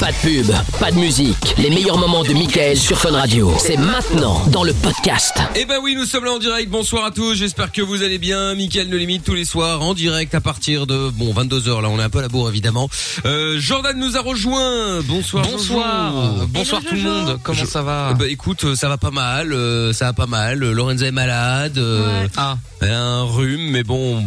Pas de pub, pas de musique. Les meilleurs moments de Michael sur Fun Radio. C'est maintenant dans le podcast. Eh ben oui, nous sommes là en direct. Bonsoir à tous. J'espère que vous allez bien. Mickaël No Limite tous les soirs en direct à partir de bon 22h là, on est un peu à la bourre évidemment. Euh, Jordan nous a rejoint. Bonsoir. Bonsoir. Jojo. Bonsoir tout le monde. Comment ça va Euh, Bah écoute, euh, ça va pas mal, euh, ça va pas mal. Euh, Lorenza est malade, euh, Ah. elle a un rhume, mais bon,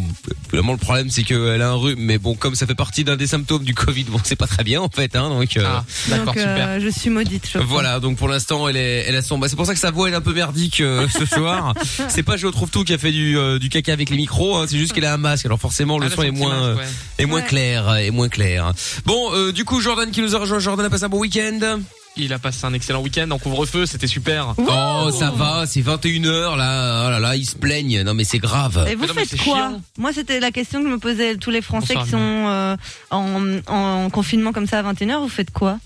vraiment le problème c'est qu'elle a un rhume, mais bon, comme ça fait partie d'un des symptômes du Covid, bon, c'est pas très bien en fait, hein, donc. euh, Ah, d'accord, Donc, euh, super. je suis maudite. je crois. Voilà, donc pour l'instant, elle est, elle a son. Bah, c'est pour ça que sa voix elle est un peu merdique euh, ce soir. C'est pas Je trouve tout qui a fait du, euh, du caca avec les micros, hein, c'est juste qu'elle a un masque. Alors forcément, le Ah, son la est sortie moins, euh, masque, ouais. est moins Ouais. clair, euh, est moins clair. Bon, euh, du coup, Jordan qui nous a rejoint, Jordan a passé un bon week-end. Il a passé un excellent week-end en couvre-feu, c'était super. Oh, ça va, c'est 21h là. Oh là là, ils se plaignent. Non mais c'est grave. Et vous Mais non, mais faites c'est quoi chiant. Moi, c'était la question que me posaient tous les Français Bonsoir, qui sont euh, en, en confinement comme ça à 21h. Vous faites quoi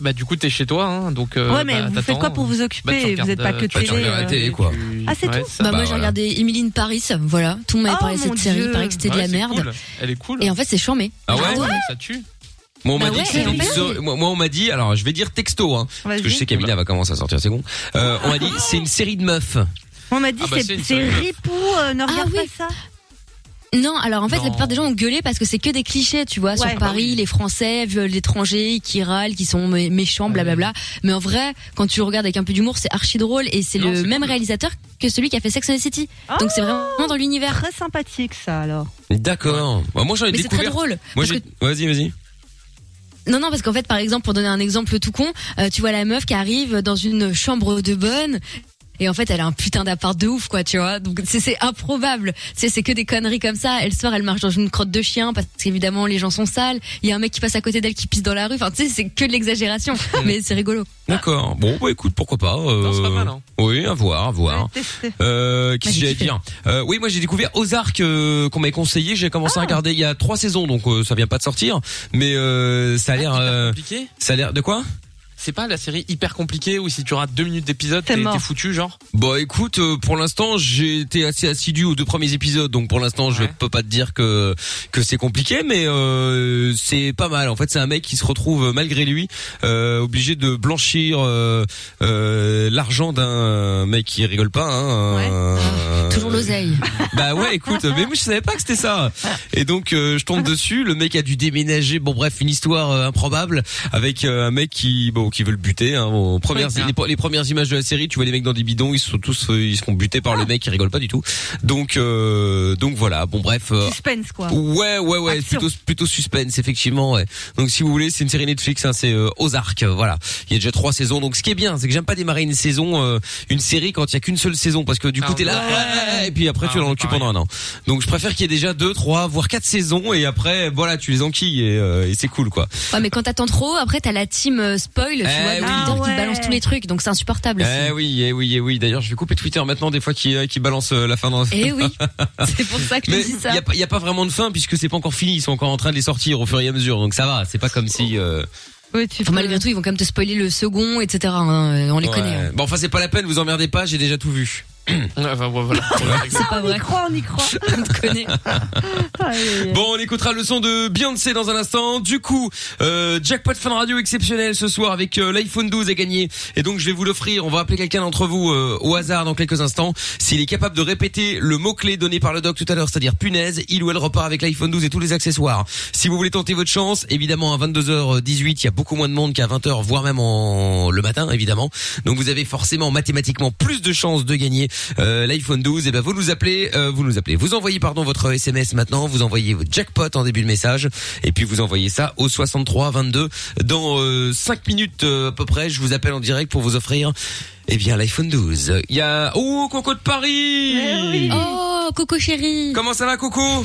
Bah du coup t'es chez toi, hein, donc. euh, Ouais, mais bah, vous t'attends. faites quoi pour vous Bah, tu occuper Vous regardes, n'êtes pas euh, que tu Bah, télé. tu regardes la euh. télé quoi. Tu- Ah, c'est ouais, tout ça- Bah, Bah, moi j'ai voilà. regardé Emily in Paris, voilà. Tout le monde m'avait Oh, parlé de mon cette série, il Dieu. paraît que c'était Ouais, de la c'est merde. cool. Elle est cool. Et en fait c'est chiant mais. Ah ouais J'ai adoré. ça tue. Moi on m'a Bah dit, ouais, que elle est Sylvie- moi moi, on m'a dit, alors je vais dire texto hein, parce que je Vas-y. sais qu'Amina va commencer à sortir, c'est bon. Euh, on m'a dit c'est une série de meufs. On m'a dit Ah, bah, c'est c'est une c'est série. ripou, euh, ne regarde Ah oui. pas ça. Non, alors en fait Non. Ah la plupart des gens ont gueulé parce que c'est que des clichés, tu vois, Ouais. sur Paris, les Français violent l'étranger, qui râlent, qui sont mé- Ah méchants, blablabla. Mais en vrai, quand tu regardes avec un peu d'humour, c'est archi drôle et c'est Non, le c'est même cool. réalisateur que celui qui a fait Sex and the City. Donc c'est vraiment dans l'univers. Oh, Très sympathique ça alors. D'accord. Bah, moi j'en ai Mais c'est très découvert. drôle. Moi parce j'ai. Vas-y vas-y. Non, non, parce qu'en fait, par exemple, pour donner un exemple tout con, euh, tu vois la meuf qui arrive dans une chambre de bonne. Et en fait, elle a un putain d'appart de ouf, quoi, tu vois. Donc, c'est- c'est improbable. C'est c'est que des conneries comme ça. Elle sort, elle marche dans une crotte de chien, parce qu'évidemment, les gens sont sales. Il y a un mec qui passe à côté d'elle qui pisse dans la rue. Enfin, tu sais, c'est que de l'exagération. Mais c'est rigolo. D'accord. Bon bah écoute pourquoi pas. euh, Non, c'est pas mal, hein. Oui à voir à voir. Ouais, testez. Euh, qu'est-ce que Bah, j'allais j'ai kiffé. dire euh, Oui, moi j'ai découvert Ozark euh, qu'on m'avait conseillé. J'ai commencé Ah. à regarder il y a trois saisons, donc euh, ça vient pas de sortir, mais euh, ça a l'air, euh, Ah, Compliqué. ça a l'air de quoi C'est pas la série hyper compliquée où si tu rates deux minutes d'épisode, T'es t'es mort. t'es foutu, genre. Bon, écoute, euh, pour l'instant j'ai été assez assidu aux deux premiers épisodes, donc pour l'instant je Ouais. peux pas te dire que que c'est compliqué, mais euh, c'est pas mal. En fait, c'est un mec qui se retrouve malgré lui euh, obligé de blanchir euh, euh, l'argent d'un mec qui rigole pas. Hein, Ouais. euh, Ah, Toujours l'oseille. Bah ouais, écoute, mais moi je savais pas que c'était ça. Et donc euh, je tombe dessus, le mec a dû déménager. Bon bref, une histoire euh, improbable avec euh, un mec qui bon qui veut le buter. Hein, Bon, aux premières Oui. les, les premières images de la série, tu vois les mecs dans des bidons, ils sont tous euh, ils sont butés par le mec qui rigole pas du tout. Donc euh, donc voilà, bon bref. euh, Suspense quoi. Ouais ouais ouais, Action. plutôt plutôt suspense effectivement. Ouais. Donc si vous voulez, c'est une série Netflix, hein, c'est euh, Ozark. euh, voilà, il y a déjà trois saisons. Donc ce qui est bien, c'est que j'aime pas démarrer une saison, euh, une série quand il y a qu'une seule saison, parce que du coup Ah t'es là ouais. ouais, et puis après Ah tu es dans ouais, le cul pareil. pendant un an. Donc je préfère qu'il y ait déjà deux, trois, voire quatre saisons et après voilà tu les enquilles et, euh, et c'est cool quoi. Ouais, mais quand t'attends trop, après, t'as la team euh, spoil, tu Eh vois, oui. Twitter qui Ah ouais. te balance tous les trucs. Donc, Ah, c'est insupportable. Eh oui, eh oui, eh oui. D'ailleurs je vais couper Twitter maintenant des fois qui euh, qui balance euh, la fin dans. Et oui. c'est pour ça que Mais je dis il ça. y a, pas- y a pas vraiment de fin puisque c'est pas encore fini, ils sont encore en train de les sortir au fur et à mesure, donc ça va, c'est pas comme si. euh, Oui, tu Enfin, peux- malgré tout, ils vont quand même te spoiler le second, etc. hein, euh, on les Ouais. connaît. hein. Bon, enfin, c'est pas la peine, vous emmerdez pas, j'ai déjà tout vu. Ouais, bah, ouais, voilà. Ah, C'est pas On y vrai. croit, on y croit. On te connaît. Aïe, aïe, aïe. Bon, on écoutera le son de Beyoncé dans un instant. Du coup, euh, jackpot Fun Radio exceptionnel ce soir avec euh, l'iPhone 12 à gagner. Et donc, je vais vous l'offrir. On va appeler quelqu'un d'entre vous euh, au hasard dans quelques instants. S'il est capable de répéter le mot-clé donné par le doc tout à l'heure, c'est-à-dire punaise, il ou elle repart avec l'iPhone 12 et tous les accessoires. Si vous voulez tenter votre chance, évidemment, à 22h18, il y a beaucoup moins de monde qu'à 20h, voire même en le matin, évidemment. Donc, vous avez forcément mathématiquement plus de chances de gagner euh, l'iPhone 12. Et ben, vous nous appelez, euh, vous nous appelez, vous envoyez pardon votre SMS maintenant, vous envoyez votre jackpot en début de message, et puis vous envoyez ça au 63 22. Dans euh, 5 minutes euh, à peu près, je vous appelle en direct pour vous offrir. Eh bien, l'iPhone 12. Il y a... Oh, Coco de Paris Eh oui. Oh, Coco chérie. Comment ça va, Coco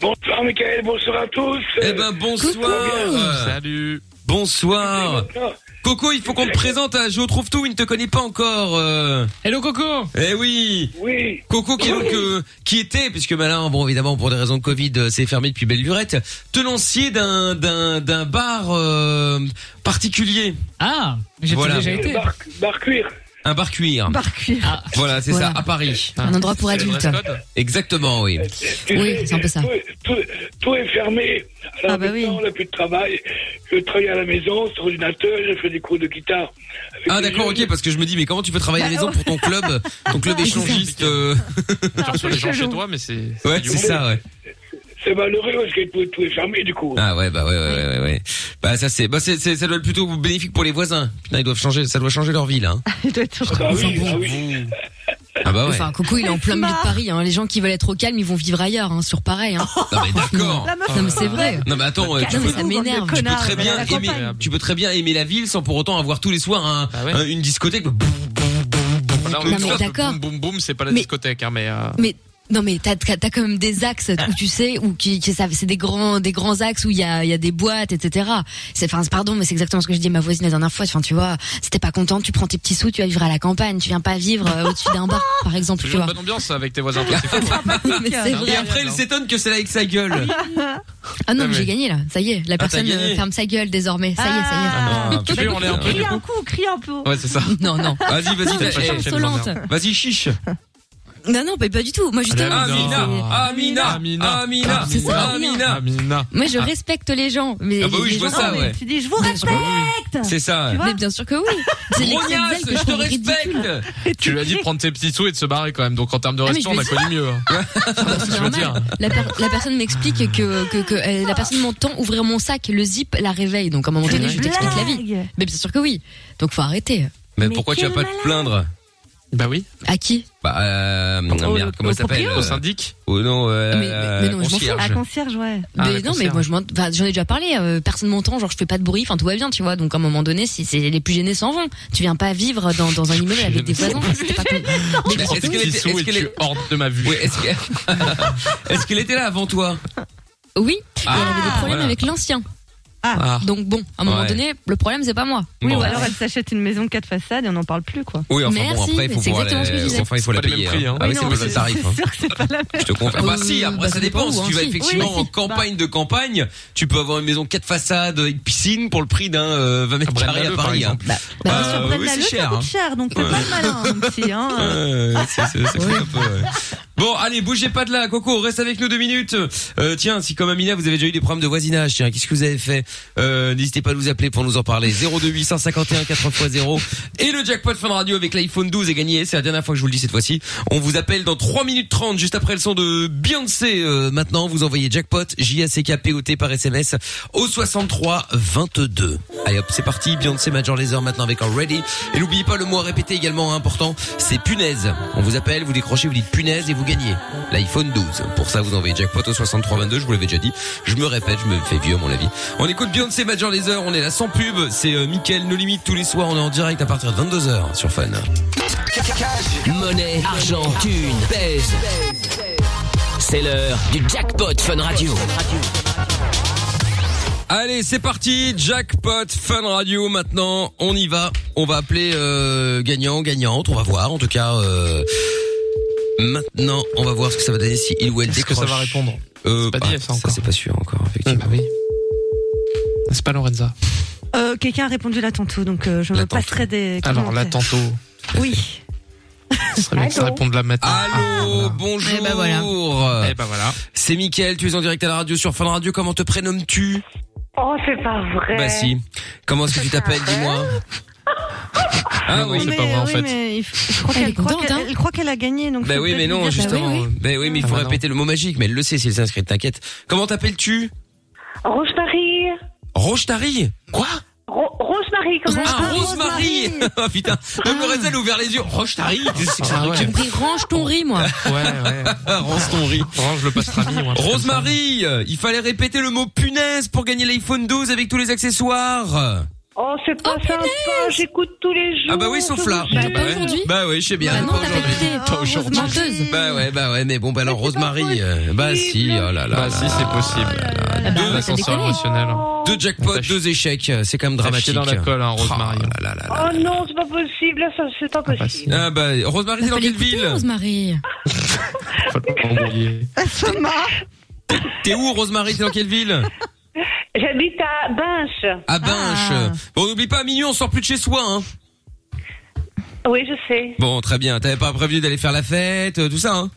Bonsoir Michael, bonsoir à tous. Eh ben, bonsoir Euh, Salut. Bonsoir Maintenant, Coco, il faut qu'on te présente à Géo Trouve Tout, il ne te connaît pas encore. euh. Hello Coco. Eh oui Oui, Coco qui, est donc, euh, qui était, puisque Malin, bon évidemment pour des raisons de Covid, euh, c'est fermé depuis belle lurette, tenancier d'un d'un d'un bar euh, particulier. Ah, j'ai Voilà. déjà été. bar, bar cuir. Un bar cuir. Ah, Par cuir. Voilà, c'est Voilà. ça, à Paris. Un endroit pour C'est le adultes. dress code Exactement, oui. Tu Oui, sais, c'est un peu ça. Tout, est- tout est- tout est fermé. Alors Ah bah maintenant, oui. on n'a plus de travail. Je travaille à la maison, sur l'ordinateur, je fais des cours de guitare. avec Ah les d'accord, jeunes. ok, parce que je me dis, mais comment tu peux Bah, travailler à la maison pour ton club, ton club échangiste euh, C'est un Tu reçois peu les gens chez chelou. toi, mais c'est. Ouais, du c'est monde. ça, ouais. C'est malheureux parce que tout, tout est fermé du coup. Ah ouais, bah ouais, ouais, ouais, ouais. ouais. Bah ça c'est, bah c'est, c'est- ça doit être plutôt bénéfique pour les voisins. Putain, ils doivent changer, ça doit changer leur ville, hein. Il doit être- bah oui, bon. ah oui. Ah bah ouais. Enfin, coucou, il est en plein milieu de Paris. hein. Les gens qui veulent être au calme, ils vont vivre ailleurs, hein, sur pareil. Hein. Non mais d'accord. La meuf, Non, mais c'est vrai. Non mais attends, euh, tu Non, mais peux, ça m'énerve. Tu tu peux très bien aimer, tu peux très bien aimer la ville sans pour autant avoir tous les soirs un- Bah ouais. un- une discothèque. Là, on Non, est mais tous là, d'accord. Boum, boum, boum, c'est pas la Mais- discothèque, hein, mais. euh, Mais non, mais t'as t'as t'as quand même des axes où tu sais où qui, qui- ça- c'est des grands des grands axes où il y a il y a des boîtes, etc. C'est enfin pardon, mais c'est exactement ce que je dis à ma voisine la dernière fois. Enfin, tu vois, si t'es pas content, tu prends tes petits sous, tu vas vivre à la campagne, tu viens pas vivre euh, au-dessus d'un bar, par exemple, tu Toujours une vois. bonne ambiance avec tes voisins. toi, c'est hein. cool. Mais c'est Et vrai. après, il non. s'étonne que c'est là avec sa gueule. Ah non, Non, mais mais- j'ai gagné là. Ça y est, la Ah, t'as personne gagné. euh, ferme sa gueule désormais. Ça y est, ça Ah, Tu veux hurler un Crie peu hein, du un coup coup, crie un peu. Ouais, c'est ça. y est. Non, non. Vas-y, vas-y, C'est pas eh, cher. insolente. vas-y, chiche. Non, non, pas, pas du tout. Moi, justement, Ah, c'est- Amina, c'est- Ah, Amina, Amina, Amina. Amina, C'est ça, Amina. Amina. Ah, moi, je respecte les gens. Mais Ah bah oui, les je vois gens- ça, Non, mais ouais. Ah, bah Tu dis, je vous Bien sûr. respecte. C'est ça. Tu vois Mais bien sûr que oui. C'est l'excès de zèle Grognasse, que je te trouve ridicule. respecte. Tu lui as dit de prendre tes petits sous et de se barrer quand même. Donc en termes de Ah, mais resto, je on a lui connu mieux. hein. Ah, C'est veux normal. dire. La, per- la personne m'explique que, que, que euh, la personne m'entend ouvrir mon sac, le zip la réveille. Donc à un moment donné, je t'explique la vie. Blague. Mais bien sûr que oui. Donc faut arrêter. Mais Mais pourquoi tu quel vas pas te malade. plaindre Bah oui. À qui Bah, euh, merde, au- comment au ça s'appelle proprio euh, Au syndic. Oh non, euh, Mais- Ah, mais- mais non, je m'en fous. La concierge. concierge, ouais. Mais Ah, la non, mais concierge. moi je m'en- enfin, j'en ai déjà parlé. euh, personne m'entend, genre je fais pas de bruit, enfin tout va bien, tu vois. Donc à un moment donné, si c'est les plus gênés s'en vont. Tu viens pas vivre dans, dans un immeuble avec des voisins. si t'es pas con- Tu prends est-ce tes qu'elle petits était- sous est-ce et qu'elle tu est- hordes de ma vue. Oui, est-ce que- est-ce qu'elle était là avant toi Oui, Ah, il y avait des problèmes voilà. avec l'ancien. Ah. Donc bon, à un moment Ouais. donné, le problème c'est pas moi. Oui, Bon. ou alors elle s'achète une maison de quatre façades et on n'en parle plus, quoi. Oui, enfin bon, Merci, après, il faut mais c'est pouvoir exactement la- ce que je disais. enfin, il faut la C'est pas les payer. mêmes prix, hein. hein. Ah oui, Oui, c'est non, pas le même tarif. hein. C'est sûr que c'est pas la même. Je te confirme. Euh, bah si, après bah, ça ça dépend dépend. où, Si tu hein, vas si. effectivement Oui, mais en si. campagne de campagne, tu peux avoir une maison quatre façades, une piscine pour le prix d'un euh, 20 mètres carrés à Brennaleux, par Paris. hein. exemple. Bah, Bah, bien sûr. Euh, Prenne oui, la c'est leçon, cher, coûte hein. cher, donc fais pas le malin, mon petit, hein. Euh, c'est- c'est- ça fait un peu, ouais. Bon, allez, bougez pas de là, Coco, reste avec nous deux minutes. Euh, tiens, si comme Amina, vous avez déjà eu des problèmes de voisinage, tiens, qu'est-ce que vous avez fait euh, N'hésitez pas à nous appeler pour nous en parler. 02851 4x0 et le jackpot Fun Radio avec l'iPhone 12 est gagné. C'est la dernière fois que je vous le dis cette fois-ci. On vous appelle dans 3 minutes 30, juste après le son de Beyoncé. Euh, maintenant, vous envoyez jackpot, J-A-C-K-P-O-T par SMS au 63 22. Allez hop, c'est parti. Beyoncé Major Laser maintenant avec un ready. Et n'oubliez pas le mot à répéter également hein, important, c'est punaise. On vous appelle, vous décrochez, vous dites punaise et vous gagnez l'iPhone 12. Pour ça, vous envoyez jackpot au 63 22. Je vous l'avais déjà dit. Je me répète, je me fais vieux à mon avis. On écoute Beyoncé Major Laser. On est là sans pub. C'est euh, Mickaël No Limite tous les soirs. On est en direct à partir de 22 h sur Fun. Monnaie, argent, thune, pèse. C'est l'heure du jackpot Fun Radio. Allez, c'est parti, jackpot Fun Radio. Maintenant, on y va. On va appeler euh, gagnant, gagnante. On va voir. En tout cas, euh, maintenant, on va voir ce que ça va donner si il ou elle Est-ce que décroche. ça va répondre Euh, C'est pas dit, ça, encore. c'est pas sûr encore. Effectivement. Bah oui. C'est pas Lorenza. Euh, Quelqu'un a répondu là tantôt, donc euh, je Là me tantôt. Ah passerai des. Alors là, commentaires. tantôt. Oui. Ce serait bien que ça réponde là maintenant. Allô, bonjour. Eh ben voilà. Eh ben voilà. C'est Mickaël, tu es en direct à la radio sur Fun Radio. Comment te prénommes-tu Oh, c'est pas vrai. Bah si. Comment est-ce que tu t'appelles, dis-moi Ah Non, oui. c'est pas Mais, vrai, en oui, fait. mais il f- je crois Elle est qu'elle croit contente, qu'elle- hein. elle croit qu'elle a gagné, donc. Bah faut oui, peut-être mais lui non, dire, bah justement. oui, oui. Bah oui, mais il Ah faut bah non. répéter le mot magique, mais elle le sait si elle s'inscrit, t'inquiète. Comment t'appelles-tu Rosemary. Roche-Tari Quoi Ro- Rosemary, comment Ah, ça Rosemary Ah putain, même Lorenza, elle a ouvert les yeux. Roche-Tari Qu'est-ce que c'est Ah que ce ouais. J'ai truc compris, range ton riz, moi. Ouais, ouais. Ah, Rance ton riz. Orange le pastrami. ou un truc Rosemary, il fallait répéter le mot punaise pour gagner l'iPhone 12 avec tous les accessoires. Oh, c'est pas sympa, j'écoute tous les jours. Ah bah oui, sauf tous là. les Bah, jours. pas aujourd'hui. Bah oui, je sais bien. Bah non, pas t'as pas aujourd'hui. écouté. Oh, aujourd'hui. Rosemary. Bah ouais, bah ouais, mais bon, bah alors Rosemary, euh, bah si, oh là là. comme ça. Bah là si, là. c'est possible. Ah bah, Deux arrête de ascenseurs déconner. émotionnels. Deux jackpots, T'as ch- deux échecs, euh, c'est quand même dramatique. chié dans la colle, hein, Rosemary. Oh là là là là. Oh non, c'est pas possible, là, ça, c'est pas possible. Ah bah, Rosemary, Bah, t'es dans fallait quelle écouter, ville Rosemary. Faut pas embrouiller. T'es où, Rosemary, t'es dans quelle ville J'habite à Binche. Ah. Ah. À Binche. Bon, n'oublie pas, à minuit, on sort plus de chez soi, hein. Oui, je sais. Bon, très bien. T'avais pas prévu d'aller faire la fête, euh, tout ça, hein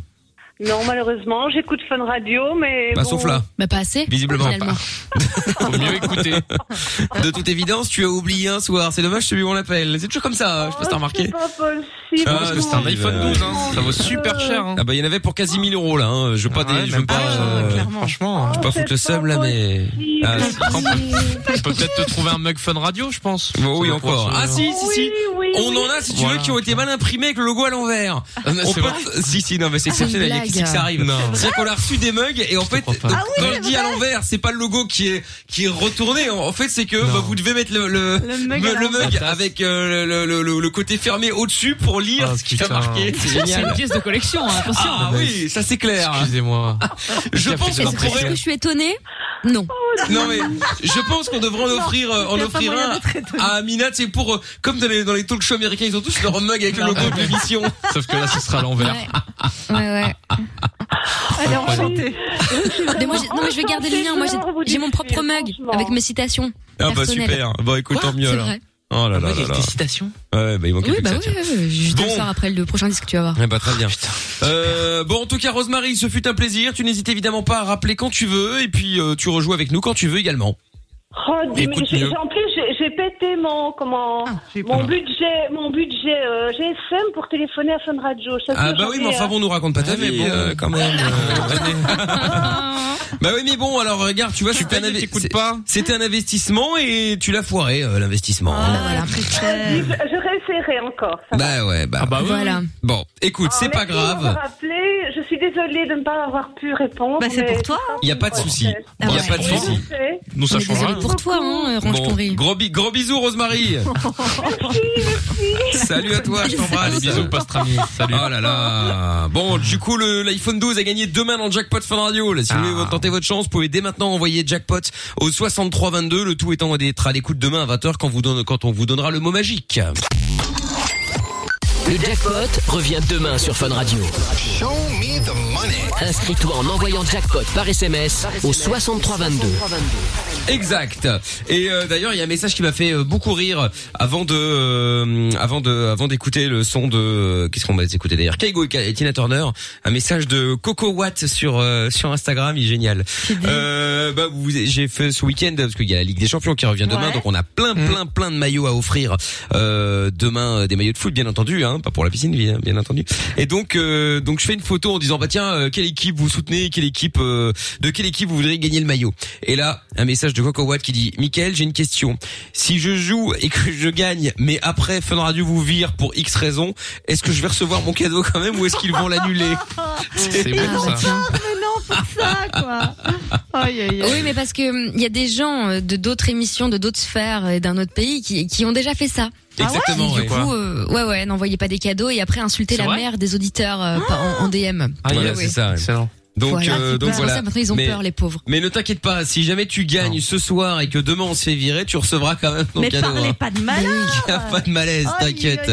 Non, malheureusement, j'écoute Fun Radio, mais. Bah, bon. sauf là. Bah pas assez. Visiblement finalement. Faut mieux écouter. De toute évidence, tu as oublié un soir. C'est dommage, celui où on l'appelle. C'est toujours comme ça, je sais pas si t'as Oh, remarqué. C'est pas possible. Ah, parce que c'est un Non. iPhone 12, hein. Ça vaut super cher. Hein. Ah bah, il y en avait pour quasi 1000 euros, là, hein. Je veux pas Ah Oh, ouais, des, je même veux pas, pas, euh, Franchement, je veux pas foutre le seum, là, mais. Ah, si. je peux peut-être te trouver un mug fun radio, je pense. Bon, oui, Ça va encore. pouvoir Ah, se- si, si, si. oui, On en a, si tu Voilà. veux, qui ont été mal imprimés avec le logo à l'envers. Ah, non, On c'est peut- vrai. Si, si, non, mais c'est Ah, c'est une exceptionnel. blague. Qu'est-ce que ça arrive C'est qu'on a reçu des mugs et en fait, comprends pas. donc, quand je dis à l'envers, c'est pas le logo qui est qui est retourné. En en fait, c'est que bah, vous devez mettre le le, Le mug me- à le l'envers. mug avec euh, le, le, le, le côté fermé au-dessus pour lire Ah, ce qui a putain. marqué. C'est C'est une génial. pièce de collection, hein, attention. Ah oui, ça c'est clair. Excusez-moi. Je Qui a fait pense de qu'on Est-ce que, est-ce que pourrait. je suis étonnée Non. Oh, Non mais je pense qu'on devrait en offrir euh, en y a pas offrir moyen un d'être étonné. à Amina. C'est pour euh, comme dans les dans les talk shows américains, ils ont tous leur mug avec le logo de l'émission. Sauf que là, ce sera à l'envers. Ouais. Ouais, Elle est enchantée. ouais. Mais moi, j'ai- non, mais je vais garder le mien. Moi, j'ai- j'ai mon propre mug avec mes citations. Ah bah Personnel. super. Bon écoute, tant mieux C'est alors. vrai. Oh là là là là. citations. Ouais, bah il manquait Oui, plus bah que ça. oui, tiens. oui, oui, je te le Bon. sors après le prochain disque, tu vas voir. Eh bah, très bien. euh, bon en tout cas Rosemary, ce fut un plaisir. Tu n'hésites évidemment pas à rappeler quand tu veux et puis euh, tu rejoues avec nous quand tu veux également. Oh, dis- mais Écoute j'ai- mieux. j'ai- en plus, j'ai- j'ai pété mon comment Ah, j'ai mon budget, mon budget euh, GSM pour téléphoner à Fun Radio. Ça, c'est Ah bah oui, aujourd'hui, mais enfin euh, bon, nous raconte pas ta Ah, mais vie bon. euh, quand même. euh, bah oui, mais bon, alors regarde, tu vois, c'était un, payes, inve- t'écoutes c'est- pas. c'était un investissement et tu l'as foiré euh, l'investissement. Ah, voilà. la tristesse. Je, je réessayerai encore. Ça. Bah ouais, bah. Ah bah oui. Voilà. Bon, écoute, Alors, c'est pas merci de grave. m'avoir rappelé. Je suis désolée de ne pas avoir pu répondre. Bah, c'est mais- pour toi. Il y a pas de souci. Il Ah y a ouais. pas de Oui, souci. je sais. Nous, On ça est change désolé rien. pour toi, hein, range ton riz. gros, bi- gros bisous Rosemary. Salut à toi, je t'embrasse. Allez, bisous, pastrami. Salut. Oh là là. Bon, du coup, le- l'iPhone 12 a gagné demain dans le jackpot Fun Radio. Là, si vous voulez Ah. tenter votre chance, vous pouvez dès maintenant envoyer jackpot au 6322. Le tout étant d'être à l'écoute demain à 20h quand vous donne, quand on vous donnera le mot magique. Le jackpot revient demain sur Fun Radio. Inscris-toi en envoyant jackpot par SMS au 6322. Exact. Et euh, d'ailleurs, il y a un message qui m'a fait euh, beaucoup rire avant de, euh, avant de, avant d'écouter le son de, euh, qu'est-ce qu'on va écouter d'ailleurs, Kaigo et Ka- et Tina Turner. Un message de Coco Watt sur euh, sur Instagram, il est génial. Euh, bah, vous- j'ai fait ce week-end parce qu'il y a la Ligue des Champions qui revient demain, Ouais. donc on a plein, plein, plein de maillots à offrir euh, demain, euh, des maillots de foot, bien entendu, hein, pas pour la piscine, bien, bien entendu. Et donc, euh, donc je fais une photo en disant bah tiens, euh, quelle équipe vous soutenez, quelle équipe, euh, de quelle équipe vous voudriez gagner le maillot. Et là, un message de Coco Watt qui dit Michael, j'ai une question. Si je joue et que je gagne, mais après Fun Radio vous vire pour X raison, est-ce que je vais recevoir mon cadeau quand même ou est-ce qu'ils vont l'annuler C'est bon, ça. Mais non, pour ça, quoi. Aïe, aïe, aïe. Oui, mais parce que hum, il y a des gens euh, de d'autres émissions, de d'autres sphères et d'un autre pays qui, qui ont déjà fait ça. Exactement. Du Ah ouais. coup, euh, ouais, ouais, n'envoyez pas des cadeaux et après insulter C'est la vrai mère des auditeurs euh, par- en, en DM. Ah, Voilà, yes. c'est ça. ouais. Excellent. Donc, voilà. euh, donc C'est pour voilà. ça, maintenant ils ont Mais- peur, les pauvres. Mais ne t'inquiète pas, si jamais tu gagnes Non. ce soir et que demain on se fait virer, tu recevras quand même ton Mais cadeau. parlez hein. pas de mal. Y a pas de malaise, t'inquiète.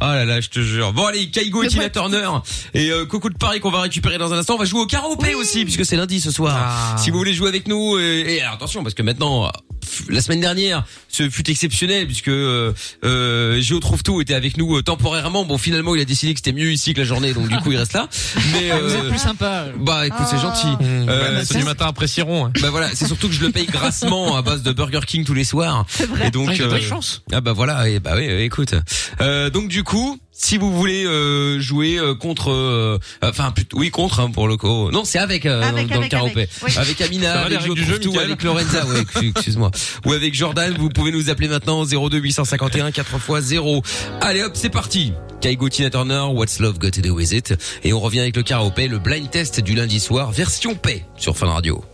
Oh là là, je te jure. Bon allez, Kaigo et Le Tina point- Turner et euh, Coco de Paris qu'on va récupérer dans un instant. On va jouer au karaopé aussi puisque c'est lundi ce soir. Ah. Si vous voulez jouer avec nous euh, et, et alors, attention parce que maintenant pff, la semaine dernière ce fut exceptionnel puisque euh, euh, Géo trouve tout était avec nous euh, temporairement. Bon finalement il a décidé que c'était mieux ici que la journée donc du coup il reste là. Mais Ah, Vous êtes euh, plus sympa. Ah. bah écoute c'est gentil. Mmh. Euh, Bah, ceux du matin apprécieront. hein. Bah voilà, c'est surtout que je le paye grassement à base de Burger King tous les soirs. C'est vrai. Et donc Ah, j'ai euh, pas de chance. ah bah voilà, et bah oui, euh, écoute. Euh, donc du coup, si vous voulez euh, jouer euh, contre, euh, enfin plut- oui contre hein, pour le co. Non, c'est avec, euh, Avec, dans, dans avec, le karaopé. avec, oui. Amina, Ça va, les avec règles Jo du jeu, Trouve-Tout, Mickaël avec Lorenza, ouais, excuse- excuse-moi, ou avec Jordan. Vous pouvez nous appeler maintenant 02 851 4 x 0. Allez hop, c'est parti. Kaigo Tina Turner, What's Love Got to Do With It, et on revient avec le karaopé, le blind test du lundi soir, version P sur Fun Radio.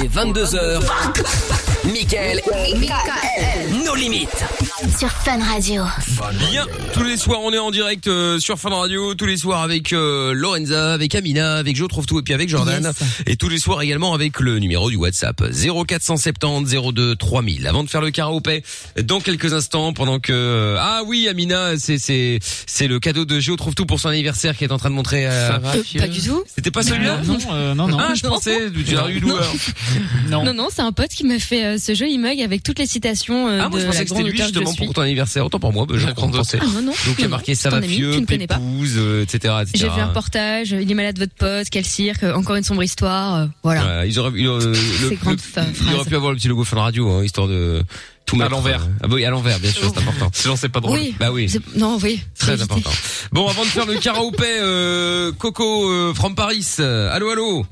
Dès 22h, Michael, nos limites. Sur Fun Radio. Bien, tous les soirs on est en direct euh, sur Fun Radio, tous les soirs avec euh, Lorenza, avec Amina, avec Joe Trouve tout et puis avec Jordan et tous les soirs également avec le numéro du WhatsApp 0470 02 3000. Avant de faire le karaopé dans quelques instants pendant que Ah oui, Amina, c'est c'est c'est le cadeau de Joe Trouve tout pour son anniversaire qui est en train de montrer euh, Ça va, Euh, Fio pas du tout. C'était pas celui-là Non, euh, non, non. Ah, je pensais, tu as eu Non. douleur. Non. Non, non, c'est un pote qui m'a fait euh, euh, ce joli mug avec toutes les citations euh, Ah, moi, de je pensais la que grande c'était lui, auteure que je justement, suis. pour ton anniversaire. Autant pour moi, bah, je La grande comprends. auteure. Ah non, non. Donc, il y a non, marqué non, c'est ton ami, Savafieux, Tu ne connais pas. Pépouze, euh, etc., etc. J'ai vu un reportage, il est malade votre pote, quel cirque, encore une sombre histoire, euh, voilà. Voilà, ils auraient, ils auraient- le- Ces le- grandes il aurait phrases. pu avoir le petit logo Fun Radio, hein, histoire de tout mettre À l'envers. Ah bah oui, à l'envers, bien sûr, c'est important. Sinon, c'est pas drôle. Oui. Bah oui. C'est- Non, oui. Très éviter. important. Bon, avant de faire le karaopé, euh, Coco euh, from Paris. euh, allô, allô.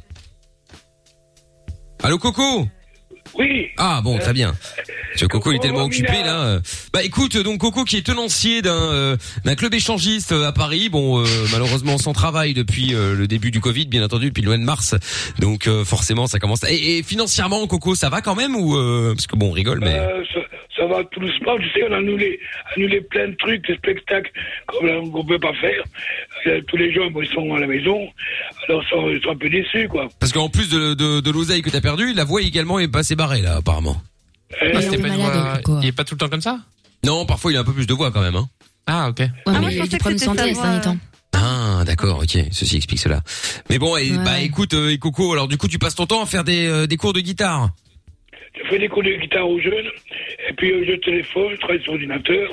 Allô, Coco. Oui, Ah bon, très bien. Parce que Coco il est tellement Oh, occupé Mina. là. euh. Bah écoute, donc Coco qui est tenancier d'un euh, d'un club échangiste euh, à Paris, bon euh, malheureusement sans travail depuis euh, le début du Covid, bien entendu depuis le mois de mars. Donc euh, forcément ça commence. Et, et financièrement Coco, ça va quand même ou euh, parce que bon on rigole mais. euh, ça, ça va tout doucement. Tu sais, on a annulé, annulé plein de trucs, des spectacles comme là, qu'on ne peut pas faire. Euh, Tous les gens, bon, ils sont à la maison. Alors, ils sont, ils sont un peu déçus, quoi. Parce qu'en plus de, de, de l'oseille que t'as perdu, la voix également est assez barrée là apparemment. Euh, Ah, Ah, c'est c'était on est pas une malade, voix- quoi. Il est pas tout le temps comme ça Non, parfois il a un peu plus de voix quand même. Hein. Ah, ok. Ouais, Ah, mais moi, il je y a eu pensais des que problèmes de c'était santé sa ces voix. derniers temps. Ah d'accord, ok, ceci explique cela. Mais bon, et- Ouais. bah écoute euh, et Coco, alors du coup tu passes ton temps à faire des, euh, des cours de guitare. Je fais des cours de guitare aux jeunes, et puis euh, je téléphone, je travaille sur l'ordinateur.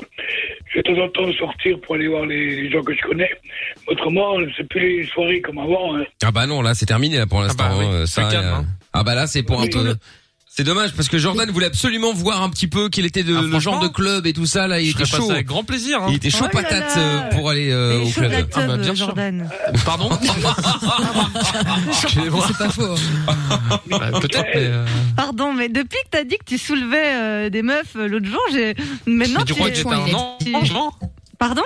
Je vais de temps en temps sortir pour aller voir les, les gens que je connais. Autrement, c'est plus les soirées comme avant. hein. Ah bah non, là c'est terminé là pour l'instant. bah oui, hein, ça, c'est calme, euh, hein. Ah bah là c'est pour un Oui. peu. C'est dommage parce que Jordan voulait absolument voir un petit peu quel était de- Ah, le genre de franchement, club et tout ça là. Il Je était serais chaud. passé avec grand plaisir. hein. Il était chaud Oh là patate là. euh, pour aller euh, Et au chaud de club. la Ah, bah, teub, bien sûr. Jordan. Pardon C'est pas faux. hein. Peut-être, mais. euh, Pardon, mais depuis que t'as dit que tu soulevais euh, des meufs euh, l'autre jour, j'ai. Maintenant, mais tu crois que j'étais un tu- ange avant Pardon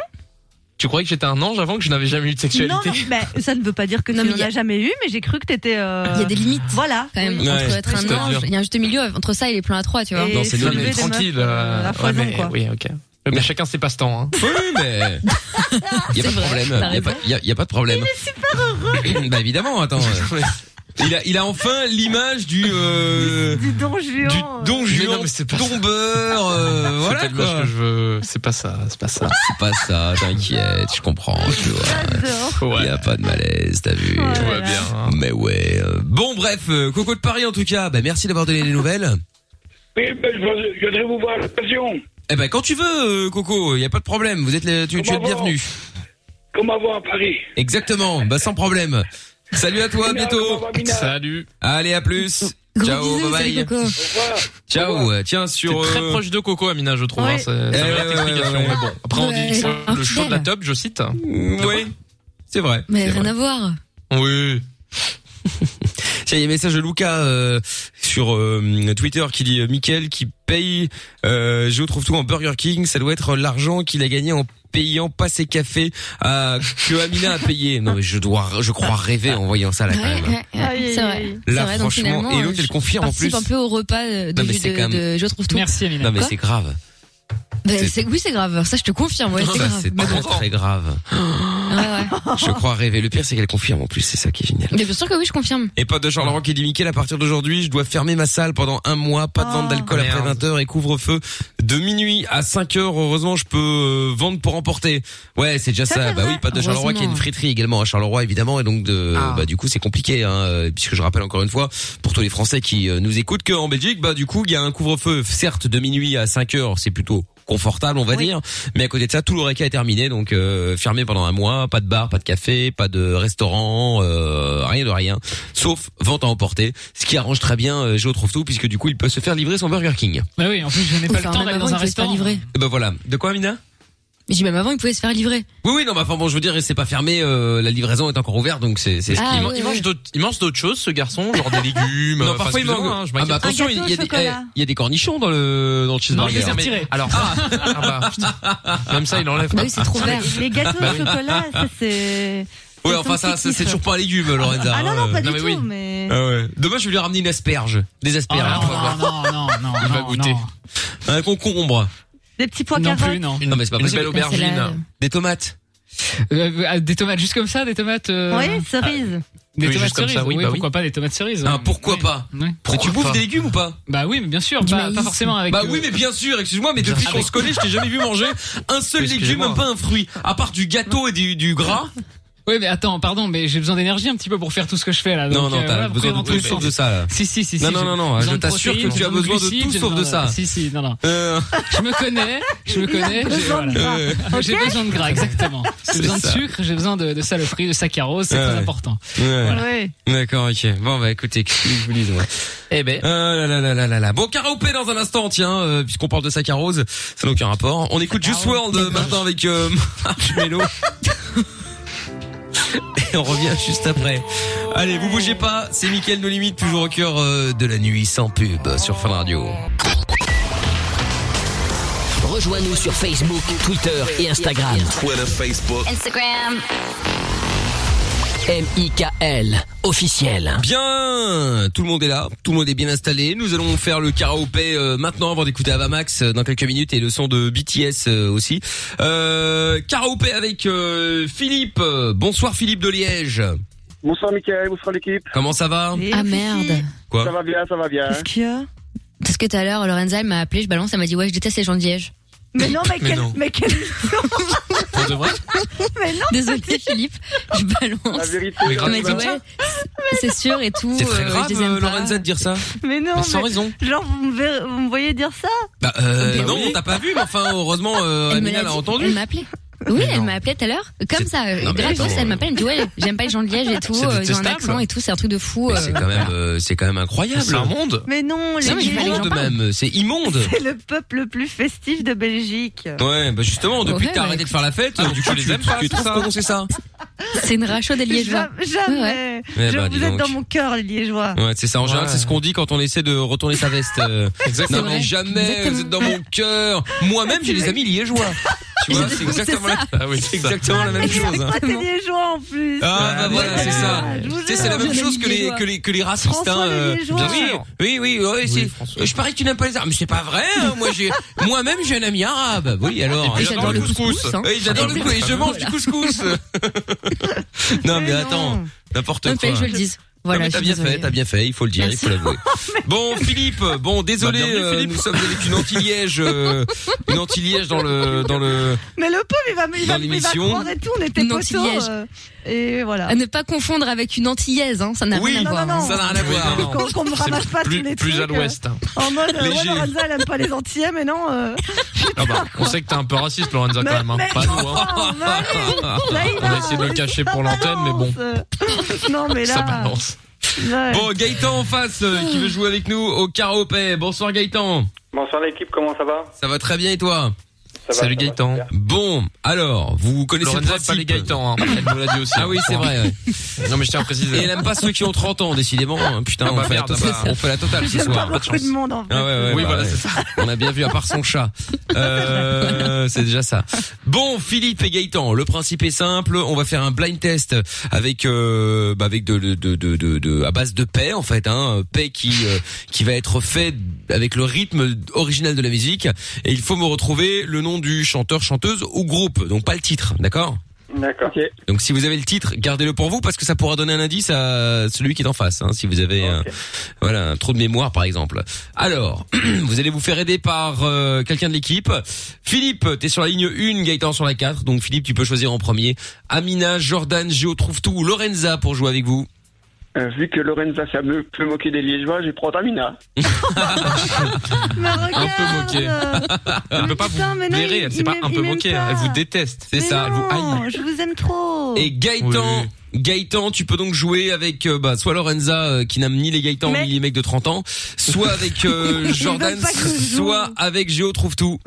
Tu croyais que j'étais un ange avant que je n'avais jamais eu de Non, sexualité non, bah, ça ne veut pas dire que Non, tu mais n'en y a- as jamais eu, mais j'ai cru que t'étais. euh, Il y a des limites. Voilà. Quand même, oui. entre Ouais, être un c'est-à-dire. ange, il y a un juste milieu entre ça et les plans à trois, tu vois. Et Non, c'est soulever nul, des mais meufs, tranquille. euh, euh, à ouais, foison, mais- quoi. Oui, ok. Mais, chacun ses passe-temps. Hein. Oui mais il Ah, y a pas C'est de vrai, problème. t'as Il y a pas, y a- y a pas de problème. Il est super heureux. bah évidemment, attends. euh, Il a, il a enfin l'image du euh, Du don Juan. du euh, Don Mais Juan non, mais c'est pas ça. tombeur. euh, voilà c'est pas quoi. que je veux. C'est pas ça. Ah, C'est pas ça. Ah, C'est pas ça. T'inquiète, je comprends. Tu vois. J'adore. Il y a pas de malaise, t'as Oh vu. Ouais. Tout va bien. hein. Mais ouais. euh, Bon, bref, euh, Coco de Paris en tout cas. Bah, merci d'avoir donné des nouvelles. Oui, ben, je, voudrais- je voudrais vous voir à l'occasion. Eh ben, quand tu veux, euh, Coco, il y a pas de problème. Vous êtes le, tu, tu es le bienvenu. Comme avant à Paris. Exactement. Bah, sans problème. Salut à toi, à Mina, bientôt. comment va Mina Salut. Allez, à plus. Gros Ciao, bisous, bye salut bye. Coco. Au revoir. Ciao. euh, Tiens, T'es sur. très euh, proche de Coco, Amina, je trouve. Ouais. hein, c'est- Eh ça mérite ouais, explication, ouais, ouais. mais bon. Après, on Ouais, dit euh, infidèle. le show de la top, je cite. Oui. C'est vrai. Mais c'est rien vrai. à voir. Oui. Tiens, il y a un message de Lucas euh, sur euh, Twitter qui dit euh, Mickaël qui paye euh, Je trouve tout en Burger King, ça doit être l'argent qu'il a gagné en payant pas ses cafés à, que Amina a payé. Non mais je dois je crois rêver en voyant ça là quand Ouais, même. ouais, ouais, C'est vrai. Aïe, C'est Là, vrai, donc franchement, finalement, et l'autre, euh, elle confirme en je participe plus. un peu au repas euh, de, Non, mais de- c'est quand même- de- Je trouve tout. Merci Amina. Non mais Quoi c'est grave. Ben, c'est- c'est- oui, c'est grave. Ça, je te confirme. Ouais, c'est ça grave. c'est Mais très bon. très grave. Ouais, ouais. Je crois rêver. Le pire c'est qu'elle confirme en plus, c'est ça qui est génial. Mais bien sûr que oui, je confirme. Et pas de Charles Laurent qui dit Mickaël, à partir d'aujourd'hui, je dois fermer ma salle pendant un mois, pas de vente Ah. d'alcool après Merde. 20h et couvre-feu de minuit à 5h. Heureusement, je peux euh, vendre pour emporter. Ouais, c'est déjà ça. Ça, c'est Bah vrai. oui, pas de Charleroi qui a une Heureusement. friterie également à Charleroi évidemment et donc de Ah. bah du coup, c'est compliqué hein, euh, puisque je rappelle encore une fois pour tous les Français qui euh, nous écoutent qu'en Belgique, bah du coup, il y a un couvre-feu certes de minuit à 5h, c'est plutôt confortable on va Oui. dire mais à côté de ça tout l'oreca est terminé donc euh, fermé pendant un mois pas de bar pas de café pas de restaurant euh, rien de rien sauf vente à emporter, ce qui arrange très bien euh, Joe trouve tout puisque du coup il peut se faire livrer son Burger King. Bah oui, en plus je n'ai pas le Enfin, temps même d'aller avant, dans un il pouvait se faire restaurant. livrer. Et ben voilà. De quoi Mina Mais j'ai même avant, il pouvait se faire livrer. Oui oui non mais enfin bon je veux dire c'est pas fermé, euh, la livraison est encore ouverte donc c'est c'est ce Ah, qui Il, man- manque. ouais, il ouais. mange d'autres- il mange d'autres choses, ce garçon, genre des légumes. Non, euh, parfois enfin, il manque. excusez-moi, hein, je ah m'inquiète bah pas. attention, Un il gâteau y a au des, chocolat. eh, il y a des cornichons dans le dans le Non, je cheeseburger. les ai retirés. Alors, ah bah, putain. même ça, il enlève. Bah oui, c'est Ah, trop vert. Les gâteaux au chocolat, ça c'est. ouais c'est bah enfin ça, ça, c'est sensitif. toujours pas un légume Lorenza. Ah non, hein, non, pas euh, du non, mais tout, oui. mais. Ah Ah ouais. Demain je vais lui ramener une asperge, des Oh, asperges, hein, tu vas voir. non, non, non, non, Il va non, goûter. non. un concombre, Des petits pois Non carottes. plus, non. Non, mais c'est pas une possible. belle aubergine. des tomates. Euh, euh, des tomates juste comme ça, des tomates. euh, Oui, cerises. Des Oui, tomates juste comme cerises. ça, oui, bah oui. pourquoi pas des tomates cerises. hein. Ah, ouais. pourquoi Ouais. pas Ouais. Mais tu Pourquoi bouffes pas des légumes ou pas Bah oui, mais bien sûr, Du pas, maïs. pas forcément avec. Bah euh, oui, mais bien sûr, excuse-moi, mais depuis sûr. qu'on se connaît, je t'ai jamais vu manger un seul Mais légume, excusez-moi. même pas un fruit, à part du gâteau et du, du gras. Oui, mais attends, pardon, mais j'ai besoin d'énergie un petit peu pour faire tout ce que je fais là. Non, donc, non, euh, voilà, t'as vous prenez besoin de dans tous tout les sauf sens. de ça. là. Si, si, si. Non, si, non, j'ai non, non, besoin je de t'assure protéines, que tu j'ai as besoin besoin de glucides, tout j'ai sauf de besoin ça. Si, si, non, non. Euh, Je me connais, je me connais. j'ai- besoin de voilà. gras. euh, J'ai besoin de gras, exactement. C'est J'ai besoin ça. de sucre, j'ai besoin de, de saloperie, de saccharose, c'est Ouais, très ouais. important. ouais. Ouais. D'accord, ok. Bon, bah écoutez, qu'est-ce que je vous dis, moi Eh ben, Ah là là là là là là. Bon, karaopé dans un instant, tiens, euh, puisqu'on parle de saccharose, ça n'a aucun rapport. On écoute Just World euh, maintenant avec euh, Marshmello. Et on revient juste après. Allez, vous bougez pas, c'est Mickaël No Limite, toujours au cœur euh, de la nuit, sans pub, sur Fun Radio. Rejoins-nous sur Facebook, Twitter et Instagram. Instagram. M.I.K.L. officiel. Bien, tout le monde est là, tout le monde est bien installé. Nous allons faire le karaopé euh, maintenant avant d'écouter Avamax euh, dans quelques minutes et le son de BTS euh, aussi. Euh, karaopé avec euh, Philippe. Euh, Bonsoir Philippe de Liège. Bonsoir Mickaël, bonsoir l'équipe. Comment ça va Et Ah le merde. fifi, Ça va bien, ça va bien. Qu'est-ce qu'il y a Parce que tout à l'heure, Lorenza, elle m'a appelé, je balance, elle m'a dit, ouais, je déteste les gens de Liège. Mais non, mais, Mais quel, non. mais quel- Pour de vrai mais non. Désolée, Philippe, je La balance. vérité, Mais Elle grave, m'a dit, ouais, c'est sûr et tout. C'est très euh, je grave, les aime euh, pas. Lorenza, de dire ça. Mais non, Sans mais- raison. genre vous me, verrez- vous me voyez dire ça Bah euh, Ben non, oui. on t'a pas vu, mais enfin heureusement euh, Elle me Amina l'a l'a dit, entendu. Elle m'a appelé. Oui, Mais elle non. m'a appelé tout à l'heure. Comme C'est- ça, euh, Non, mais gratos, attends, elle m'appelle, elle me dit, ouais, j'aime pas les gens de Liège et tout, C'est euh, ils ont un détestable, accent ça. et tout, c'est un truc de fou. euh, Mais c'est quand même, euh, c'est quand même incroyable. C'est un monde. Mais non, les Non, mais il fallait que C'est Liégeois, j'en immonde parle. même, c'est immonde. c'est le peuple le plus festif de Belgique. Ouais, bah justement, depuis Ouais, que t'as bah, arrêté de faire la fête, euh, Ah, du coup tu tu les les aimes aimes pas, pas, tu c'est trouves ça comment c'est ça C'est une rachot des Liégeois. Jamais. jamais. Ouais. Eh Je- ben, dis vous êtes donc. dans mon cœur, les Liégeois. Ouais, c'est ça. En général, Ouais. c'est ce qu'on dit quand on essaie de retourner sa veste. euh. Exactement. non, mais vrai. jamais, Exactement. vous êtes dans mon cœur. Moi-même, j'ai des amis liégeois. Tu vois, c'est exactement, la... Ah oui, c'est c'est ça. exactement la même chose. hein. Ah, c'est liégeois en plus. Ah, bah Ouais, voilà, ouais, c'est ça. je vous Tu sais, c'est jure. la même J'ai un chose ami que les, liégeois. que les, que les racistes, François hein. le euh, Liégeois. bien Oui. sûr. Oui, oui, oui, c'est, François. je parie que tu n'aimes pas les arabes. Mais c'est pas vrai, hein. Moi, j'ai, moi-même, j'ai un ami arabe. Oui, alors. Et Et j'adore le couscous. hein. Oui, j'adore le couscous et je mange du couscous. non, mais non. attends, n'importe Il quoi. fallait que je le dise. Non, Voilà, mais je t'as suis bien désolée. fait, t'as bien fait, il faut le dire, Merci. il faut l'avouer. Bon, Philippe, bon, désolé, Bah, bienvenue, euh, Philippe. nous sommes avec une anti-liège, euh, une anti-liège dans le, dans le, Mais le pauvre, il va, il Dans va, il va l'émission. croire et tout. On était Non, potos. Liège. euh, et voilà. À ne pas confondre avec une antillaise, hein, ça n'a Oui, rien à non, voir. non, non. ça n'a rien à voir. hein. Qu'on qu'on me ramasse pas tous les Plus, plus trucs, à l'ouest. hein. euh, En mode, euh, ouais, Léger. Lorenza, elle aime pas les Antillais, mais non. euh, Ah bah, on sait que t'es un peu raciste, Lorenza, Mais- quand même. hein. mais- Pas nous, hein. Oh, mais allez, là, il On a essayé de le mais cacher ça pour l'antenne, mais bon. balance. Non, mais là. Ça balance. ouais. Bon, Gaëtan en face, euh, qui veut jouer avec nous au karaopé. Bonsoir Gaëtan. Bonsoir l'équipe, comment ça va Ça va très bien et toi? Ça va, Salut ça va, Gaëtan. super. Bon, alors, vous connaissez le Lorenza, c'est principe. pas les Gaëtan. Hein. Elle me l'a dit aussi. Ah oui, c'est vrai. ouais. Non, mais je tiens à Et préciser. elle aime pas ceux qui ont 30 ans, décidément. hein. Putain, Ah bah on, fait la merde, totale- bah. on fait la totale ce J'aime pas soir. beaucoup de monde, en fait. Ah ouais, ouais, Oui, bah voilà, ouais. c'est ça. On a bien vu, à part son chat. Euh, c'est déjà ça. Bon, Philippe et Gaëtan, le principe est simple. On va faire un blind test avec euh, bah, avec de, de, de, de, de- de- à base de paix en fait, hein, paix qui euh, qui va être fait avec le rythme original de la musique. Et il faut me retrouver le nom du chanteur, chanteuse ou groupe, donc pas le titre, d'accord D'accord. Ok. donc si vous avez le titre, gardez-le pour vous parce que ça pourra donner un indice à celui qui est en face. hein, si vous avez euh, Ok. voilà un trou de mémoire par exemple. Alors vous allez vous faire aider par euh, quelqu'un de l'équipe. Philippe, t'es sur la ligne 1, Gaëtan sur la 4. Donc Philippe, tu peux choisir en premier. Amina, Jordan, Géo trouve tout, ou Lorenza pour jouer avec vous. Euh, vu que Lorenza ça me peut moquer des Liégeois, je prends Amina. Mais regarde, moqué. Elle ne peut pas vous putain, mais non, blairer, il- elle il s'est pas m'aime- un il peu m'aime hein. moquée. pas. Elle vous déteste. C'est ça, elle vous haït. non, je vous aime trop. Et Gaëtan, Oui, Gaëtan, tu peux donc jouer avec euh, bah, soit Lorenza euh, qui n'aime ni les Gaëtan Mais- ni les mecs de 30 ans, soit avec euh, Jordan, veulent pas que je joue. soit avec Géo trouve tout.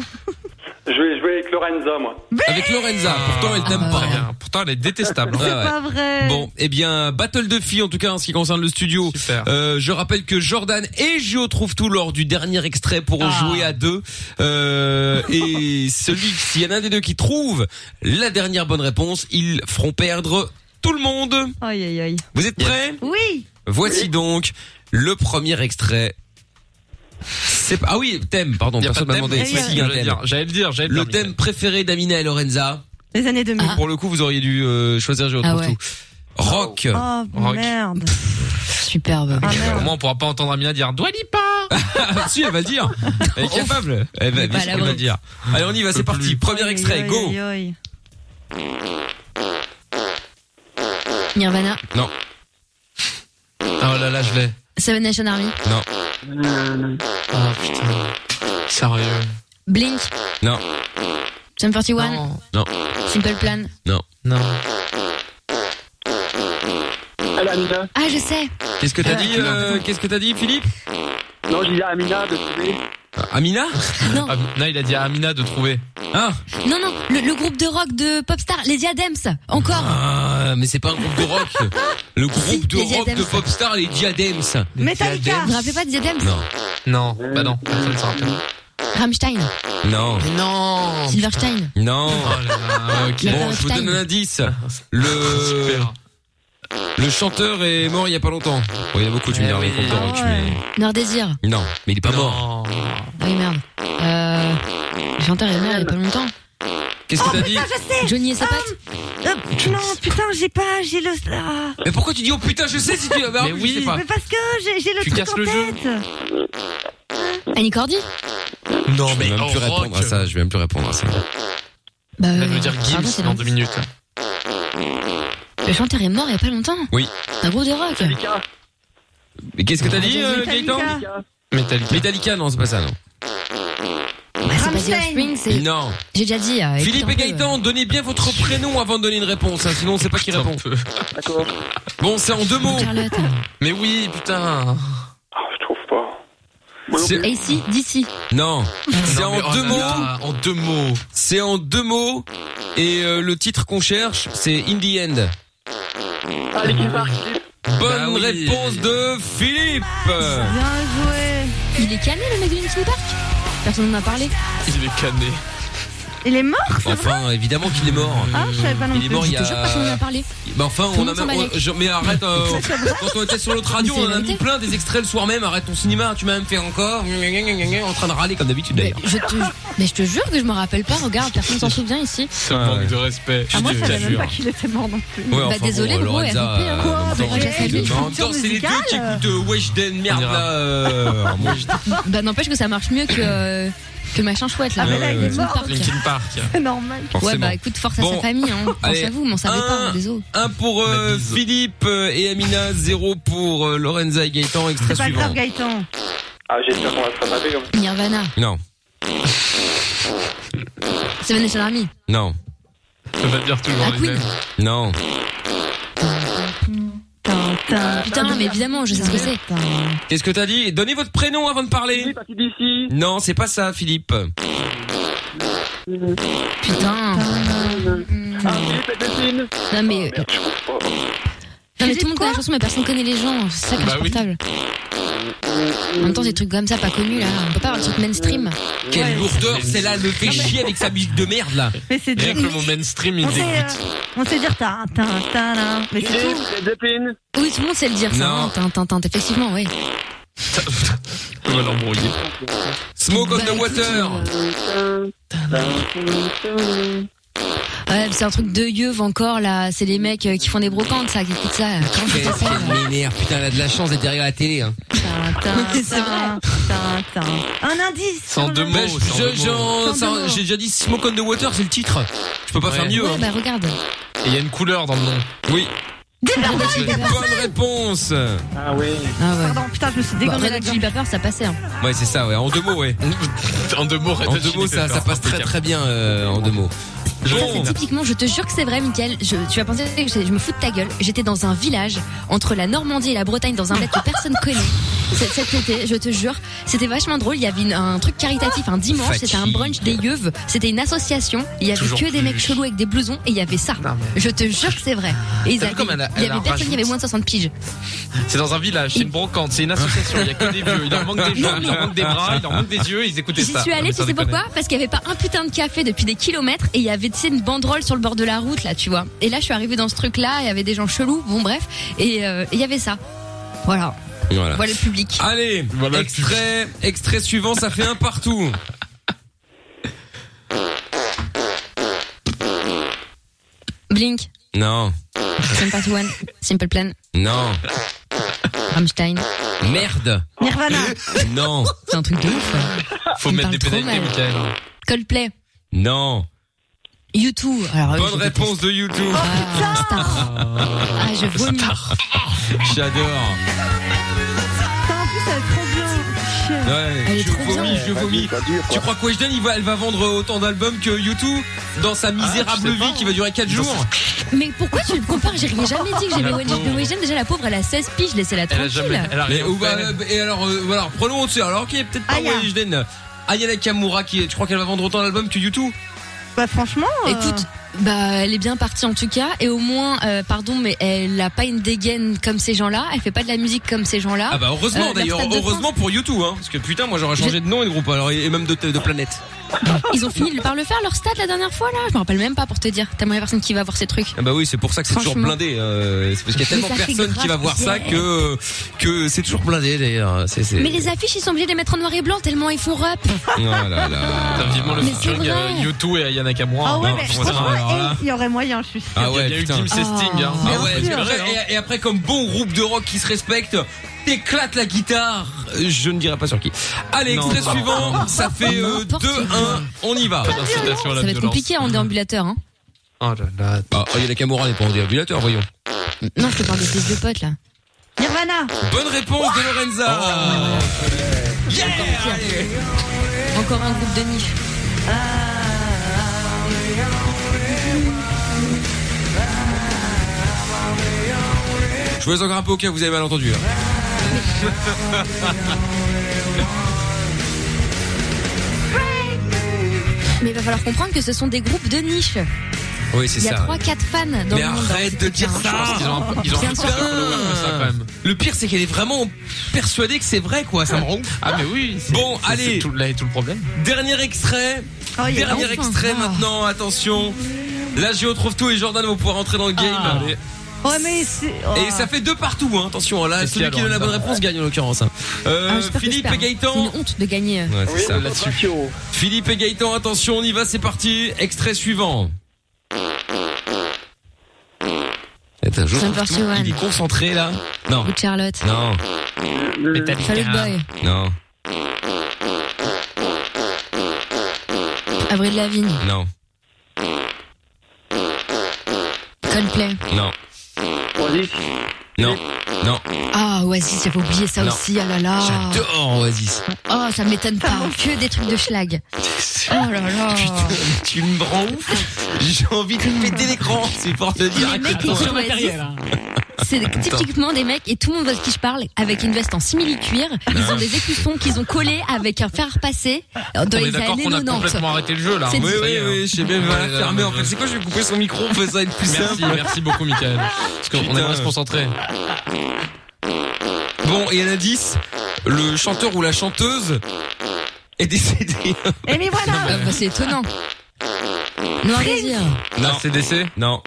Je vais jouer avec Lorenza, moi. Avec Lorenza, pourtant elle t'aime Ah, pas. Très bien. Pourtant, elle est détestable. C'est Ah Ouais, ouais. pas vrai. Bon, eh bien, battle de filles en tout cas en ce qui concerne le studio. Super. Euh, je rappelle que Jordan et Gio trouvent tout lors du dernier extrait pour Ah. jouer à deux. Euh, et celui, s'il y en a un des deux qui trouve la dernière bonne réponse, ils feront perdre tout le monde. Aïe, aïe, aïe. Vous êtes prêts Oui. Voici donc le premier extrait. C'est pas- ah oui, thème, pardon, Il y a pas de personne m'a thème. demandé. Oui, Si, oui. si, il y a un J'allais thème. dire, J'allais le dire. j'allais Le dire, thème préféré d'Amina et Lorenza. Les années 2000. Ah. Pour le coup, vous auriez dû euh, choisir Gio Ah trouve ouais. tout. Rock. Oh, Rock. merde. Superbe. Ah, Mickaël. Au merde. moins, on pourra pas entendre Amina dire Dwalipa. Ah, si, elle va le dire. Elle est capable. Elle va, Pas bien sûr la qu'elle va vraie. le dire. Allez, on y va, c'est parti. Premier Aïe, extrait, aïe, go. aïe, aïe. Nirvana, Non. Oh là là, je l'ai. Seven Nation Army, Non. Ah putain. Sérieux. Blink, Non. Sum 41, Non. Simple Plan. Non. Non. Amina. Ah, je sais. Qu'est-ce Ah, que t'as dit, euh, qu'est-ce que t'as dit, Philippe Non, je disais Amina de trouver. Amina Non. Non, il a dit à Amina de trouver. Ah Non, non, le, le groupe de rock de Popstar, les Diadems, encore. Ah, mais c'est pas un groupe de rock. Le Si, groupe de les rock Diadems. de Popstar, les Diadems. Metallica. Vous vous rappelez pas de Diadems Non. Non, bah non, personne ne se rappelle. Rammstein, Non. Non Silverstein. Non. Ah, Oh là là, ok. Bon, je vous donne un indice. Le, Super. le chanteur est mort il y a pas longtemps. Bon, il y a beaucoup, tu me Eh diras, oui. il faut le rock, Ah ouais. mais- Nord Désir. Non, mais il est pas mort. Non. Ah Oui, merde. Euh, le chanteur est mort il y a pas longtemps. Oh, Qu'est-ce que t'as dit Ah, Putain, je sais. Johnny et ses potes Euh, non, putain, j'ai pas, j'ai le. ah. Mais pourquoi tu dis oh putain, je sais si tu l'avais en Mais plus, oui. je sais pas. Mais parce que j'ai j'ai le Tu truc casses en le jeu. tête. Annie Cordy Non, Je vais mais même en plus répondre à rock. ça, je vais même plus répondre à ça. Bah, Il euh, va nous dire pardon, c'est Gibbs dans lundi. deux minutes. Le chanteur est mort il y a pas longtemps Oui. Un groupe de rock Metallica. Mais qu'est-ce que t'as dit, euh, Metallica. Gaëtan Metallica. Metallica, non, c'est pas ça, non. Bah, C'est pas The Rammstein. Offspring, c'est... Non. J'ai déjà dit... euh, écoute Philippe un et peu, Gaëtan, donnez bien votre prénom avant de donner une réponse, hein, sinon on sait pas qui répond. D'accord. Bon, c'est en deux mots. euh, Charlotte. Mais oui, putain. Ah, je trouve pas. C'est- AC, DC. Non. C'est Non, mais en oh deux là mots. là, En deux mots. C'est en deux mots. Et euh, le titre qu'on cherche, c'est In the End. Ah, l'équipe Park. Bonne Bah oui. réponse de Philippe. Bien joué. Il est cané, le mec de Linkin Park Personne n'en a parlé. Il est cané. Il est mort Enfin, évidemment qu'il est mort. Ah, je savais pas non Il est plus. mort il y Je te jure, personne n'en a. a parlé. Bah enfin, le on a monde s'en même. balait. on- je- Mais arrête. euh, quand on était sur l'autre radio, Mais c'est on en a la mis vérité. plein des extraits le soir même. Arrête ton cinéma. Tu m'as même fait encore. En train de râler comme d'habitude Mais d'ailleurs. je, te, mais je te jure que je me rappelle pas, regarde, personne s'en souvient ici. Ce Ah, ouais. manque de respect. Ah, moi, je te savais même jure. pas qu'il était mort non plus. Ouais, Bah, désolé, Gros, Lorenza, RIP, hein. euh, Quoi, en même temps, mais j'ai Jack fait Rabbit, deux. Mais en même culture temps, c'est les deux musicale. qui écoutent euh, Weshden, merde ira. là. euh, alors, moi, je- Bah n'empêche que ça marche mieux que, euh, que le machin chouette là. Ah, mais là, il est Linkin mort. Park. Linkin Park. C'est normal. Ouais forcément. bah écoute, force à Bon. sa famille, hein. pense Allez. à vous, mais on savait Un. pas, désolé. Un pour euh, Ma bise. Philippe euh, et Amina, zéro pour euh, Lorenza et Gaëtan, extrait C'est pas grave, suivant. Gaëtan. Ah, j'espère qu'on va se rattraper comme ça. Nirvana, Non, Seven Nation Army. non, Ça va dire toujours Ah, les Queen. mêmes. non. Tintin. Putain, mais évidemment, je sais ce que c'est. Qu'est-ce que t'as dit Donnez votre prénom avant de parler. parti d'ici. Non, c'est pas ça, Philippe. Putain. Ah, Philippe et Delphine. Ah, Non mais, euh, Merde, je trouve pas. non, mais J'ai tout le dit monde connaît la chanson, mais personne connaît les gens. C'est ça qui est Bah oui. insupportable. En même temps, des trucs comme ça, pas connus là. On peut pas avoir le truc mainstream. Quelle Ouais. lourdeur, celle-là elle me fait chier avec sa musique de merde là. Mais c'est Rien que dur. le mot mainstream, il On sait, euh, dégoûte. on sait dire Tintin, Tintin. Mais c'est tout. Philippe et Delphine. Oui, tout le monde sait le dire, ça. Non. hein. Tin, tin, tin, effectivement, ouais. On va l'embrouiller. Smoke on Bah, the écoute, water. Ouais, c'est un truc de yeuve encore là. C'est les mecs euh, qui font des brocantes, ça, qui écoutent ça. Quand je Qu'est-ce fais ça, qu'elle m'énerve. Putain, elle a de la chance d'être derrière la télé. Hein. Tintin, Oui, c'est Tintin, Tintin. Un indice. Sans sur deux le- mots. Bah, Oh, je- c'est un je- bon j'en- mot. ça- C'est un bon mot. J'ai déjà dit Smoke on the water, c'est le titre. Je peux pas Ouais. faire mieux. ouais, hein. bah regarde. Et il y a une couleur dans le nom. Oui. Pardon, Bonne réponse. Ah oui. Ah ouais. Pardon, putain, je me suis Bon, dégommée Red la Hot gueule. Chili Peppers, ça passait. Hein. Ouais, c'est ça. Ouais, en deux mots, ouais. En deux mots, En deux mots, ça, ça passe très très bien euh, en deux mots. Je Ça, Bon, c'est typiquement, je te jure que c'est vrai, Michael. Je, tu vas penser que je, je me fous de ta gueule. J'étais dans un village entre la Normandie et la Bretagne, dans un bled que personne connaît. Cet, cet été, je te jure, c'était vachement drôle. Il y avait une- un truc caritatif un dimanche. Fatigue. C'était un brunch des yeuves. C'était une association. Il y avait Toujours que des plus. mecs chelous avec des blousons et il y avait ça. Je te jure que c'est vrai. Et ils T'as vu avaient- comme elle a- il y elle avait a personne qui avait rajoute. moins de 60 piges. c'est dans un village, c'est une brocante, c'est une association, il y a que des vieux, il en manque des jambes, il en manque des bras, il en manque des yeux, ils écoutaient J'y ça. suis Non, mais allée, tu sans sais déconner. pourquoi Parce qu'il n'y avait pas un putain de café depuis des kilomètres et il y avait tu sais, une banderole sur le bord de la route là, tu vois. Et là, je suis arrivée dans ce truc là, il y avait des gens chelous, bon bref, et euh, et il y avait ça. Voilà, voilà. voilà le public. Allez, Voilà le extrait, extrait suivant, ça fait un partout. Blink, Non, Sum 41, Simple Plan, non, Rammstein. merde, Nirvana. non, C'est un truc de ouf. hein. Faut Il mettre parle des trop pénalités, mal. Michael. Coldplay, non, YouTube. Alors, eux, je Bonne les réponse de YouTube. Ah, je vomis. J'adore. En plus, elle est trop bien. Ouais, Elle est je trop bien. vomis, je Vas-y, vomis. ça dure, quoi. Tu crois que Weshden il va, elle va vendre autant d'albums que YouTube dans sa je misérable sais pas. vie qui va durer 4 jours Mais pourquoi tu le compares J'ai rien jamais dit que j'aimais La Wedge pauvre. Wedge. Déjà, la pauvre, elle a 16 piges, laissez-la Elle a tranquille. jamais. Elle a Mais rien ou- fait. bah, et alors euh, voilà, prenons au-dessus. Alors ok, peut-être pas Aya. Weshden. Aya Nakamura qui est- tu crois qu'elle va vendre autant d'albums que YouTube Bah, franchement. Ah. euh, Écoute, bah, elle est bien partie en tout cas, et au moins, euh, pardon, mais elle a pas une dégaine comme ces gens-là, elle fait pas de la musique comme ces gens-là. Ah bah Euh, heureusement leur d'ailleurs, Stade de heureusement pour YouTube hein, parce que putain moi j'aurais changé de nom et de groupe alors et et même de, de planète. Ils ont fini par le faire leur stade la dernière fois là. Je me rappelle même pas pour te dire. T'as moins personne qui va voir ces trucs. Ah bah oui c'est pour ça que c'est toujours Franchement. blindé. euh, c'est parce qu'il Mais y a tellement ça fait personne qui grave va voir ça bien. que que c'est toujours blindé d'ailleurs. hein, C'est- c'est- Mais les affiches, ils sont obligés de les mettre en noir et blanc tellement ils font rap. Oh là là. Putain, vivement le Mais featuring c'est vrai. euh, U2 et Ayana Nakamura. hein, Ah ouais, Non, mais franchement, franchement, alors là, eh, il y aurait moyen, je suis sûre. Ah il y a- ouais il y a eu putain. Kim Sting. hein. Ah Ah Bien ouais, parce sûr. que après- et, et après, comme bon groupe de rock qui se respecte, t'éclates la guitare. Euh, Je ne dirai pas sur qui. Allez, Non, extrait non. suivant. Ça fait euh, N'importe 2-1. quoi. On y va. Pas d'incitation à la Ça va être violence. compliqué en déambulateur. Hein. Oh là là. Ah, il y a la Camorra n'est pas en déambulateur, voyons. Non, je te parle des fils de potes là. Nirvana. Bonne réponse de Lorenza. Oh, Yeah Allez. Encore un groupe de nif. Je vous laisse encore un peu au cas où vous avez mal entendu. hein. là. Mais il va falloir comprendre que ce sont des groupes de niche. Oui, c'est Il y a ça. trois, quatre fans Ah, dans Mais le monde. hein, arrête de dire Putain, ça. je pense Ils ont un peu- ils ont un peu Bien de sûr. Ah. followers comme ça, quand même. Le pire, c'est qu'elle est vraiment persuadée que c'est vrai, quoi. Ça me rend ouf. Ah mais oui. c'est- Bon, c'est- allez. C'est tout, là est tout le problème. Dernier extrait. Oh, il y a- Dernier enfin. extrait Ah. maintenant. Attention. Là, Géo trouve tout et Jordan vont pouvoir entrer dans le game. Ah. Allez. Ouais, mais c'est. oh. Et ça fait deux partout, hein. attention, hein. là, Qu'est-ce qu'il y celui a, qui donne la Laurent bonne réponse gagne en l'occurrence. hein. Ah, Euh, j'espère que Philippe j'espère, et hein. Gaëtan. C'est une honte de gagner. euh, Ouais, c'est Oui, ça. là-dessus. Philippe et Gaëtan, attention, on y va, c'est parti. Extrait suivant. Attends, je Sum trouve 41. tout. Il est concentré là Non, Ou de Charlotte. non, Metallica. Fall Out Boy. non, Avril Lavigne. non, Coldplay. non, Oasis. non, non. Ah, Oasis, j'avais oublié ça Non. aussi. Ah là là. J'adore Oasis. Oh, ça m'étonne pas. Que des trucs de schlag. Oh là là. Tu me rends ouf. J'ai envie de péter l'écran, c'est pour te dire. Les mecs qui Sur écoutent le Oasis, matériel. hein. c'est typiquement des mecs, et tout le monde voit de qui je parle, avec une veste en simili-cuir. Ils ont des écussons qu'ils ont collés avec un fer passé Oh, dans Ah. On est les d'accord années qu'on a 90. complètement arrêté le jeu là. C'est hein. hein. Oui, dit. oui, oui, je sais bien, Ouais, voilà, là, fermé. là, En fait, là. c'est quoi, je vais couper son micro, on fait ça va être plus Merci, simple. merci beaucoup Michael. Parce qu'on Putain. aimerait se concentrer. Bon, et un indice, le chanteur ou la chanteuse est décédé. Et mais voilà. Ah, bah, c'est étonnant. Noir Désir. Non, CDC non.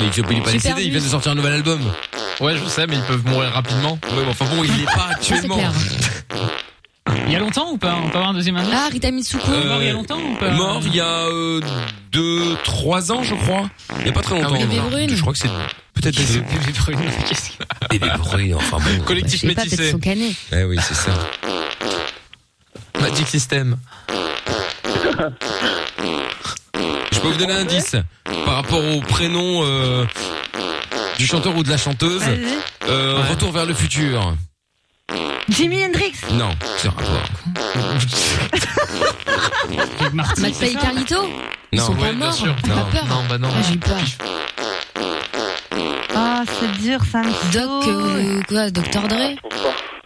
Mais il il est pas J'ai décédé, perdu. il vient de sortir un nouvel album. Ouais, je sais, mais ils peuvent mourir rapidement. Ouais, mais enfin bon, il l'est pas Ça, c'est actuellement. clair. Il y a longtemps ou pas On peut avoir un deuxième indice Ah, Rita Mitsuko. Euh, Mort il y a longtemps ou pas Mort il y a euh, deux, trois ans, je crois. Il y a pas très longtemps. Bébé Brune. Je crois que c'est peut-être décédé. Bébé Brune, enfin bon. Bah, je Collectif sais pas, peut-être métissé. son canet. Eh oui, c'est ça. Magic System. Je peux vous donner un indice par rapport au prénom euh, du chanteur ou de la chanteuse. Vas-y. Euh, Retour vers le futur. Jimi Hendrix. Non, c'est un rapport. Avec Marty, McFly c'est et ça Carlito. Euh, Ils Non, sont ouais, pas bien morts. sûr. T'as Non, pas peur. Non, bah non. Ah, j'ai eu peur. Ah, c'est dur, ça me Doc, saoule. euh, quoi, Docteur Dre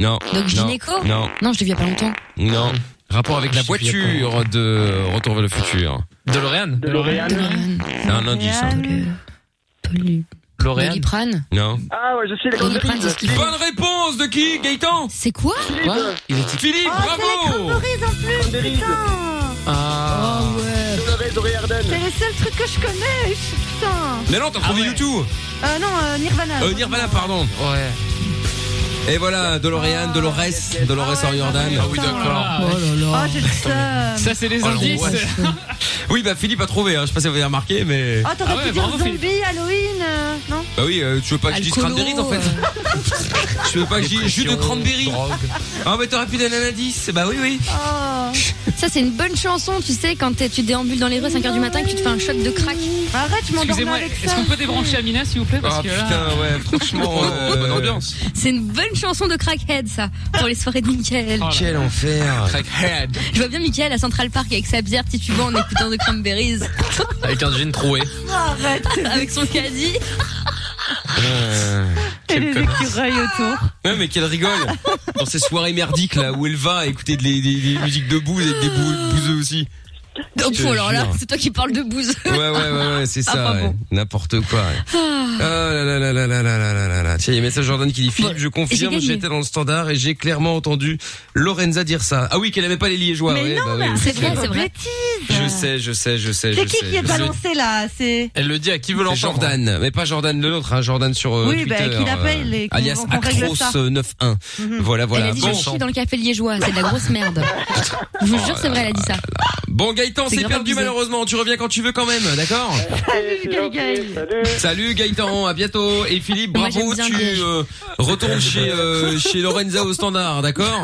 non. Doc non, Gynéco Non, Non, je deviens pas longtemps. non. Rapport avec la Je sais plus voiture de Retour vers le futur. DeLorean. DeLorean. Doloran, C'est un indice. hein. Dole- Dole- DeLorean. Doliprane. Non. Ah ouais, je sais, les Doliprane, conneries. c'est ce qu'ils font. Bonne réponse de qui, Gaëtan C'est quoi Quoi Il était. Philippe, Oh, c'est les bravo Cranberries en plus, Cranberries. putain. Ah. Oh, ouais. Dolores O'Riordan. C'est les seuls trucs que je connais, putain. Mais non, t'as trouvé ouais. YouTube Euh, non, euh, Nirvana. euh, Nirvana, pardon. Ouais. Et voilà, Doloréane, Dolores, Dolores O'Riordan. Ah oui, Oh d'accord. là là. Oh, j'ai le seum. Ça, c'est les Oh, indices. l'angoisse. Oui, bah Philippe a trouvé, hein. je sais pas si vous avez remarqué, mais... Oh, t'aurais Ah ouais, pu dire bravo, zombie, Halloween, euh, non Bah oui, euh, tu veux pas que je dise Alcoolo. cranberries en fait euh. Je veux pas que je dise jus de Dépression, cranberry drogue. Ah mais t'aurais pu donner un indice Bah oui, oui Oh. Ça, c'est une bonne chanson, tu sais, quand t'es- tu déambules dans les rues à 5h du matin, que tu te fais un choc de crack. Arrête, je Excusez-moi, est-ce qu'on peut débrancher Amina s'il vous plaît parce Ah que là- putain, ouais, franchement, euh, bonne ambiance. C'est une bonne chanson de crackhead, ça, pour les soirées de Oh Michael. Quel enfer. Crackhead. Je vois bien Michael à Central Park avec sa bière titubant en écoutant de Cranberries, Avec un jean troué. Arrête. avec son caddie. Euh, Et quel les connard. écureuils autour. Ouais, mais qu'elle rigole dans ces soirées merdiques là où elle va écouter de les- des, des musiques debout et des bou- bouseux aussi. Donc, Je te bon, alors là, jure. c'est toi qui parles de bouse. Ouais, ouais, ouais, ouais c'est ça, Ah, pas ouais. n'importe quoi. ouais. Ah là là là là là là là là là là. Tiens, il y a un message Jordan qui dit Philippe, Bon, je confirme, j'ai gagné. j'étais dans le standard et j'ai clairement entendu Lorenza dire ça. Ah oui, qu'elle aimait pas les liégeois. Mais ouais, non, bah mais ouais, je C'est sais. vrai, c'est vrai. Je sais, je sais, je sais. C'est je qui sais, qui est je sais. balancé là C'est Elle le dit à qui veut C'est l'entendre. hein. Jordan, mais pas Jordan le nôtre, hein, Jordan sur euh, Oui, bah, Twitter. qu'il appelle euh, et qu'on- alias qu'on règle Actros ça. Mhm. euh, 91. Elle Voilà, Ah, voilà. a dit, bon, Oh je chie dans le café liégeois, c'est de la grosse merde. Je vous jure, c'est vrai, elle a dit ça. Bon, Gaëtan, C'est c'est grave perdu abusé. malheureusement. Tu reviens quand tu veux quand même, d'accord Salut Gaël. Salut Gaëtan, à bientôt. Et Philippe, Euh. Moi, bravo, j'aime bien tu Gaël. euh, retournes chez euh, chez Lorenza au standard, d'accord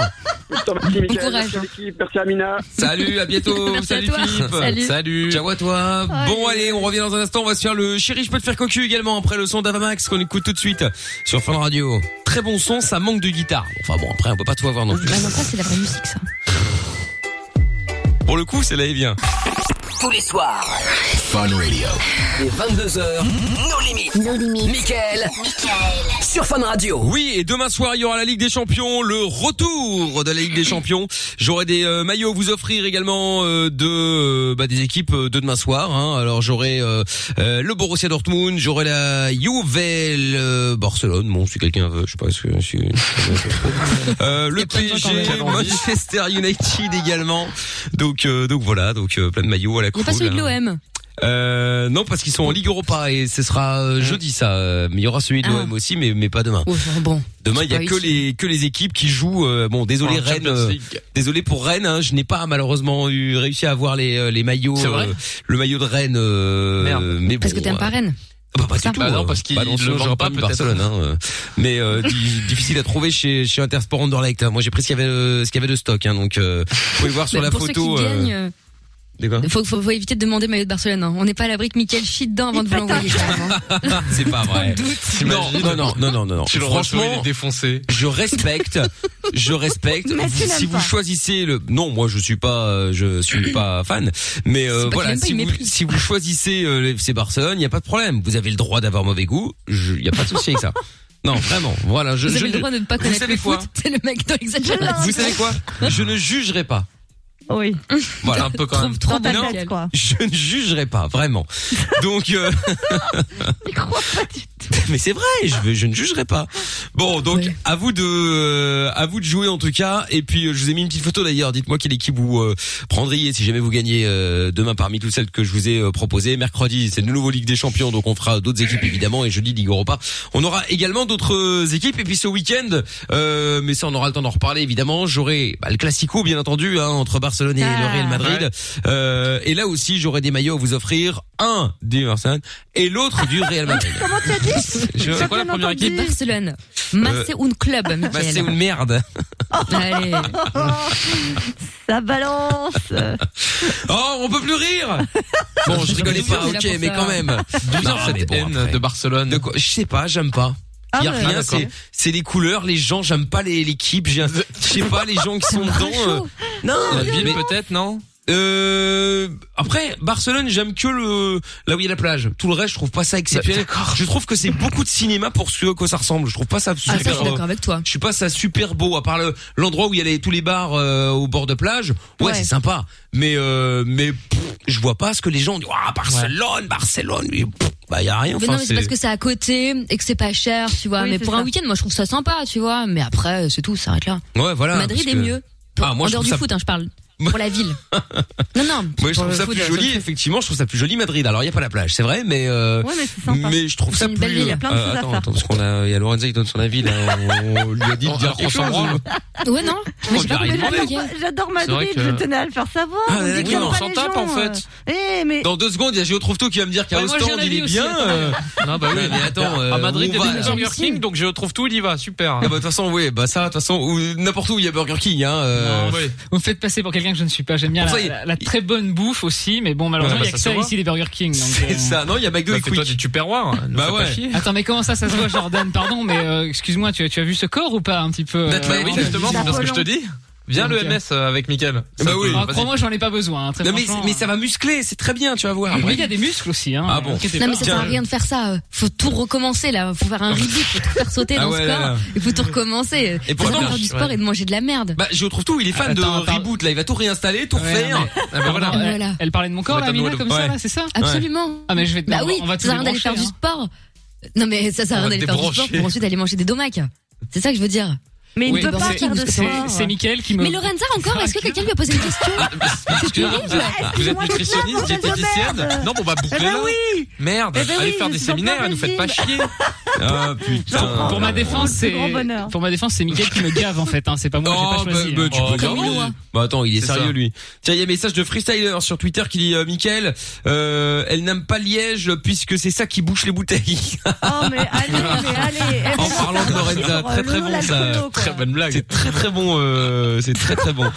Putain, merci, Mickaël, courage, merci, hein. l'équipe, merci, Amina. Salut, à bientôt. Merci à Salut toi. Philippe. Salut. Ciao à toi. Ouais. Bon allez, on revient dans un instant, on va se faire le chéri, je peux te faire cocu également après le son d'Avamax qu'on écoute tout de suite sur Fun Radio. Très bon son, ça manque de guitare. Enfin bon, après on peut pas tout avoir non plus. Bah, non, ça, c'est la vraie musique, ça. Pour le coup, celle-là est bien. Tous les soirs. Fun Radio. Et 22h. Nos limites. Nos limites. Michael. Sur Fun Radio. Oui, et demain soir, il y aura la Ligue des Champions, le retour de la Ligue des Champions. J'aurai des euh, maillots à vous offrir également euh, de euh, bah, des équipes euh, de demain soir. hein. Alors j'aurai euh, euh, le Borussia Dortmund, j'aurai la Juve euh, Barcelone. Bon, si quelqu'un veut, je sais pas ce que si- Euh, le PSG, Manchester United également. Donc euh, donc voilà, donc euh, plein de maillots à Il la n'y cool. a pas celui de hein. l'OM. Euh, non, parce qu'ils sont en Ligue Europa et ce sera euh, jeudi ça. Euh, Mais il y aura celui de Ah. l'OM aussi, mais mais pas demain. Oh, bon. Demain, il y a Pas que utile. les que les équipes qui jouent. euh, bon, désolé Pour la Rennes, Champions euh, League. désolé pour Rennes. hein, je n'ai pas malheureusement eu réussi à avoir les euh, les maillots, C'est vrai le maillot de Rennes. euh, Merde. mais bon, Parce que t'aimes pas euh, Rennes. bah, pas du ça tout. Bah non, euh, parce qu'ils bah non, le sinon, vendent j'aurais pas, mis peut-être. Barcelone. hein, euh, mais euh, di- difficile à trouver chez chez Intersport Anderlecht. hein. Moi, j'ai pris ce qu'il y avait euh, ce qu'il y avait de stock. Hein, donc, euh, vous pouvez voir sur Bah, la pour photo. ceux qui euh, gagnent, euh, des quoi faut, faut, faut éviter de demander maillot de Barcelone. hein. On n'est pas à l'abri que Michael chie dedans avant de vous l'envoyer. quand même, hein. C'est pas vrai. Non, T'imagines non, non, non, non, non, non. Tu le reçois, il est Franchement, défoncé. je respecte, je respecte. Mais tu Vous- l'aimes si vous pas. choisissez le, non, moi je suis pas, euh, je suis pas fan, mais euh, pas qu'il voilà, aime pas, si il vous, méprise. si vous choisissez euh, le FC Barcelone, il y a pas de problème. Vous avez le droit d'avoir mauvais goût, il y a pas de souci avec ça. Non, vraiment, voilà, je, Vous je avez le ne- droit de ne pas vous connaître savez le quoi foot. C'est le mec dans l'exagération. vous savez quoi Je ne jugerai pas. Oui. Voilà. Un peu quand même. Trouve trop Dans ta bon, tête Michael. quoi. Je ne jugerai pas, vraiment. Donc, euh, Il croit pas du tout. mais c'est vrai, je, vais- je ne jugerai pas. Bon, donc Ouais. à vous de, euh, à vous de jouer en tout cas. Et puis euh, je vous ai mis une petite photo d'ailleurs. Dites-moi quelle équipe vous euh, prendriez si jamais vous gagnez euh, demain parmi toutes celles que je vous ai euh, proposées. Mercredi, c'est de nouveau Ligue des Champions, donc on fera d'autres équipes évidemment. Et jeudi Ligue Europa, on aura également d'autres euh, équipes. Et puis ce week-end, euh, mais ça on aura le temps d'en reparler évidemment. J'aurai bah, le Classico bien entendu hein, entre Barcelone et le Ah. Real Madrid. Euh, et là aussi, j'aurai des maillots à vous offrir. Un du Barcelone et l'autre du Real Madrid. Comment tu as dit Je- J'ai quoi la bien première entendu. De Barcelone. Euh, Masse un club, Ah Michael. Bah, c'est une merde. Allez. Ça balance. Oh, on peut plus rire. Bon, je rigolais pas, On est là ok, pour mais ça. quand même. Non, mais cette bon, haine après. de Barcelone. De quoi Je sais pas, j'aime pas. Ah y a ouais. rien, Ah, d'accord. c'est c'est les couleurs, les gens, j'aime pas les l'équipe, j'ai- je sais pas les gens qui sont dedans. euh, Non, La mais- ville peut-être, non euh, après Barcelone, j'aime que le là où il y a la plage. Tout le reste, je trouve pas ça exceptionnel. je trouve que c'est beaucoup de cinéma pour ce que ça ressemble. Je trouve pas ça super. Ah, ça, je suis d'accord avec toi. Je suis pas ça super beau à part le- l'endroit où il y a les- tous les bars euh, au bord de plage. Ouais, Ouais. c'est sympa, mais euh, mais pff, je vois pas ce que les gens disent. Ah Barcelone, Barcelone, mais, pff, bah y a rien. Mais Enfin, non, mais c'est parce que c'est à côté et que c'est pas cher, tu vois. Oui, mais c'est pour ça. un week-end, moi, je trouve ça sympa, tu vois. Mais après, c'est tout, ça s'arrête là. ouais voilà. Madrid parce est que- mieux. Pour- Ah, moi, en je dehors trouve du ça- foot, hein, je parle. Pour la ville. Non, non. Moi pour je trouve le ça foot, plus ça joli. me fait- Effectivement, je trouve ça plus joli Madrid. Alors il y a pas la plage, c'est vrai, mais euh, Ouais, mais c'est sympa. Mais je trouve C'est ça une plus. belle ville, il y a plein de euh, choses à attends, Oh, faire. attends, parce qu'on a, il y a Lorenza qui donne son avis. Là, on, on lui a dit de On- dire alors qu'on quelque s'en chose. hein. branle. Ouais, Oh, non. Mais je sais Regarde, pas combien il est de demandé. temps il y a. J'adore C'est vrai Madrid, que- je tenais à le faire savoir. Ah, on mais dit d'accord, qu'il aime on pas s'en les tape, gens, en fait. euh. Eh, mais Dans deux secondes, il y a Géo Trouve-Tout qui va me dire qu'à Ouais, moi, j'ai Ostende un il avis est aussi, bien. attends. euh, Non, bah Ouais, mais attends, euh, à Madrid, on il y a va- des Burger King, donc je trouve tout, il y va, super. Ah bah de toute façon oui bah ça de toute façon ou n'importe où il y a Burger King hein euh, Ouais. Vous me faites passer pour quelqu'un bien que je ne suis pas. J'aime bien Pour la, ça, il- la- la très bonne bouffe aussi, mais bon, malheureusement, Ouais, il y bah, a que ça ça se voit. ici, les Burger King. donc, C'est euh, ça, non, il y a McDo Bah, et fais-toi Quick. du tupperware, ne Bah fais pas ouais. chier. Attends, mais comment ça, ça se voit, Jordan Pardon, mais euh, excuse-moi, tu as, tu as vu ce corps ou pas un petit peu euh, Bah oui, avant Justement, de- c'est bien ce que je te dis. Viens le Ok. MS avec Mickaël. Ça Bah peut- oui. Ah, vas-y. Crois-moi, j'en ai pas besoin. hein, très Non mais, franchement, mais ça va muscler, c'est très bien, tu vas voir. euh, Mais il y a des muscles aussi. Hein, Ah bon. inquiétez Non pas. mais ça sert à Tiens. rien de faire ça. euh. Faut tout recommencer là. Faut faire un reboot, faut tout faire sauter Ah dans ouais, ce là, là. corps. Il faut tout recommencer. Et Et pourtant, faire je- du sport ouais. et de manger de la merde. Bah, je retrouve tout, il est fan Attends, de par- reboot, là, il va tout réinstaller, tout Ouais, refaire. non, Ah bah voilà. Pardon, elle- Voilà. Elle parlait de mon corps, Faut là, mettre un Mina, doigt comme de- ça, ouais. là, c'est ça Absolument. Ah, mais je vais te- Bah on va- oui. on va tous ça sert à rien d'aller débrancher, faire du hein. sport. Non mais ça sert à On va rien d'aller faire du débrancher. sport pour ensuite aller manger des domacs. C'est ça que je veux dire. Mais il Oui, ne peut bah, pas c'est- faire de c'est- sport. C'est- C'est Mickaël qui me. Mais Lorenza encore, est-ce que quelqu'un lui a posé une question C'est euh, terrible. Vous êtes Excuse-moi, toute nutritionniste, la bande de diététicienne merde. Non, bon, bah, Eh bouclez ben là. oui Merde, Eh ben allez oui, faire je des suis en plein séminaires et nous faites pas régime. chier. Ah Pour, putain. pour ma défense, C'est c'est grand bonheur. pour ma défense, c'est Mickaël qui me gave en fait. Hein, c'est pas moi, Oh, j'ai bah, pas choisi. bah, hein. tu peux Comme dire une oui. loi. Bah attends, il est, C'est sérieux ça. lui. Tiens, il y a un message de Freestyler sur Twitter qui dit euh, Michael, euh, elle n'aime pas Liège puisque c'est ça qui bouche les bouteilles. Oh, mais allez, mais allez. En parlant de Lorenza, très très bon ça. Très bonne. blague. C'est très très bon, euh, c'est très très bon.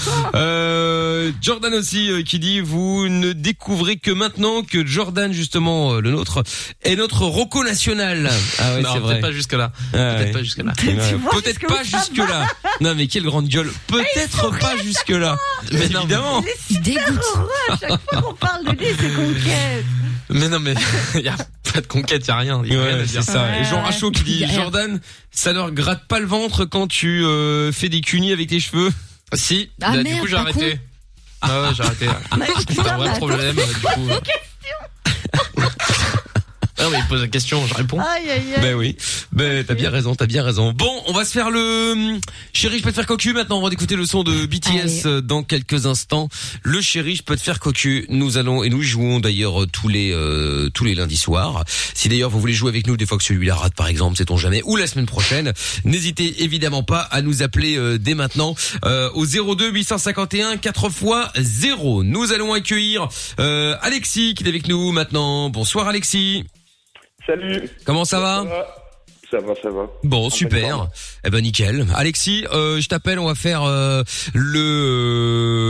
Euh, Jordan aussi euh, qui dit vous ne découvrez que maintenant que Jordan justement euh, le nôtre est notre roco national. Ah ouais, Non, c'est vrai. peut-être pas jusque-là. Ah ouais. Peut-être pas jusque-là. Ouais. vois Peut-être jusqu'où pas ça jusque là. Non mais quelle grande gueule. Peut-être pas jusque là. Mais non, évidemment. Il est Il super dégoûte. heureux à chaque fois qu'on parle de lui, c'est conquête. Mais non, mais y a pas de conquête, y a rien. Y a rien à Ouais, dire. c'est ça. Ouais, Et Jean ouais. Rachaud qui dit Il y a rien. Jordan, ça leur gratte pas le ventre quand tu euh, fais des cunis avec tes cheveux. Si, Ah bah, du merde, coup, j'ai pas bah, arrêté. Ah ouais, j'ai arrêté. C'est un vrai problème, euh, du coup. Non, Ah, mais il pose la question, je réponds. Aïe, aïe, aïe. Ben oui. Ben t'as bien raison, t'as bien raison. Bon, on va se faire le hum, chéri, je peux te faire cocu maintenant. On va écouter le son de BTS Allez. euh, dans quelques instants. Le chéri, je peux te faire cocu. Nous allons et nous jouons d'ailleurs euh, tous les euh, tous les lundis soirs. Si d'ailleurs vous voulez jouer avec nous des fois que celui-là rate par exemple, sait-on jamais ou la semaine prochaine, n'hésitez évidemment pas à nous appeler euh, dès maintenant euh, au 02 851 4 x 0. Nous allons accueillir euh, Alexis qui est avec nous maintenant. Bonsoir Alexis. Salut. Comment ça va Ça va, ça va. Bon, fait, super. pardon. Eh ben nickel. Alexis, euh, je t'appelle, on va faire euh, le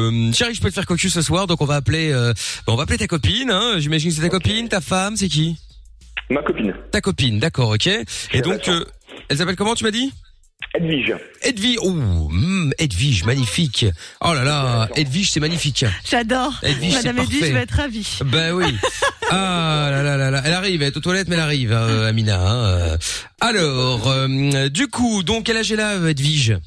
euh, chéri, je peux te faire cocu ce soir, donc on va appeler euh, on va appeler ta copine, hein. J'imagine que c'est ta copine, ta femme, c'est qui Ma copine, Ta copine, d'accord, OK. Et la donc chance. euh, elle s'appelle comment tu m'as dit Edwige. Edwige. Oh, hmm, Edwige, magnifique. Oh là là, Edwige, c'est magnifique. J'adore. Edwige, c'est Madame Edwige, parfait. je vais être ravie. Ben oui. Ah là là là là, elle arrive, elle est aux toilettes, mais elle arrive, euh, Amina. hein, euh. Alors, euh, du coup, donc quel âge elle a, euh, Edwige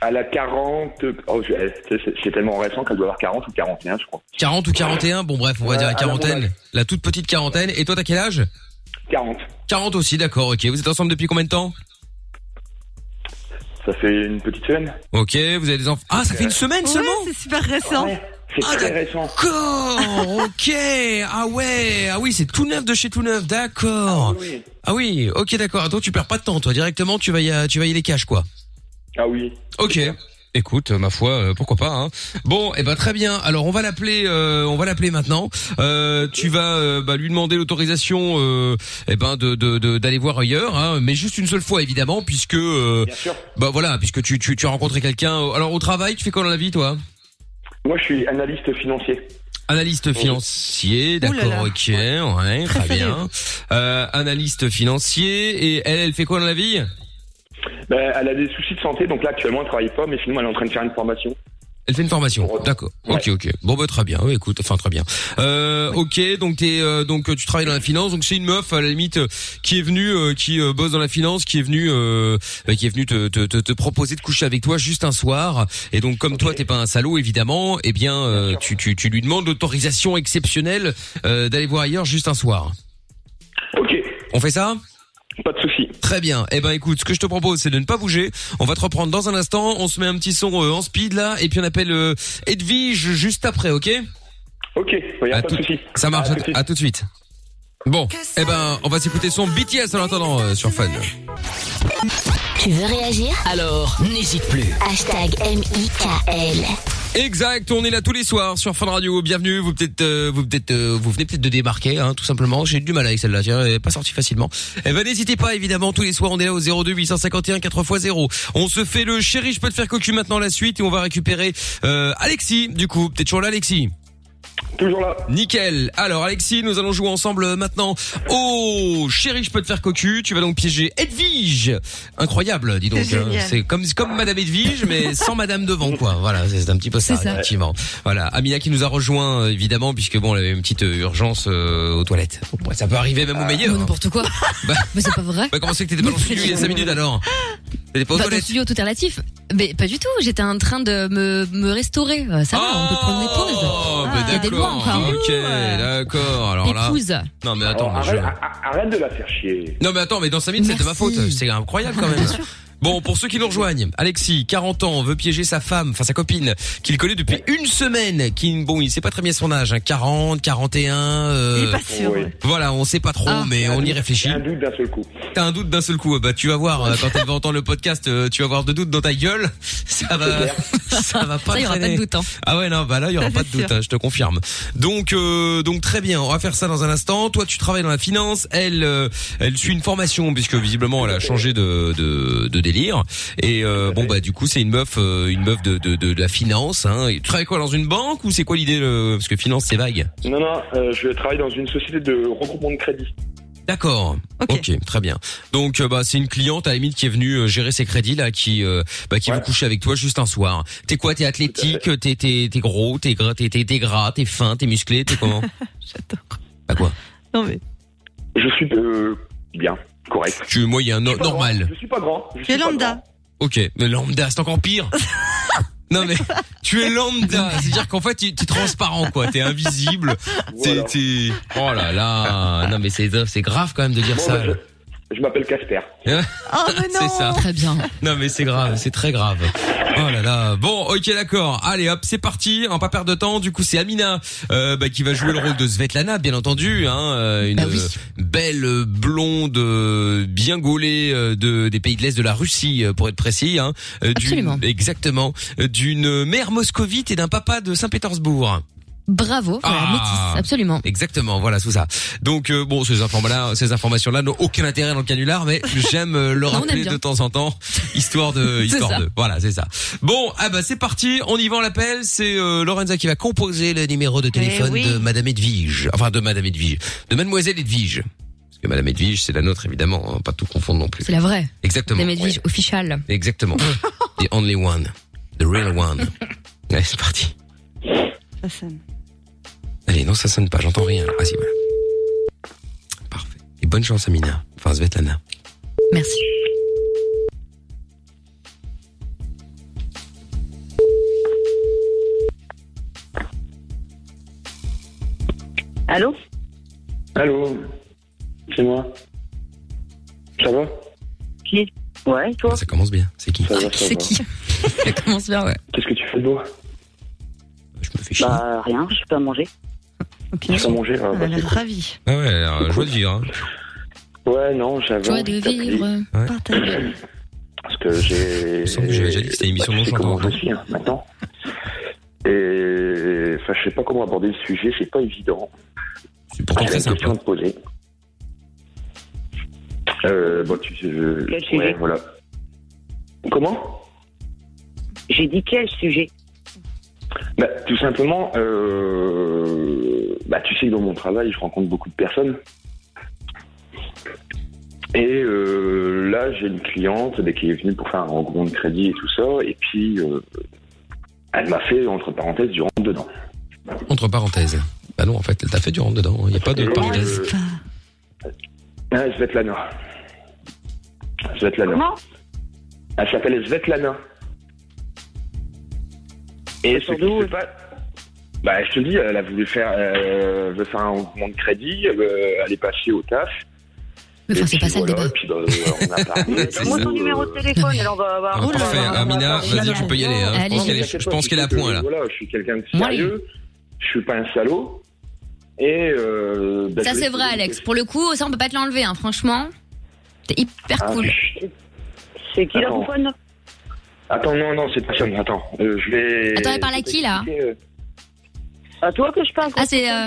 Elle a 40. Oh, je- elle- c'est- c'est tellement récent qu'elle doit avoir 40 ou 41, je crois. 40 ou 41, Euh, bon bref, on va Ouais, dire la à la quarantaine, montagne. la toute petite quarantaine. Et toi, t'as quel âge 40. 40 aussi, d'accord, ok. Vous êtes ensemble depuis combien de temps Ça fait une petite semaine. Ok, vous avez des enfants. Ah, ça fait une semaine Ouais, seulement c'est super récent. Ouais, c'est Ah, très d'accord. récent. D'accord, ok. Ah ouais, ah oui, c'est tout neuf de chez tout neuf, d'accord. Oui. Ah oui, ok, d'accord. Attends, tu perds pas de temps, toi. Directement, tu vas y, tu vas y aller cash, quoi. Ah oui. Ok. Écoute, euh, ma foi, euh, pourquoi pas. Hein. Bon, eh ben très bien. Alors on va l'appeler, euh, on va l'appeler maintenant. Euh, tu vas euh, bah, lui demander l'autorisation, euh, eh ben de de- de- d'aller voir ailleurs, hein, mais juste une seule fois évidemment, puisque euh, Bien sûr. bah voilà, puisque tu tu tu as rencontré quelqu'un. euh, Alors au travail, tu fais quoi dans la vie, toi Moi, je suis analyste financier. Analyste financier, Ouh là d'accord, là. ok, ouais, très, Très bien. Euh, analyste financier et elle, elle fait quoi dans la vie Ben, elle a des soucis de santé, donc là, actuellement, elle travaille pas, mais sinon, elle est en train de faire une formation. Elle fait une formation, Ouais. d'accord. Ok, ok. Bon, bah très bien. Ouais, écoute, enfin très bien. Euh, ok, donc t'es, euh, donc euh, tu travailles dans la finance. Donc c'est une meuf à la limite euh, qui est venue, euh, qui euh, bosse dans la finance, qui est venue, euh, bah, qui est venue te, te, te, te proposer de coucher avec toi juste un soir. Et donc comme toi t'es pas un salaud évidemment, eh bien euh, tu, tu, tu lui demandes l'autorisation exceptionnelle euh, d'aller voir ailleurs juste un soir. Ok, On fait ça pas de soucis. Très bien. Eh ben écoute, ce que je te propose, c'est de ne pas bouger. On va te reprendre dans un instant. On se met un petit son euh, en speed là, et puis on appelle euh, Edwige juste après, ok Ok, il À a pas tout- de soucis. Ça marche. À À, tout de suite. à tout de suite. Bon, eh ben, on va s'écouter son BTS en attendant euh, sur Fun. Tu veux réagir Alors, n'hésite plus. Hashtag M-I-K-L. Exact, on est là tous les soirs sur Fun Radio. Bienvenue, vous peut-être euh, vous peut-être euh, vous venez peut-être de débarquer hein, tout simplement. J'ai eu du mal avec celle-là, tiens, elle est pas sortie facilement. Eh ben n'hésitez pas évidemment, tous les soirs on est là au 02 851 4x0. On se fait le chéri, je peux te faire cocu maintenant la suite et on va récupérer euh, Alexis du coup, peut-être toujours là Alexis. Toujours là. Nickel. Alors Alexis, nous allons jouer ensemble euh, maintenant. Oh, chéri, je peux te faire cocu. Tu vas donc piéger Edwige. Incroyable, dis donc. C'est hein. génial. C'est comme comme Madame Edwige, mais sans Madame devant, quoi. Voilà, c'est c'est un petit peu ça, C'est ça. effectivement. Voilà, Amina qui nous a rejoint euh, évidemment, puisque bon, elle avait une petite euh, urgence euh, aux toilettes. Bon, ça peut arriver même au Euh, meilleur. Ou N'importe quoi. Bah, Mais c'est pas vrai. bah, comment c'est que t'étais pas dans le studio il y a 5 minutes alors T'étais pas aux Pas Bah, dans le toilettes. studio tout est relatif. Mais pas du tout. J'étais en train de me, me restaurer. Euh, Ça va, on peut prendre des pauses. Oh, Ah, bah, Il y a des lois d'accord. encore. Ok, d'accord. Alors là. Épouse. Non mais attends, Alors, je- arrête, ar- arrête de la faire chier. Non mais attends, mais dans 5 minutes c'est de ma faute, c'est incroyable quand même. Bon, pour ceux qui nous rejoignent, Alexis, 40 ans, veut piéger sa femme, enfin sa copine, qu'il connaît depuis une semaine, qui, bon, il sait pas très bien son âge, hein, 40, 41... Euh... Il est pas sûr, Oui. ouais. Ah. Voilà, on sait pas trop, mais on y réfléchit. Un doute d'un seul coup. T'as un doute d'un seul coup, euh, bah tu vas voir, euh, quand elle va entendre le podcast, euh, tu vas avoir de doutes dans ta gueule, ça va... Ça va pas Ça, il y aura traîner. pas de doute, hein. Ah ouais, non, bah là, il y aura Ça, pas de c'est doute, sûr. hein, je te confirme. Donc, euh, donc très bien, on va faire ça dans un instant. Toi, tu travailles dans la finance, elle, euh, elle suit une formation puisque visiblement elle a changé de de, de délire. Et euh, bon bah du coup, c'est une meuf, euh, une meuf de de, de, de la finance. Hein. Et tu travailles quoi dans une banque ou c'est quoi l'idée le... Parce que finance, c'est vague. Non, non, euh, je travaille dans une société de regroupement de crédit. D'accord. Ok. très bien. Donc euh, bah c'est une cliente à la limite qui est venue euh, gérer ses crédits là, qui euh, bah, qui veut coucher avec toi juste un soir. T'es quoi T'es athlétique T'es t'es t'es gros T'es gras T'es t'es t'es gras T'es fin T'es musclé T'es comment Non mais. Je suis euh, bien, correct. Tu es moyen, no- pas grand, normal. Je suis pas grand. je Tu es suis pas lambda. Ok, mais lambda, c'est encore pire. non mais tu es lambda, c'est-à-dire qu'en fait tu tu es transparent quoi, t'es invisible. t'es- t'es- Oh là là, non mais c'est c'est grave quand même de dire Bon, ça. bah, grand. Je m'appelle Casper. c'est ça. Ah, Très bien. Non mais c'est grave, c'est très grave. Oh là là. Bon, ok d'accord. Allez hop, c'est parti. On va pas perdre de temps. Du coup, c'est Amina euh, bah, qui va jouer le rôle de Svetlana, bien entendu. Hein, euh, une Bah euh, belle euh, blonde, euh, bien gaulée euh, de des pays de l'est de la Russie, euh, pour être précis. Hein, euh, d'une- Absolument. Exactement. euh, D'une mère moscovite et d'un papa de Saint-Pétersbourg. Bravo. Voilà, Ah. métis. Absolument. Exactement, voilà, c'est ça. Donc euh, bon, ces informations-là, ces informations-là n'ont aucun intérêt dans le canular, mais j'aime euh, le Non, on aime rappeler bien. de temps en temps, histoire de, C'est histoire ça. de. Voilà, c'est ça. Bon, ah bah c'est parti, on y va, on l'appelle. C'est euh, Lorenza qui va composer le numéro de téléphone Eh oui. de Madame Edwige, enfin de Madame Edwige, de Mademoiselle Edwige. Parce que Madame Edwige, c'est la nôtre évidemment, on va pas tout confondre non plus. C'est la vraie. Exactement. Madame Edwige official. Exactement. the only one, the real one. Allez, c'est parti. Ça sonne. Allez, non, ça sonne pas, j'entends rien. Ah si, voilà. Parfait. Et bonne chance, Amina. Enfin, Svetlana. Merci. Allô Allô C'est moi. Ça va Qui Ouais, toi Ça commence bien. C'est qui C'est qui Ça commence bien, ouais. Qu'est-ce que tu fais de beau Je me fais chier. Bah, rien, je peux pas manger. Tu vas manger ah, bah, Elle c'est est cool. ravie. Ah ouais, alors, joie de vivre. Hein. Ouais, non, j'avais. Joie envie de t'appeler vivre, Ouais. partager. Parce que j'ai. j'avais déjà dit que c'était une émission bah, non tu sais comment chantante. je suis, hein, maintenant. Et. Enfin, je sais pas comment aborder le sujet, c'est pas évident. C'est pourtant très simple. question à te poser. Euh, bon, tu sais, je. Quel ouais, sujet voilà. Comment J'ai dit quel sujet Bah, tout simplement, euh, bah, tu sais que dans mon travail, je rencontre beaucoup de personnes. Et euh, là, j'ai une cliente bah, qui est venue pour faire un regroupement de crédit et tout ça. Et puis, euh, elle m'a fait, entre parenthèses, du rentre dedans. Entre parenthèses. Bah non, en fait, elle t'a fait du rentre dedans. Il n'y a pas de parenthèse. Ah, Svetlana. Svetlana. Comment Elle s'appelle Svetlana. Et ce qui s'est pas- Bah, je te dis, elle a voulu faire, euh, veut faire un mouvement de crédit, euh, elle est passée au taf. Mais enfin, c'est pas ça le débat. Et puis, bah, euh, on a parlé. Moi, ton numéro de téléphone, alors on va Oh avoir. Ah, parfait, Amina, Génial. vas-y, tu peux y aller. hein. Je pense qu'elle est, je pense qu'elle est à point, là. Voilà, je suis quelqu'un de Moi, sérieux, je suis pas un salaud. Et, euh, bah, Ça, je vais c'est te- vrai, Alex. Pour le coup, ça, on peut pas te l'enlever, hein, franchement. T'es hyper Ah, cool. putain. C'est qui Attends. l'orphone Attends, non, non, c'est pas ça. Attends, euh, je vais. Attends, elle parle à qui là À toi que je parle. Ah c'est. euh,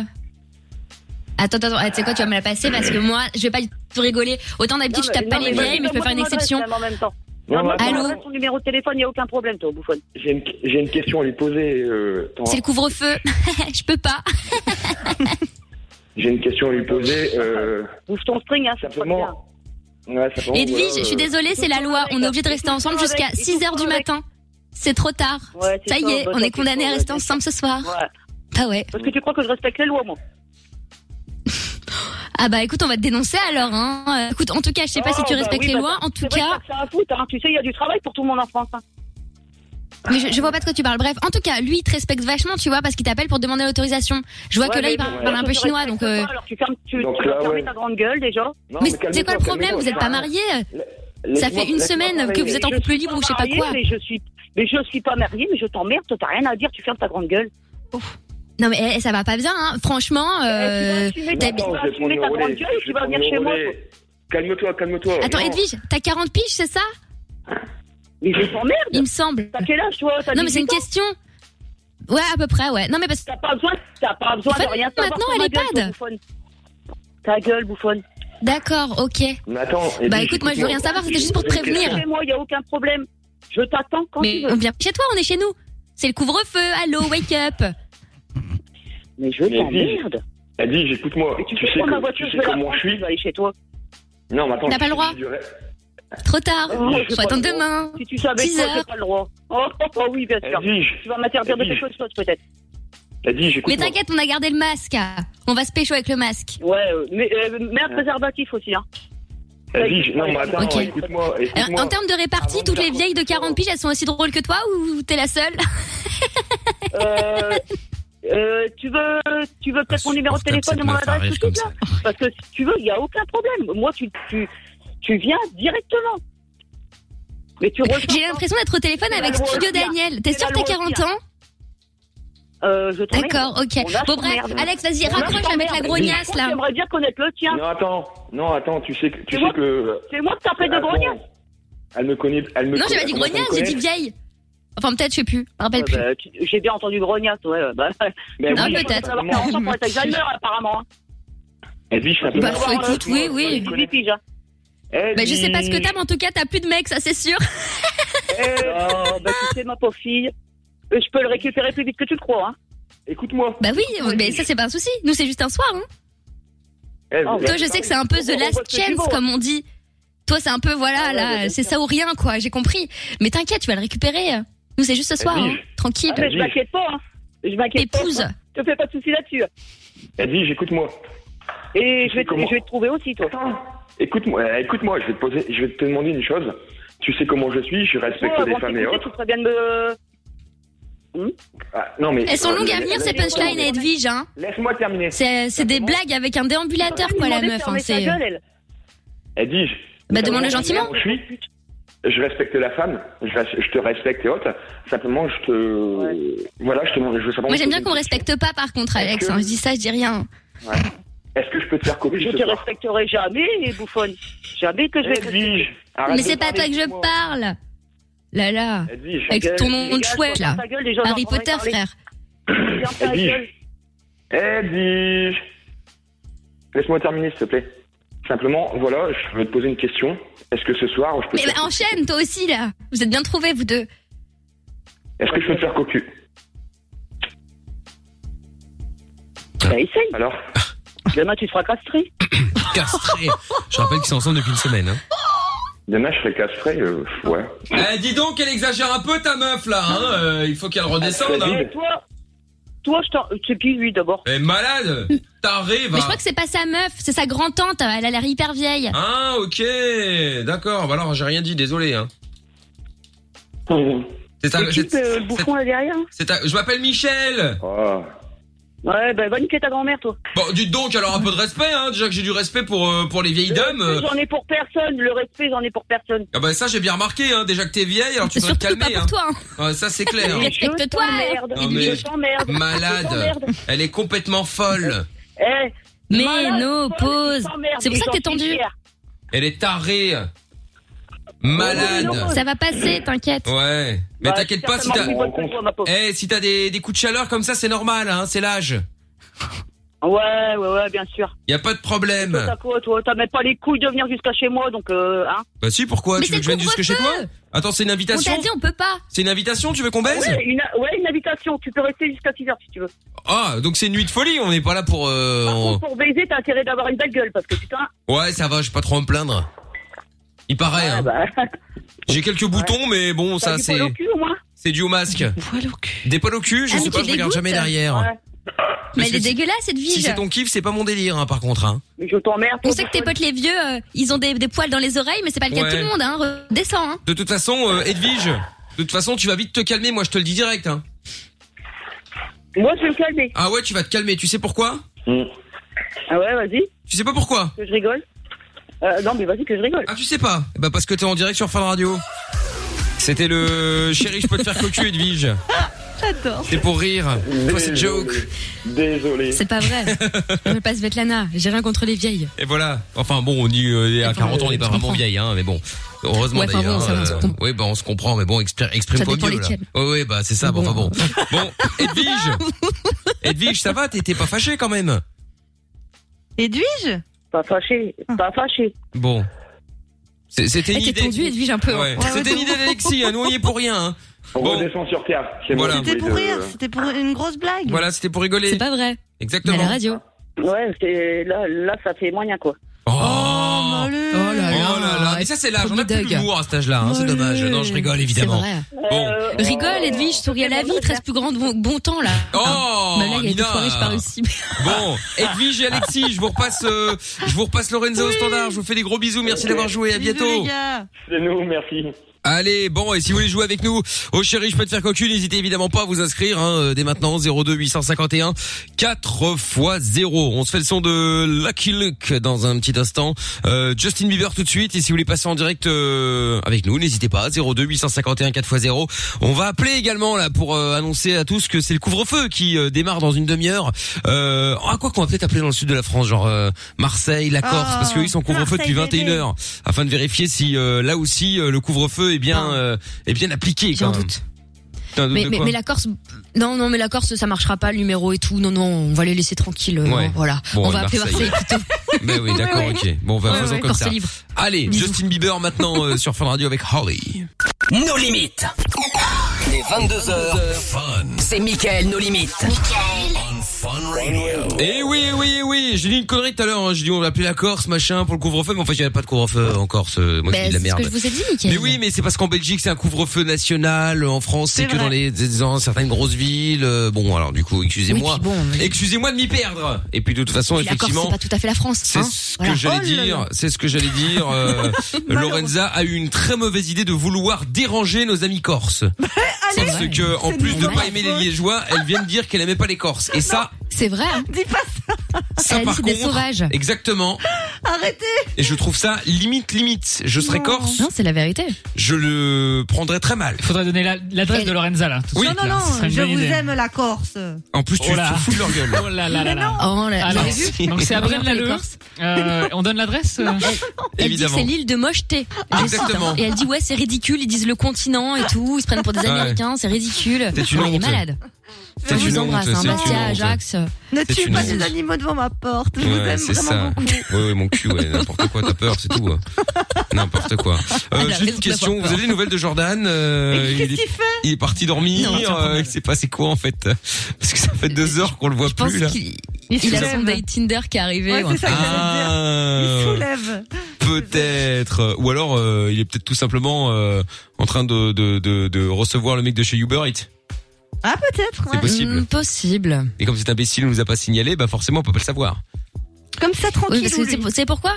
Attends, attends, attends, tu sais quoi, tu vas me la passer parce que moi, je vais pas du tout rigoler. Autant d'habitude, je tape pas les vieilles, mais je peux faire une exception. En même temps. Non, Non, mais moi, je attends. prendrai son numéro de téléphone, il n'y a aucun problème, toi, bouffonne. J'ai une, j'ai une question à lui poser. euh, attends. C'est le couvre-feu. je peux pas. J'ai une question à lui poser. Euh, Bouffe ton string, hein, ça te simplement. Ouais, simplement, Edwige, voilà, je suis euh, désolée, c'est la loi. On est obligé de rester ensemble jusqu'à 6 heures du matin. C'est trop tard. Ça y ça, est, bah, on ça, est c'est condamnés chaud, à ouais, rester ensemble ce soir. Ah ouais. Parce que tu crois que je respecte les lois, moi. Ah bah écoute, on va te dénoncer alors. Hein. Euh, Écoute, en tout cas, je sais pas Ah, si tu respectes les lois. En tout cas, bah C'est un foot, hein. Tu sais, il y a du travail pour tout le monde en France. hein. mais je, je vois pas de quoi tu parles. Bref, en tout cas, lui, il te respecte vachement, tu vois, parce qu'il t'appelle pour demander l'autorisation. Je vois Ouais, que là, mais il bon, parle ouais. un peu Je te chinois, respecte donc. euh, pas, alors tu fermes, tu, Donc tu là, vas fermer ouais. ta grande gueule déjà. Non, mais c'est quoi le problème Vous êtes pas mariés Ça fait une semaine que vous êtes en couple libre ou je sais pas quoi. Mais je suis, mais je suis pas mariée, mais je t'emmerde. Toi, t'as rien à dire. Tu fermes ta grande gueule. Non mais eh, ça va pas bien, hein. Eh, franchement. euh, assumer t'as- Attends, je mets vais prendre le ta relais. grande gueule et Je tu vais vas venir prendre le chez moi, relais. Calme-toi, calme-toi. Attends, Non. Edwige, t'as 40 piges, c'est ça Mais je t'emmerde. Il me semble. T'as quel âge toi T'as Non mais c'est une 18 ans question. Ouais, à peu près, ouais. Non mais parce que T'as pas besoin, t'as pas besoin Fais- de rien savoir. maintenant, sur elle ma est gueule, pad. toi, bouffonne. Ta gueule, bouffonne. D'accord, ok. Mais attends, Bah Edwige, écoute, moi je veux rien savoir, c'était juste pour te prévenir. Chez moi, il y a aucun problème. Je t'attends quand Mais tu veux. on vient chez toi, on est chez nous. C'est le couvre-feu, allô, wake up. Mais je Mais Edwige, t'emmerde. Edwige, écoute-moi. Tu sais prends ma que- voiture, tu je vais sais la comment je prendre, suis. tu vas aller chez toi. Non, mais attends. T'as pas le je- droit. je dirais- Trop tard. Oh, j'ai Faut pas attendre le droit. demain. Si tu savais 10 quoi, j'ai heures. pas le droit. Oh, oh, oh, oui, bien sûr. Edwige. Tu vas m'interdire de Edwige. quelque chose, toi, peut-être. Edwige, écoute. Mais t'inquiète, on a gardé le masque. ah. On va se pécho avec le masque. Ouais, euh, mais euh, mets un préservatif aussi, hein. Edwige, non, mais attends, Ok. écoute-moi. Alors, écoute-moi. en termes de répartie, toutes les vieilles de 40 piges, elles sont aussi drôles que toi ou t'es la seule Euh, euh, tu veux, tu veux peut-être mon numéro de téléphone et mon adresse tout de suite, là Parce que si tu veux, il n'y a aucun problème. Moi, tu, tu, tu viens directement. Mais tu reçois. J'ai l'impression d'être au téléphone C'est la avec loi Studio aussi, hein. Daniel. T'es C'est sûr que la t'as loi 40 aussi, hein. ans Euh, je t'emmerde. D'accord, ok. On lâche Bon ton bref, merde. Alex, vas-y, On lâche raccroche ton avec la merde. grognasse Moi, là. J'aimerais bien connaître le tien. Non, attends. Non, attends, tu sais que. Tu C'est sais moi- que. C'est moi que t'appelles de Attends, grognasse. Ah Elle me connaît. Elle me Non, j'avais elle dit commence à me grognasse, j'ai dit connaître. vieille. Enfin, peut-être, je sais plus. Je me rappelle Ouais, plus. bah, tu- J'ai bien entendu grognasse, ouais. ouais, Bah, Mais Ah, oui, peut-être. Tu vas avoir 40 ans pour être Alzheimer, apparemment. hein. Edwige, c'est un peu. hein, Bah, faut écoute, oui, oui. 18 piges, hein. Bah, je sais pas ce que t'as, mais en tout cas, t'as plus de mec, ça c'est sûr. Oh, bah, tu sais, ma pauvre fille, euh, je peux le récupérer plus vite que tu le crois. Hein. Écoute-moi. Bah oui, mais ça c'est pas un souci. Nous, c'est juste un soir. Hein. Eh, Oh, mais- Toi, je sais que c'est un peu the last chance, comme on dit. Toi, c'est un peu, voilà, Ah ouais, ouais, là, bien c'est ça ou rien, quoi, j'ai compris. Mais t'inquiète, tu vas le récupérer. Nous, c'est juste ce soir, oui. hein. tranquille. Ah, mais je Vas-y. m'inquiète pas. Hein. Je m'inquiète pas. Épouse. Te fais pas de soucis là-dessus. Edwige, écoute-moi. Et je vais, te, Comment je vais te trouver aussi, toi. Écoute-moi, euh, écoute-moi, je vais te poser, je vais te demander une chose. Tu sais comment je suis, je respecte Toi, les avant de femmes et t'écouter, tu autres. ferais bien de me. Ah, non mais Elles sont longues à venir, ces Laisse-moi punchlines, terminer. Edwige. Hein. Laisse-moi terminer. C'est c'est des blagues avec un déambulateur, quoi, la Demandez de meuf. Hein, fermer sa c'est- gueule, elle. Edwige. Bah, tu demande-le sais gentiment. comment Je suis, je respecte la femme, je, res- je te respecte et autres. Simplement, je te, voilà, je te, demande- je veux savoir. euh, Moi, j'aime bien qu'on respecte pas, par contre, Alex. hein. Je dis ça, je dis rien. Est-ce que je peux te faire copie Je ce te soir respecterai jamais, bouffonne. Jamais que je vais. Edwige, Eh, arrête mais de c'est pas à toi parler que je de moi. parle. Là, là. Edwige, Avec Edwige, ton nom de chouette, là. Ta gueule, Euh, les gens Harry leur en auraient Potter, parlé. frère. Ferme ta Edwige. gueule. Edwige Laisse-moi terminer, s'il te plaît. Simplement, voilà, je veux te poser une question. Est-ce que ce soir, je peux, Mais bah, enchaîne, toi aussi, là. Vous êtes bien trouvés, vous deux. est-ce que je peux te faire cocu Bah, essaye. Alors Demain, tu te feras castrer. Castré. Je rappelle qu'ils sont ensemble depuis une semaine. Hein. Demain, je serai castré, euh, ouais. Eh, dis donc, elle exagère un peu ta meuf là. Hein. Euh, il faut qu'elle redescende. Hein. Et Eh, toi, toi, je t'en. C'est qui, lui, d'abord Elle est malade. Taré, va. Mais je crois que c'est pas sa meuf, c'est sa grand-tante. Elle a l'air hyper vieille. Ah, ok. D'accord. Bah alors, j'ai rien dit. Désolé. Hein. C'est ta, C'est qui, c'est- euh, le bouffon, là, derrière c'est ta- Je m'appelle Michel. Ah. Oh. Ouais, bah, va niquer ta grand-mère, toi. Bon, dites donc, alors un peu de respect. Hein. Déjà que j'ai du respect pour euh, pour les vieilles dames. Le euh. respect, J'en ai pour personne. Le respect, j'en ai pour personne. Ah bah ça, j'ai bien remarqué. Hein. Déjà que t'es vieille, alors tu dois Surtout te pas calmer. pour Hein. toi. hein. Ah, ça, c'est clair. hein. Respecte-toi, Je t'emmerde. Non, mais- Je t'emmerde. Je Malade. t'emmerde. Elle est complètement folle. Eh, Mais malade, no folle, pause. je t'emmerde, C'est pour ça que j'en t'es suis tendu. fière. Elle est tarée. Malade. Ça va passer, t'inquiète. Ouais. Mais Bah, t'inquiète pas si t'as. certainement qu'il Eh, si t'as des, des coups de chaleur comme ça, c'est normal, hein, c'est l'âge. Ouais, ouais, ouais, bien sûr. Y a pas de problème. T'as quoi, toi T'as même pas les couilles de venir jusqu'à chez moi, donc, euh, hein Bah si, pourquoi Mais Tu veux c'est que je vienne jusque chez toi Attends, c'est une invitation on peut pas. C'est une invitation, tu veux qu'on baise ouais, une, ouais, une invitation. Tu peux rester jusqu'à 6 heures si tu veux. Ah, donc c'est une nuit de folie, on n'est pas là pour... euh, on- Pour baiser, t'as intérêt d'avoir une belle gueule, parce que putain, Ouais, ça va, j'ai pas trop à me plaindre. Il paraît, hein. J'ai quelques boutons, mais bon, Ah, bah. t'as ça du poil au c'est... cul au moins. C'est dû au masque. Des poils au cul, je Ah, mais sais tu pas, je regarde dégoûtes. jamais derrière. Ouais. Mais Parce elle que est si- dégueulasse cette vie. Si c'est ton kiff, c'est pas mon délire, hein, par contre. Hein. Mais je t'emmerde. On sait que tes potes les vieux, euh, ils ont des, des poils dans les oreilles, mais c'est pas le cas de Ouais. tout le monde, hein. Redescends, hein. De toute façon, euh, Edwige, de toute façon, tu vas vite te calmer, moi je te le dis direct. Hein. Moi, je vais me calmer. Ah ouais, tu vas te calmer, tu sais pourquoi Ah ouais, vas-y. Tu sais pas pourquoi Que je rigole. Euh, non, mais vas-y, que je rigole. Ah, tu sais pas Bah parce que t'es en direct sur Fan Radio. C'était le chéri, je peux te faire cocu, Edwige. J'adore. C'est pour rire. Toi, c'est joke. Désolé. C'est pas vrai. On me passe Svetlana. J'ai rien contre les vieilles. Et voilà. Enfin bon, on dit euh, à 40 ans, on n'est pas vraiment vieille, hein, mais bon. Heureusement Ouais, enfin, d'ailleurs. bon, ça va, on se euh, oui, bah on se comprend, mais bon, expri- exprime-toi dépend mieux là. lesquels. Oui, oui, bah c'est ça. Bon, enfin bon. Bon, Edwige. Edwige, ça va T'es t'es pas fâchée quand même Edwige Pas fâché, Ah. pas fâché. Bon. C'est- C'était une Eh, T'es idée. tendue, Edwige, un peu. hein. Ouais. C'était une idée d'Alexis, hein, nous on y est pour rien. Hein. On redescend sur Terre. Voilà. C'était pour rire, c'était pour une grosse blague. Voilà, c'était pour rigoler. C'est pas vrai. Exactement. radio. Ouais, c'est- là, là, ça fait moyen, quoi. Oh, là là. Oh, Mais ça, c'est l'âge. On a plus l'humour à cet âge-là. hein, C'est dommage. Non, je rigole, évidemment. vrai. Bon. Euh, oh. Rigole, Edwige, souris à la vie, il te reste plus grand bon, bon temps là. Oh, bah là, il y a Mina. des soirées, j'ai pas réussi. Bon, Edwige et Alexis, je vous repasse, euh, je vous repasse Lorenzo au standard. Je vous fais des gros bisous. Merci d'avoir joué. À bientôt. C'est nous, merci. Allez, bon, et si vous voulez jouer avec nous au chéri, je peux te faire cocu, n'hésitez évidemment pas à vous inscrire hein, euh, dès maintenant 02 851 4 x 0. On se fait le son de Lucky Luke dans un petit instant. Euh, Justin Bieber tout de suite, et si vous voulez passer en direct euh, avec nous, n'hésitez pas 02 851 4 x 0. On va appeler également là pour euh, annoncer à tous que c'est le couvre-feu qui euh, démarre dans une demi-heure. Euh, à quoi qu'on va peut-être appeler dans le sud de la France, genre euh, Marseille, la Corse, Oh, Ah. parce qu'ils sont couvre-feu depuis Marseille, bébé. 21 heures afin de vérifier si euh, là aussi euh, le couvre-feu est bien euh, est bien appliqué. J'en doute. T'as un Ben. doute Mais, de mais, quoi mais la Corse, non, non, mais la Corse, ça marchera pas, le numéro et tout. Non, non, on va les laisser tranquilles. euh, Ouais. Voilà. Bon, eh ben, on va appeler Marseille. Marseille plutôt. Mais Ben oui, d'accord, Ouais, ouais. ok. Bon, bah, Ouais, faisons ouais, comme Corse ça. libre. Allez, Justin Bieber maintenant euh, sur Fun Radio avec Holly. Nos limites. Les 22h. C'est Mickaël, nos limites. Oh. Et oui, eh oui, eh oui. J'ai dit une connerie tout à l'heure. hein. J'ai dit on va appeler la Corse, machin, pour le couvre-feu. Mais en fait, il n'y a pas de couvre-feu en Corse. euh, Moi, Bah, je dis de c'est la ce merde. que je vous ai dit, Mickaël. Mais oui, mais c'est parce qu'en Belgique, c'est un couvre-feu national. En France, c'est C'est que dans les dans certaines grosses villes. Euh, Bon, alors du coup, excusez-moi. Oui, puis bon, Excusez-moi de m'y perdre. Et puis de toute façon, Puis la Corse, effectivement, c'est pas tout à fait la France. C'est hein. ce que Voilà. j'allais Oh là là. dire. C'est ce que j'allais dire. euh, Lorenza a eu une très mauvaise idée de vouloir déranger nos amis corses. Parce que en plus de pas aimer les Liégeois, elle vient de dire qu'elle aimait pas les Corses. Et ça, C'est vrai. hein. Dis pas Elle ça a dit par c'est des contre, sauvages. exactement. Arrêtez Et je trouve ça limite limite. Je serais corse, Non, c'est la vérité. je le prendrais très mal. Faudrait donner la- l'adresse de Lorenza là. tout de Oui. suite, Non, là. non, Ce serait une je bonne vous idée. aime la Corse. En plus, tu Oh te là. fous de leur gueule. Ah, Oh là là là là. Ah, Oh là, vous Alors, avez vu donc c'est à Regardez les Braine-l'Alleud. Corses. Euh, on donne l'adresse euh Elle dit que c'est l'île de Mocheté. Ah, Je cite, hein. Exactement. Et elle dit ouais c'est ridicule, ils disent le continent et tout, ils se prennent pour des Ouais. Américains, c'est ridicule. C'est une Ah, Il est honte. malade. C'est On vous une honte, embrasse, hein, c'est une Bastia, honte. Ajax. Ne C'est tue une pas honte. ces animaux devant ma porte. Je vous Ouais, aime c'est vraiment ça. beaucoup. Ouais, ouais, mon cul, ouais, n'importe quoi, t'as peur, c'est tout. ouais. N'importe quoi. Euh, Elle a J'ai raison une question. d'avoir Vous avez des nouvelles de Jordan euh, il, est, il est parti dormir. Non, euh, il sait pas c'est quoi en fait, parce que ça fait deux heures qu'on le voit pense plus là. qu'il- Il a son date Tinder qui est arrivé. Ouais, c'est ça que j'allais Ah, Soulève. peut-être. Ou alors euh, il est peut-être tout simplement euh, en train de, de, de, de recevoir le mec de chez Uber Eats. Ah, peut-être. C'est possible. Mm, possible. Et comme cet imbécile nous a pas signalé, bah forcément on peut pas le savoir. Comme ça, tranquille. c'est pourquoi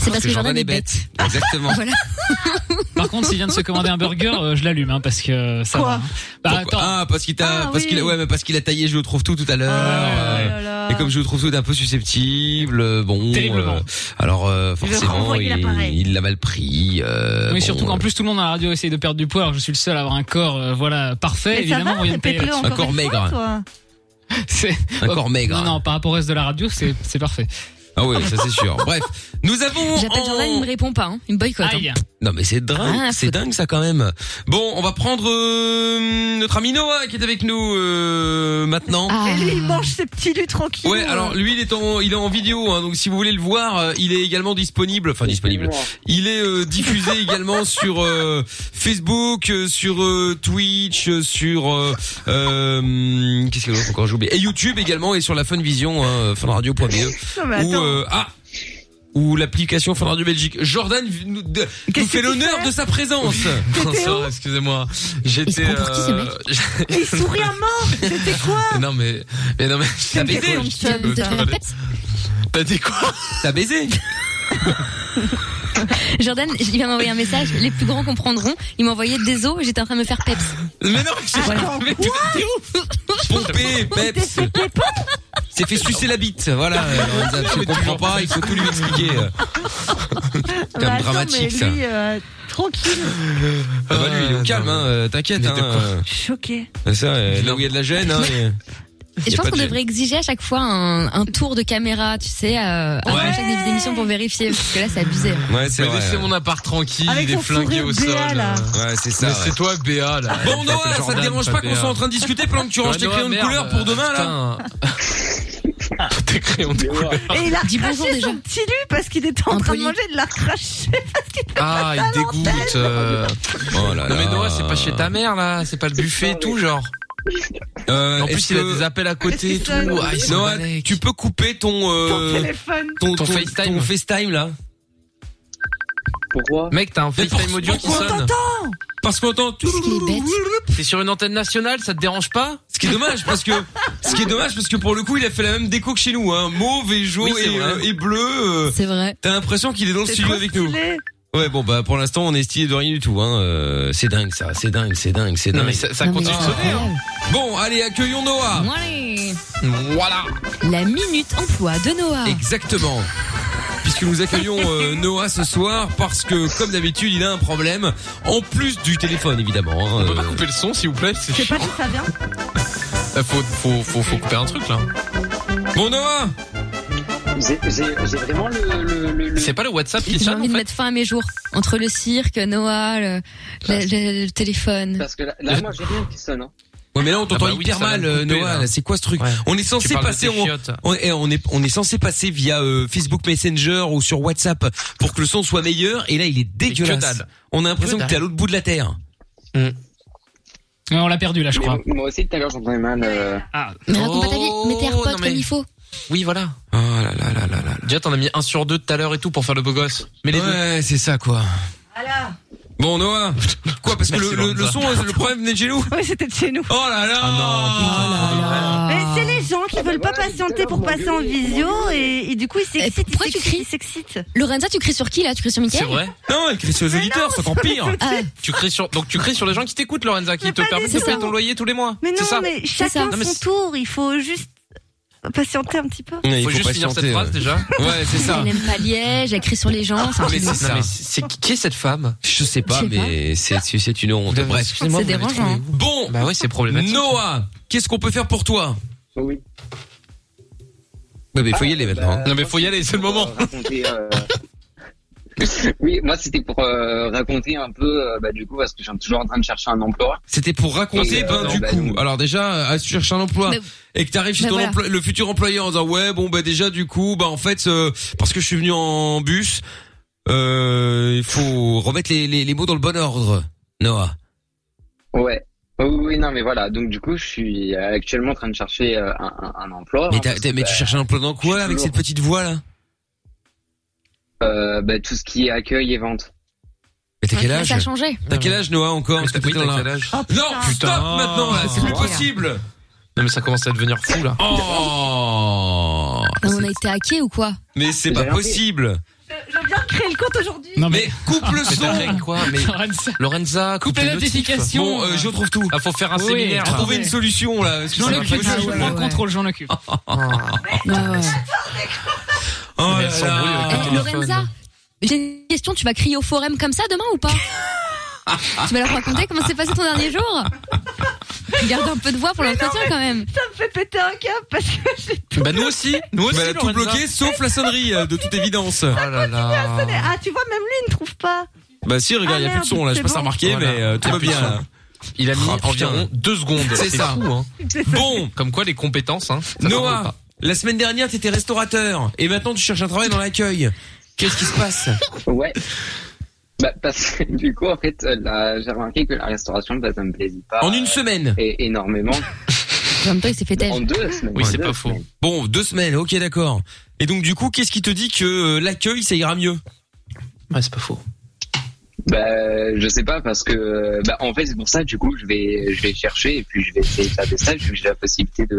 C'est parce que Jordan est bête. Exactement. Voilà. Par contre, s'il vient de se commander un burger, euh, je l'allume hein, parce que euh, ça va. hein. Bah, Pourquoi- ah parce qu'il t'a parce qu'il a- ouais mais parce qu'il a taillé je le trouve tout tout à l'heure Ah, oh euh, et comme je le trouve tout un peu susceptible euh, bon Terriblement. euh, alors euh, Je vais forcément renvoyer l'appareil. il il l'a mal pris euh, Oui, bon, surtout qu'en plus tout le monde à la radio essaye de perdre du poids. Alors je suis le seul à avoir un corps, euh, voilà, parfait. Mais ça évidemment, va, on vient de payer répète-le là-dessus. encore Un corps une fois, maigre. Toi. C'est Oh, Un corps maigre. Non, non, par rapport au reste de la radio, c'est c'est parfait. Ah oui, ça c'est sûr. Bref, nous avons. J'appelle Jordan, il me répond pas, hein. il me boycotte. hein. Non mais c'est dingue, Ah, c'est dingue ça quand même. Bon, on va prendre euh, notre ami Noah qui est avec nous euh, maintenant. Ah. Et lui, il mange ses petits lus tranquilles. Ouais, alors lui il est en il est en vidéo hein, donc si vous voulez le voir, euh, il est également disponible, enfin disponible. Il est euh, diffusé également sur euh, Facebook, euh, sur euh, Twitch, euh, sur euh, euh, qu'est-ce que j'ai encore j'ai oublié Et YouTube également et sur la Funvision hein, funradio.be mais ou attends. euh, ah ou l'application Fun Radio Belgique. Jordan nous, de- nous fait l'honneur de sa présence. Bonsoir, excusez-moi. J'étais. euh, Il sourit à mort C'était quoi Mais Non mais, mais non mais t'as une baisé. question de je te- femme, te- t'as- T'as dit quoi T'as baisé. Jordan, il vient m'envoyer un message, les plus grands comprendront. Il m'envoyait des os, j'étais en train de me faire peps. Mais non, c'est mais t'es t'es ouf. Pompé, peps. S'est fait sucer la bite. Voilà, Lorenza, tu comprends pas, il faut tout lui expliquer. Mais Bah, attends, dramatique, mais ça. lui, euh, tranquille, Ah bah lui, il est au calme, hein, euh, t'inquiète. Hein, euh, choqué. ça, euh, là où il y a de la gêne. Hein, Et je pense qu'on devrait exiger à chaque fois un, un tour de caméra, tu sais, euh, avant Ouais. chaque début d'émission pour vérifier, parce que là, c'est abusé. hein. Ouais, c'est Mais vrai, laissez ouais. mon appart tranquille, Avec il est son flingué sourire au Béa, sol. hein. là. Ouais, euh. c'est ça. Mais ouais. c'est toi, Béa, là. Bon, Noah, Jordan, ça te dérange pas qu'on Béa. soit en train de discuter pendant que tu ranges Ouais, tes Noah, crayons de merde, hein. couleur pour demain, là Tes crayons de couleur. Et il a Dis recraché bonjour son déjà. petit lu parce qu'il était en train de manger, de l'a recraché. Ah, il dégoûte. euh. non mais Oh là. Noah, c'est pas chez ta mère là, c'est pas le buffet et tout genre. Euh, en plus, est-ce il a que- des appels à côté et tout. Ah, ils sont Noah, balèzes. tu peux couper ton euh, téléphone. ton, Ton FaceTime. ton FaceTime là. Pourquoi Mec, t'as un FaceTime audio qui sonne. Parce qu'on entend tout. T'es sur une antenne nationale, ça te dérange pas Ce qui est dommage parce que ce qui est dommage parce que pour le coup il a fait la même déco que chez nous hein mauve et jaune Oui, c'est et, vrai. euh, et bleu. euh, C'est vrai. T'as l'impression qu'il est dans le C'est studio trop avec nous. stylé. Ouais bon bah pour l'instant on est stylé de rien du tout hein euh, c'est dingue ça c'est dingue c'est dingue c'est Non, dingue. mais ça- ça Non, mais continue de c'est sonner, hein. incroyable. Bon allez accueillons Noah. Allez. Voilà. La minute emploi de Noah. Exactement. Puisque nous accueillons euh, Noah ce soir parce que comme d'habitude il a un problème en plus du téléphone évidemment. hein, On peut pas euh, couper le son s'il vous plaît, c'est Je sais chiant. Ah. pas d'où ça vient. Euh, Faut, faut, faut, faut couper un truc là. Bon Noah J'ai vraiment le. C'est pas le WhatsApp qui J'ai sonne envie de mettre fin à mes jours. Entre le cirque, Noah, le, le- le- le téléphone. Parce que là, là, moi, j'ai rien qui sonne. hein. Ouais mais là on t'entend Ah bah oui, hyper ça va mal me euh, couper, Noah, là. là, c'est quoi ce truc On est Tu censé parles de passer tes on, chiottes. Euh, on est on est on est censé passer via euh, Facebook Messenger ou sur WhatsApp pour que le son soit meilleur et là il est dégueulasse. dalle. On a l'impression Que que t'es à l'autre bout de la terre. On l'a perdu Bah, là, je crois. Mais Moi aussi, tout à l'heure, j'entendais mal. euh, Mais raconte pas ta vie, mets tes AirPods non, mais- comme il faut. Ah. Oh. Oui, voilà. Oh là là là là là. Déjà, t'en as mis un sur deux tout à l'heure et tout pour faire le beau gosse. Mais les deux. Ouais, c'est ça quoi. Voilà. Bon Noah, quoi parce que le, Merci, le, le Lorenza. son euh, le problème venait de chez nous. Oui, c'était de chez nous. Oh là là. Ah Ah Mais c'est les gens qui veulent pas patienter pour passer en visio et, et du coup ils s'excitent. Pourquoi tu cries Ils s'excitent. Lorenza, tu cries sur qui là Tu cries sur Mickaël C'est vrai. Non, elle crie sur les auditeurs, c'est encore pire. Ah, Tu crées sur donc tu crées sur les gens qui t'écoutent Lorenza qui te permettent de tout. payer ton loyer tous les mois. Mais C'est non, ça. mais ça. chacun Non, mais son c'est- tour. Il faut juste patienter un petit peu. Ouais, il faut, faut juste finir patienter, cette phrase ouais. déjà. Ouais, c'est ça. Elle aime pas Liège, elle crie sur les gens. c'est un Mais truc de- c'est Non, ça. mais c'est c'est- qui est cette femme Je sais pas, Je sais pas. mais c'est c'est- c'est une honte. Bref. excusez-moi, C'est vous m'avez dérangeant, trouvé hein. où Bon, Bah ouais, c'est problématique. Noah, qu'est-ce qu'on peut faire pour toi Oui. Ouais, mais faut y aller maintenant. Non mais faut y aller, c'est le moment. euh, raconter, euh, oui, moi, c'était pour euh, raconter un peu, euh, bah, du coup, parce que je suis toujours en train de chercher un emploi. C'était pour Ah, raconter, Et, euh, ben, non, du bah, coup. non. Alors déjà, euh, si tu cherches un emploi Mais- et que t'arrives chez Bah ton voilà. emploi- le futur employeur en disant ouais, bon bah déjà du coup, bah en fait, euh, parce que je suis venu en bus, euh, il faut remettre les, les, les mots dans le bon ordre, Noah. Ouais. Oui, oui, non, mais voilà. Donc, du coup, je suis actuellement en train de chercher euh, un, un- un emploi. Mais, hein, t'as- parce t'as- que, mais tu cherches un emploi dans quoi je suis avec toujours- cette petite voix là euh, bah, tout ce qui est accueil et vente. Mais t'as quel Ouais, âge Ça a changé. Ah, T'as quel âge Noah encore Mais Parce t'as que pris Ah, putain, t'as là- quel âge Oh, Non, putain. stop maintenant, là, c'est plus Voilà. possible. Non mais ça commence à devenir fou là. Oh Non, on a été hacké ou quoi Mais c'est pas J'ai rien fait. possible. Euh, Je viens de créer le compte aujourd'hui. Non, mais. Mais coupe le Mais t'as son. fait quoi Mais Lorenza, Lorenza, Coupe coupe les les notifs. notifications. Bon, euh, je trouve tout. Ah, faut faire un Oui, séminaire. Ah, Trouver ouais. une Oh solution là. parce que J'en ça va pas occupe, être je possible. prends le contrôle, j'en occupe. Ouais, Ah, ouais. Oh là Elle s'embrouille là. avec Eh, Ah, le téléphone. Lorenza, j'ai une question. Tu vas crier au forum comme ça demain ou pas Tu vas leur raconter comment s'est passé ton dernier jour Garde un peu de voix pour l'entretien quand même. Ça me fait péter un câble parce que j'ai Bah nous aussi, nous aussi, Bah, tout bloqué sauf la sonnerie, euh, de toute évidence. sonné. Ah, tu vois, même lui, il ne trouve pas. Bah si, regarde, il y a Ah, plus de son là, merde, je passe c'est à remarquer, bon. mais euh, Il tout y a va plus de bien. son. là. Il a mis Oh, putain. environ deux secondes. C'est ça. fou, hein. Bon. Comme quoi, les compétences, hein. ça s'invente Noah, pas. la semaine dernière t'étais restaurateur et maintenant tu cherches un travail dans l'accueil. Qu'est-ce qui se passe Ouais. Bah, parce que du coup, en fait, euh, la- j'ai remarqué que la restauration, bah, ça me plaisait pas. En une semaine Et énormément. En même temps, il s'est fait têche. En deux semaines. En deux semaines. Bon, deux semaines, ok, d'accord. Et donc du coup, qu'est-ce qui te dit que euh, l'accueil ça ira mieux Ouais, c'est pas faux. Bah, je sais pas, parce que, euh, bah, en fait, c'est pour ça, du coup, je vais, je vais chercher et puis je vais essayer de faire des stages, vu que j'ai la possibilité de.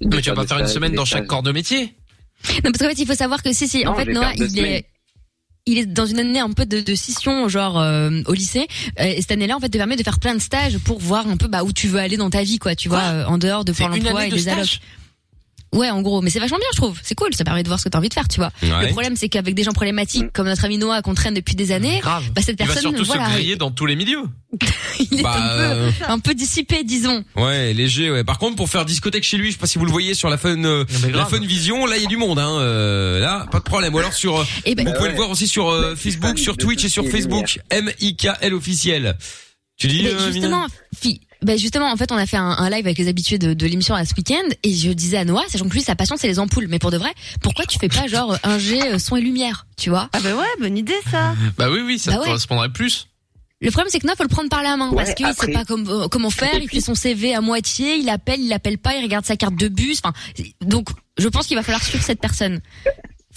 de Mais tu vas pas des faire une stages, semaine des dans chaque stages. corps de métier. Non, parce qu'en fait, il faut savoir que si, si, en Non, fait, je vais Noah, faire deux il semaines. est, il est dans une année un peu de, de scission, genre euh, au lycée. Euh, Et cette année-là, en fait, te permet de faire plein de stages pour voir un peu bah, où tu veux aller dans ta vie, quoi. Tu vois, euh, en dehors de C'est Pôle une emploi année et de des stage allocs. Ouais, en gros, mais c'est vachement bien, je trouve. C'est cool, ça permet de voir ce que t'as envie de faire, tu vois. Ouais. Le problème, c'est qu'avec des gens problématiques comme notre ami Noah qu'on traîne depuis des années, bah cette Il va personne, surtout voilà, se griller dans tous les milieux. il est Bah, un euh, peu, un peu dissipé, disons. Ouais, léger. Ouais. Par contre, pour faire discothèque chez lui, je sais pas si vous le voyez sur la Fun, euh, la grave. Fun Vision, là il y a du monde. Hein, euh, là, pas de problème. Ou alors sur, euh, Eh ben- vous Bah pouvez ouais. le voir aussi sur euh, Facebook, sur Twitch et sur Facebook. M I K L officiel. Tu dis Mais euh, Ben, justement, Mina fi- ben justement, en fait, on a fait un, un live avec les habitués de, de l'émission à ce week-end et je disais à Noah, sachant que lui, sa passion, c'est les ampoules. Mais pour de vrai, pourquoi tu fais pas genre un G euh, son et lumière, tu vois Ah bah ouais, bonne idée ça. Bah oui, oui, ça Bah te ouais. correspondrait plus. Le problème, c'est que Noah, faut le prendre par la main Ouais, parce qu'il après- sait pas com- euh, comment faire. Il fait son CV à moitié, il appelle, il appelle pas, il regarde sa carte de bus. Enfin, donc, je pense qu'il va falloir suivre cette personne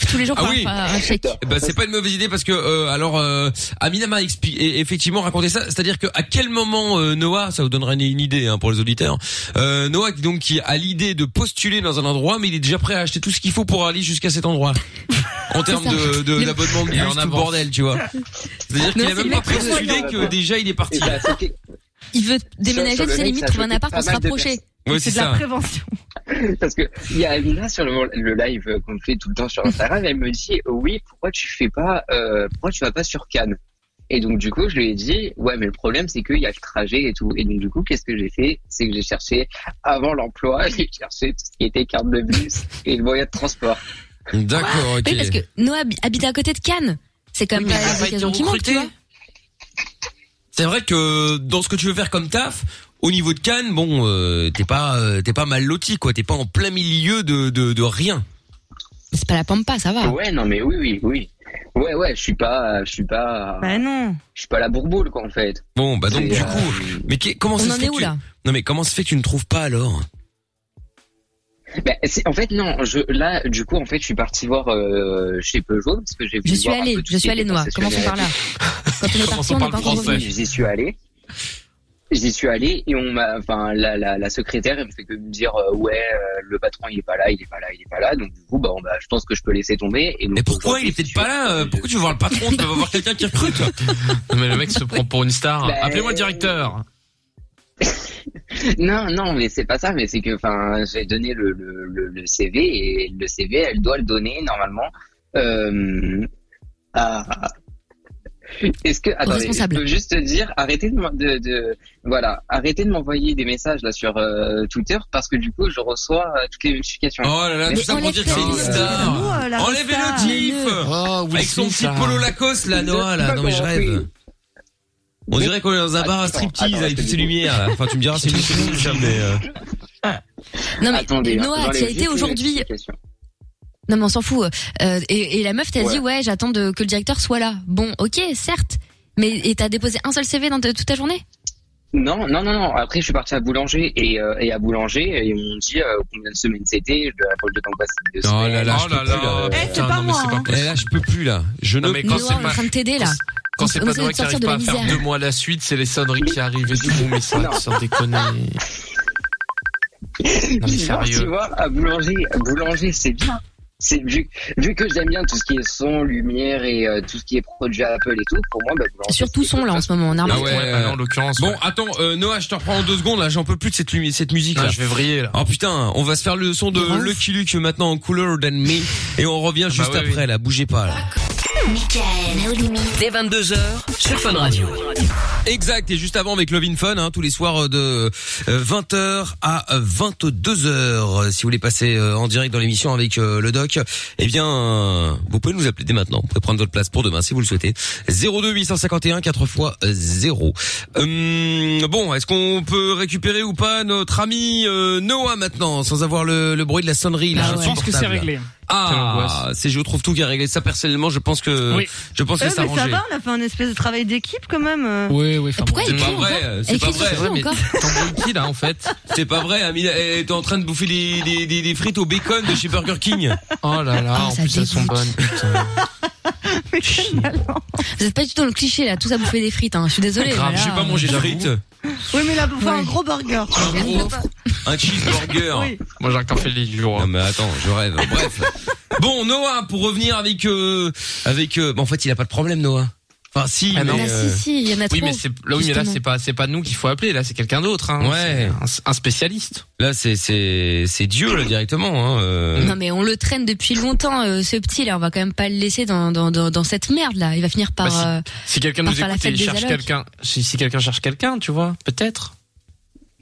tous les jours Ah pour oui. un chèque. Bah, c'est pas une mauvaise idée parce que euh, alors euh, Amina m'a expli- et- effectivement raconté ça, c'est-à-dire que à quel moment euh, Noah, ça vous donnera une, une idée hein, pour les auditeurs. Euh, Noah qui donc qui a l'idée de postuler dans un endroit, mais il est déjà prêt à acheter tout ce qu'il faut pour aller jusqu'à cet endroit. En termes ça. de de- Les- d'abonnement de Et en bus, tout le avance. bordel, tu vois. C'est-à-dire qu'il Non, a c'est même le pas mec qui postulé veut- que déjà il est parti. Il veut Sur déménager, le tu sais, mec, limite ça trouver un choquait appart pas pour se mal de rapprocher. personnes. Ouais, c'est ça. prévention. Parce que il y a Amina sur le, le live qu'on fait tout le temps sur Instagram, elle me dit oui, pourquoi tu fais pas, euh, pourquoi tu vas pas sur Cannes Et donc du coup, je lui ai dit ouais, mais le problème c'est qu'il y a le trajet et tout. Et donc du coup, qu'est-ce que j'ai fait C'est que j'ai cherché avant l'emploi, j'ai cherché tout ce qui était carte de bus et le moyen de transport. D'accord, Oui, parce que Noah hab- habite à côté de Cannes. C'est quand même mais pas il a pas l'occasion été qui manque, tu vois. C'est vrai que dans ce que tu veux faire comme taf, au niveau de Cannes, bon, euh, t'es pas euh, t'es pas mal loti quoi, t'es pas en plein milieu de de, de rien. C'est pas la pampa, ça va. Ouais, non, mais oui, oui, oui. Ouais, ouais, je suis pas, je suis pas. Bah non. Je suis pas la bourboule quoi en fait. Bon, bah donc Et, du euh, coup, mais qu'est- comment on ça se en fait est où, que tu- là Non mais comment se fait que tu ne trouves pas alors Bah, c'est- en fait, non, je, là, du coup, en fait, je suis parti voir euh, chez Peugeot parce que j'ai voulu Je suis voir un allée, peu tout je ce suis qui allée, était Noah. Commençons par là. Quand on est parti, on n'est pas encore revenu. J'y suis allé. J'y suis allé et on m'a, enfin, la, la, la secrétaire, elle me fait que me dire, euh, ouais, euh, le patron, il est pas là, il est pas là, il est pas là. Donc, du coup, bah, on- bah, je pense que je peux laisser tomber. Et mais pourquoi il est peut-être pas là euh, Pourquoi tu veux voir le patron Tu veux voir quelqu'un qui recrute Non, mais le mec se prend pour une star. Bah, Appelez-moi le directeur. Non, non, mais c'est pas ça, mais c'est que, enfin, j'ai donné le, le, le, le CV et le CV, elle doit le donner normalement euh, à. Est-ce que attendez, responsable. je peux juste te dire, arrêtez de, m'en- de, de- voilà, arrêtez de m'envoyer des messages là sur euh, Twitter parce que du coup, je reçois euh, toutes les notifications. Oh là là, tout ça pour dire que c'est une star. Enlève le diff Avec son petit polo Lacoste là, Noah là. Non mais je rêve. On dirait qu'on est dans un bar à striptease avec toutes ces lumières. là. Enfin, tu me diras, c'est une chose, mais. euh, Ah. Non mais Attendez, hein, Noah, dans tu les as été vitres, aujourd'hui. Non mais on s'en fout. Euh, et, et la meuf t'a Ouais. dit ouais, j'attends de- que le directeur soit là. Bon, ok, certes. Mais et t'as déposé un seul CV dans ta- toute ta journée Non, non, non, non. Après, je suis parti à Boulanger et, euh, et à Boulanger, ils m'ont dit euh, combien de semaines c'était. Je leur ai répondu bah, comme quoi c'était deux Oh là semaines. là, je peux plus là. c'est pas non, mais moi, pas hein. possible. Eh, là, je peux plus là. Je ne. mais Noah, on est en train de t'aider là. Quand c'est On pas essaie de Noël qui sortir arrive de pas la à faire misère. deux mois à la suite, c'est les sonneries qui arrivent et tout. Bon, mais ça, sans déconner. Non, mais Non, tu sérieux. vois, à boulanger, à boulanger, c'est bien. C'est vu, vu que j'aime bien tout ce qui est son, lumière et euh, tout ce qui est produit Apple et tout. Pour moi, bah, boulanger. Surtout son là en ce moment, on a Ah remarqué. ouais, en bah l'occurrence. Bon, attends, euh, Noah, je te reprends en deux secondes. Là, j'en peux plus de cette, lumi- cette musique. Ah, Là. je vais vriller, là. Oh putain, on va se faire le son de Lucky Luke maintenant en Cooler Than Me et on revient juste Ah bah oui, après. Là, bougez pas. Là. Michael, no limit. Dès 22h sur Fun Radio. Exact, et juste avant avec Love in Fun, hein, tous les soirs de 20h à 22h. Si vous voulez passer euh, en direct dans l'émission avec euh, le doc, eh bien, euh, vous pouvez nous appeler dès maintenant. Vous pouvez prendre votre place pour demain si vous le souhaitez. 02 851 4 x 0. euh, Hum, bon, est-ce qu'on peut récupérer ou pas notre ami euh, Noah maintenant, sans avoir le, le bruit de la sonnerie là, Ah ouais. Je pense que c'est insupportable. réglé. Quelle Ah, angoisse. c'est je trouve tout qui a réglé ça personnellement. Je pense que Oui. Euh, Euh, je pense que Ouais, c'est mais ça arrangé. va, on a fait un espèce de travail d'équipe quand même. euh. c'est pas vrai, c'est pas vrai. mais t'embrouilles qui là en fait C'est pas vrai, Amina, elle est en train de bouffer des, des, des, des frites au bacon de chez Burger King. Oh là là, Ah, en ça plus elles sont dégoûte. bonnes. putain. Vous êtes pas du tout dans le cliché là, tout à bouffer des frites. Hein. Je suis désolée. Grave, mais là, j'ai pas mangé de frites. Oui, mais là, pour faire un gros burger. Oh. Un cheeseburger. Moi j'ai encore fait les jours. Non mais attends, je rêve. Bref. Bon, Noah, pour revenir avec euh, avec. euh, bah, en fait, il a pas de problème, Noah. Enfin, si. Ah, mais, non. euh, Si, si, il y en a trop. Oui mais c'est là oui mais là justement. c'est pas c'est pas nous qu'il faut appeler là c'est quelqu'un d'autre hein. Ouais. C'est un, un spécialiste. Là, c'est c'est c'est Dieu là directement. Hein, euh. Non mais on le traîne depuis longtemps, euh, ce petit là. On va quand même pas le laisser dans, dans, dans, dans cette merde là. Il va finir par. Bah, si- euh, Si quelqu'un par nous faire la écoute et fête des cherche allocs. quelqu'un si, si quelqu'un cherche quelqu'un tu vois peut-être.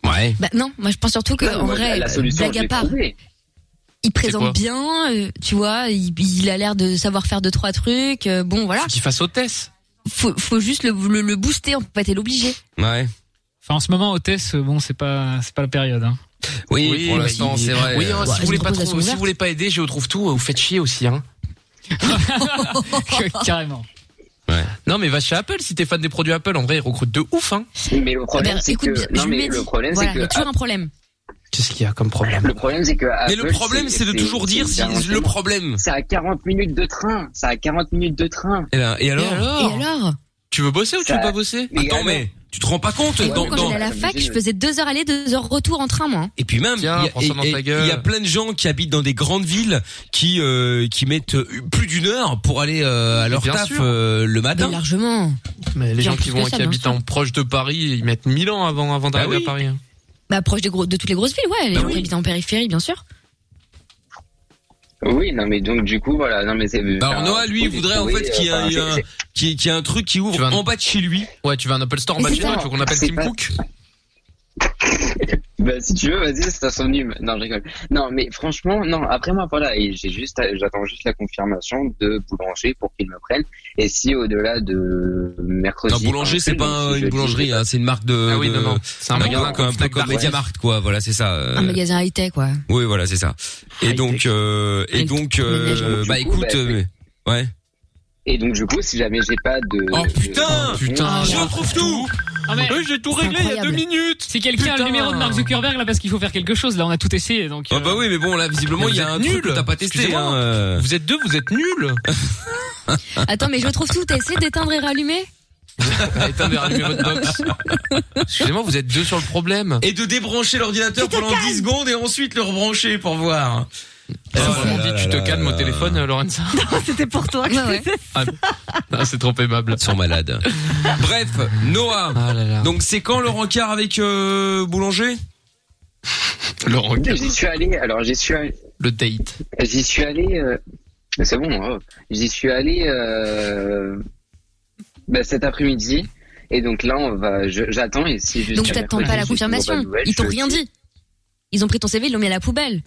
Ouais. Bah non, moi je pense surtout que Ouais, en moi, vrai, la solution, blague je à l'ai part, trouvée. il quoi présente bien, euh, tu vois, il, il a l'air de savoir faire deux trois trucs. euh, bon voilà, Qu'il fasse hôtesse. faut, faut juste le, le, le booster, on peut pas être l'obliger. Ouais. Enfin, en ce moment, hôtesse, euh, bon, c'est pas, c'est pas la période. Hein. Oui, Oui, pour mais l'instant, il- c'est vrai. Bah, Oui, hein, Ouais, si, vous voulez une pas trop- proposition si vous ouverte. voulez pas aider, je trouve tout, vous faites chier aussi, hein. Carrément. Non, mais va chez Apple si t'es fan des produits Apple. En vrai, ils recrutent de ouf, hein. Mais le problème, Ben, c'est écoute, que. bien, non, je lui mais ai le dit. problème, voilà, il y c'est a que. toujours un problème. Qu'est-ce qu'il y a comme problème Le problème, c'est que. Mais le problème, c'est de toujours dire si- le problème. C'est à 40 minutes de train. C'est à 40 minutes de train. Eh ben, Et, là, et alors Et alors Tu veux bosser ou tu Ça- veux pas bosser Mais Attends, alors mais tu te rends pas compte Et dans- bon, quand dans- j'allais à la fac, je faisais deux heures aller, deux heures retour en train, moi. hein. Et puis même, il y, Tiens, a- prends ça dans et- ta et- gueule. il y a plein de gens qui habitent dans des grandes villes qui euh, qui mettent euh, plus d'une heure pour aller euh, à leur bien taf sûr. euh, le Mais matin. largement. Mais les Bien gens qui plus que vont, ça, qui bien habitent sûr. en proche de Paris, ils mettent 1000 ans avant, avant d'arriver oui. à Paris. hein. Bah, proche des gros, de toutes les grosses villes, ouais. Les Bah gens oui. qui habitent en périphérie, bien sûr. Oui, non, mais donc, du coup, voilà. Non, mais c'est. Bah, alors enfin, Noah, lui, faut il voudrait en trouver, fait qu'il y ait enfin, un, Bah, c'est- un- c'est- qu'il y ait- qu'il y ait un truc qui ouvre Tu vas- en bas de chez lui. Ouais, tu vas à un Apple Store en Mais bas de c'est chez toi, ça. tu veux qu'on appelle C'est Tim pas- Cook Bah, si tu veux, vas-y, c'est un synonyme. Non, je rigole. Non, mais franchement, non, après moi, voilà, et j'ai juste, j'attends juste la confirmation de boulanger pour qu'il me prenne. Et si au-delà de mercredi. Non, boulanger, c'est pas un- une boulangerie, hein, c'est une marque de. Ah oui, de- non, non. C'est un un magasin magasin comme un peu Fnac comme Darty. Mediamart, quoi. Voilà, c'est ça. euh, Un magasin high-tech, ouais. Oui, voilà, c'est ça. Et donc, euh, et Avec donc, tout le euh, ménage. bah Du coup, écoute, bah, euh, ouais. Et donc, du coup, si jamais j'ai pas de. Oh putain, de- putain. je retrouve tout. Ah, mais Euh, J'ai tout réglé il y a incroyable. deux minutes. si quelqu'un a le Putain. numéro de Mark Zuckerberg, là, parce qu'il faut faire quelque chose, là, on a tout essayé, donc. Ah euh, bah oui, mais bon, là, visiblement, Mais il y a vous un êtes truc nuls. que t'as pas testé. Excusez-moi. Hein, euh. Vous êtes deux, vous êtes nuls. Attends, mais je retrouve tout. T'as essayé d'éteindre et rallumer Éteindre et rallumer votre box. Excusez-moi, vous êtes deux sur le problème. et de débrancher l'ordinateur pendant 10 secondes et ensuite le rebrancher pour voir. Elle Oh m'a là dit, là tu te là calmes là au téléphone, euh, Lorenza. Oh, C'était pour toi que Ouais, ouais. c'était. Ah, c'est trop aimable. Ils sont malades. Bref, Noah. Ah là là. Donc c'est quand le rencard avec euh, Boulanger Laurent, J'y suis allé, alors, j'y suis allé. le date. J'y suis allé. euh, mais C'est bon, oh. j'y suis allé euh, bah, cet après-midi. Et donc là, on va. je- J'attends et si jusqu'à Donc t'attends pas mercredi, la j'ai toujours pas de confirmation. nouvelles, Ils t'ont je- rien dit. Ils ont pris ton CV, ils l'ont mis à la poubelle.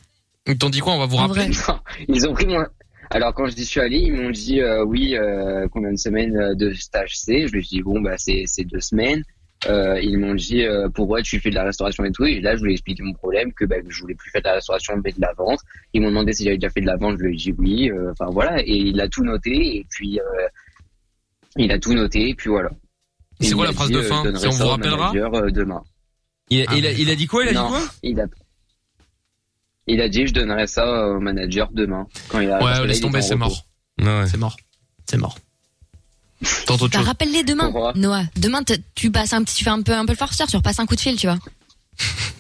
Ils t'ont dit quoi On va vous En rappeler. vrai. Non, ils ont pris moins. Alors quand je dis je suis allé, ils m'ont dit euh, oui, euh, combien de semaines euh, de stage c'est Je lui ai dit bon bah c'est c'est deux semaines. Euh, ils m'ont dit euh, pourquoi tu fais de la restauration et tout. Et là je lui ai expliqué mon problème que bah, je voulais plus faire de la restauration mais de la vente. Ils m'ont demandé si j'avais déjà fait de la vente. Je lui ai dit oui. euh, Enfin voilà et il a tout noté et puis euh, il a tout noté et puis voilà. C'est Il quoi m'a la phrase dit, de euh, fin je donnerai Si on vous ça au rappellera manager, euh, demain. il, Ah. il, a, il a dit quoi Il a Non. dit quoi Il a... il a dit je donnerai ça au manager demain. Quand il a... Ah, parce que Ouais, là, laisse il est en tomber, c'est repos. mort. Ouais. C'est mort. C'est mort. Tente autre Bah, chose. rappelle-les demain, Pourquoi Noah. Demain, t- tu passes un petit, tu fais un peu, un peu le forceur, tu repasses un coup de fil, tu vois.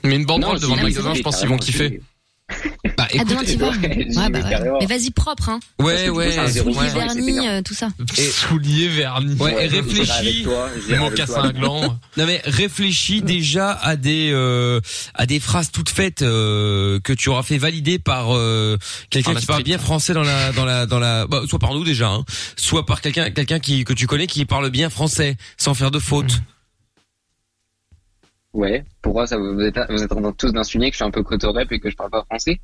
Mais une banderole Non, devant le j'ai- magasin, je pense qu'ils vont j'ai- kiffer. Bah ah, demain, tu vas. ouais, j'y Ouais, vais bah, ouais. carrément. Mais vas-y, propre, hein. Ouais, Parce que ouais. du coup, c'est Rouillé, un Ouais, ouais, c'est vernis, bien. euh, tout ça. Et souliers vernis. Ouais, je et dirai réfléchis. avec toi, je dirai Mon avec toi. cassin à gland. Non mais réfléchis déjà à des euh, à des phrases toutes faites euh, que tu auras fait valider par euh, quelqu'un Par la qui parle street. bien français dans la dans la dans la bah, soit par nous déjà hein, soit par quelqu'un quelqu'un qui que tu connais qui parle bien français sans faire de faute. Ouais. Pourquoi ça vous êtes, vous êtes en train tous d'insinuer que je suis un peu cotorep et que je parle pas français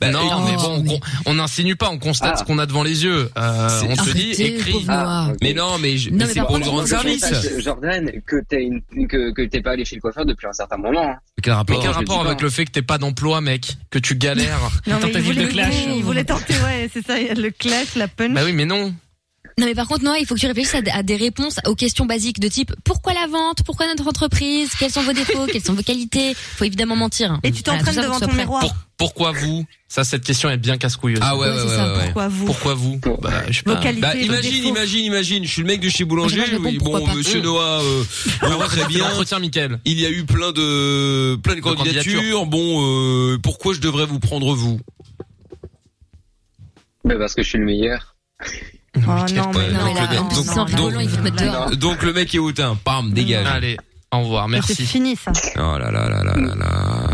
Bah, non, mais bon, on- on n'insinue pas, on Ah. constate ce qu'on a devant les yeux. Euh, C'est- on se dit, Arrêtez, écris. pauvre Noah. Ah, ok. Mais non, mais, je- mais c'est pour le grand service. Jordan, que t'es une, que, que t'es pas allé chez le coiffeur depuis un certain moment. hein. Quel rapport, Je le dis pas. avec le fait que t'es pas d'emploi, mec, que tu galères Non, Dans mais ta il ville de voulait, clash. oui, euh, il voulait tenter, ouais, c'est ça, il y a le clash, la punch. Bah oui, mais non. Non mais par contre Noah, il faut que tu réfléchisses à, à des réponses aux questions basiques de type pourquoi la vente, pourquoi notre entreprise, quels sont vos défauts, quelles sont vos qualités. Faut évidemment mentir. hein. Et tu t'entraînes devant ton miroir. Pour- pourquoi vous Ça, cette question est bien casse-couilleuse. Ah ouais, Ouais, ouais, c'est ouais, ça, ouais. pourquoi vous Pourquoi vous Bah, je sais pas. Bah, imagine, imagine, imagine, je suis le mec de chez Boulanger, oui, bon, monsieur Noah, euh, bon, très bien. Entretien, Michael. Il y a eu plein de, plein de candidatures. candidatures. Bon, euh, pourquoi je devrais vous prendre vous? Mais parce que je suis le meilleur. Oh non, mais non, là, en plus, c'est un violent, il faut te mettre dehors. Donc le mec est hautain, pam, dégage. Allez, au revoir, C'est fini ça. Oh là là là là là là.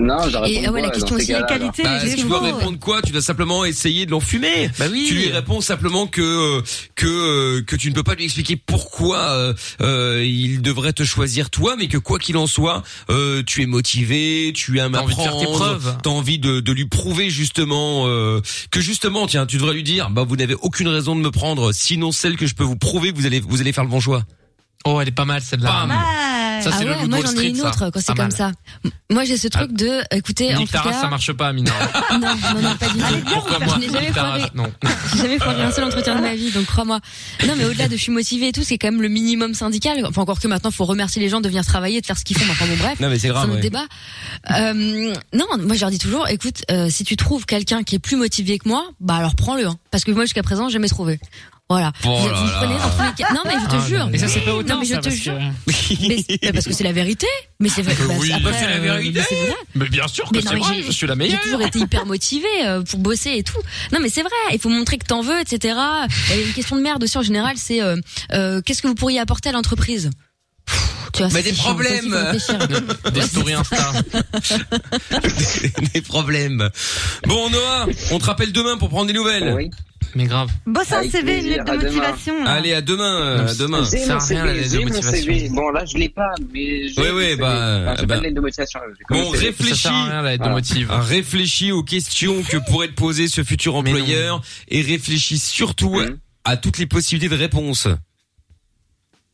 Non, j'aurais Et, ah répondu ouais, la quoi, question dans ces aussi, les cas-là, qualités, Bah, les si tu veux défauts. répondre quoi Tu dois simplement essayer de l'enfumer. Bah Tu lui réponds simplement que euh, que que tu ne peux pas lui expliquer pourquoi euh, euh, il devrait te choisir toi, mais que quoi qu'il en soit, euh, tu es motivé, tu aimes T'as envie de apprendre, faire tes preuves. t'as envie de, de lui prouver justement euh, que justement, tiens, tu devrais lui dire, bah vous n'avez aucune raison de me prendre, sinon celle que je peux vous prouver, que vous allez vous allez faire le bon choix. Oh, elle est pas mal celle-là. Ça, ah c'est le ouais, Loup de moi Wall j'en ai Street, une ça. autre quand c'est Pas comme mal. ça. M- Moi j'ai ce truc de, écoutez, en Nick tout Taras, cas, Ah, ça marche pas, Mina. non, non, non, pas du tout. Pourquoi moi je n'ai jamais Nick Taras, foiré. Non. J'ai jamais foiré un seul entretien de ma vie, donc crois-moi. Non, mais au-delà de je suis motivée et tout, c'est quand même le minimum syndical. Enfin, encore que maintenant, faut remercier les gens de venir travailler, de faire ce qu'ils font. Mais Enfin bon, bref. Non, mais c'est grave, un autre ouais. débat. Euh, non, moi je leur dis toujours, écoute, euh, si tu trouves quelqu'un qui est plus motivé que moi, bah alors prends-le, hein. parce que moi jusqu'à présent j'ai jamais trouvé. Voilà. Oh vous là vous là. prenez dans tous les cas- Non, mais je te Ah, jure. non, mais ça, c'est pas autant, Non, mais je ça, te parce que- jure. Mais- mais parce que c'est la vérité. Mais c'est vrai. Euh, bah, oui. après, Bah, c'est la euh, vérité. mais c'est vrai. Mais bien sûr que Mais c'est non, mais vrai, j'ai- je suis la meilleure. J'ai toujours été hyper motivée euh, pour bosser et tout. Non, mais c'est vrai. Il faut montrer que t'en veux, etc. Et une question de merde aussi en général, c'est euh, euh, qu'est-ce que vous pourriez apporter à l'entreprise. Pff, Tu vois, ça, Mais des c'est chiant. Ça aussi, faut problèmes. réfléchir. Des stories Insta. Des problèmes. Bon Noah, on te rappelle demain pour prendre des nouvelles. Oui. Mais grave. Bosse un Avec CV, une plaisir, lettre de à ah, demain. motivation. là. Allez, à demain, euh, à demain. J'ai mon CV, j'ai mon CV. Bon, là, je l'ai pas, mais j'ai. Oui, oui, mon CV. bah, Enfin, j'ai bah. pas de lettre de motivation. j'ai que Bon, mon CV. réfléchis. Voilà. Réfléchis aux questions que pourrait te poser ce futur employeur et réfléchis surtout Mm. à toutes les possibilités de réponse.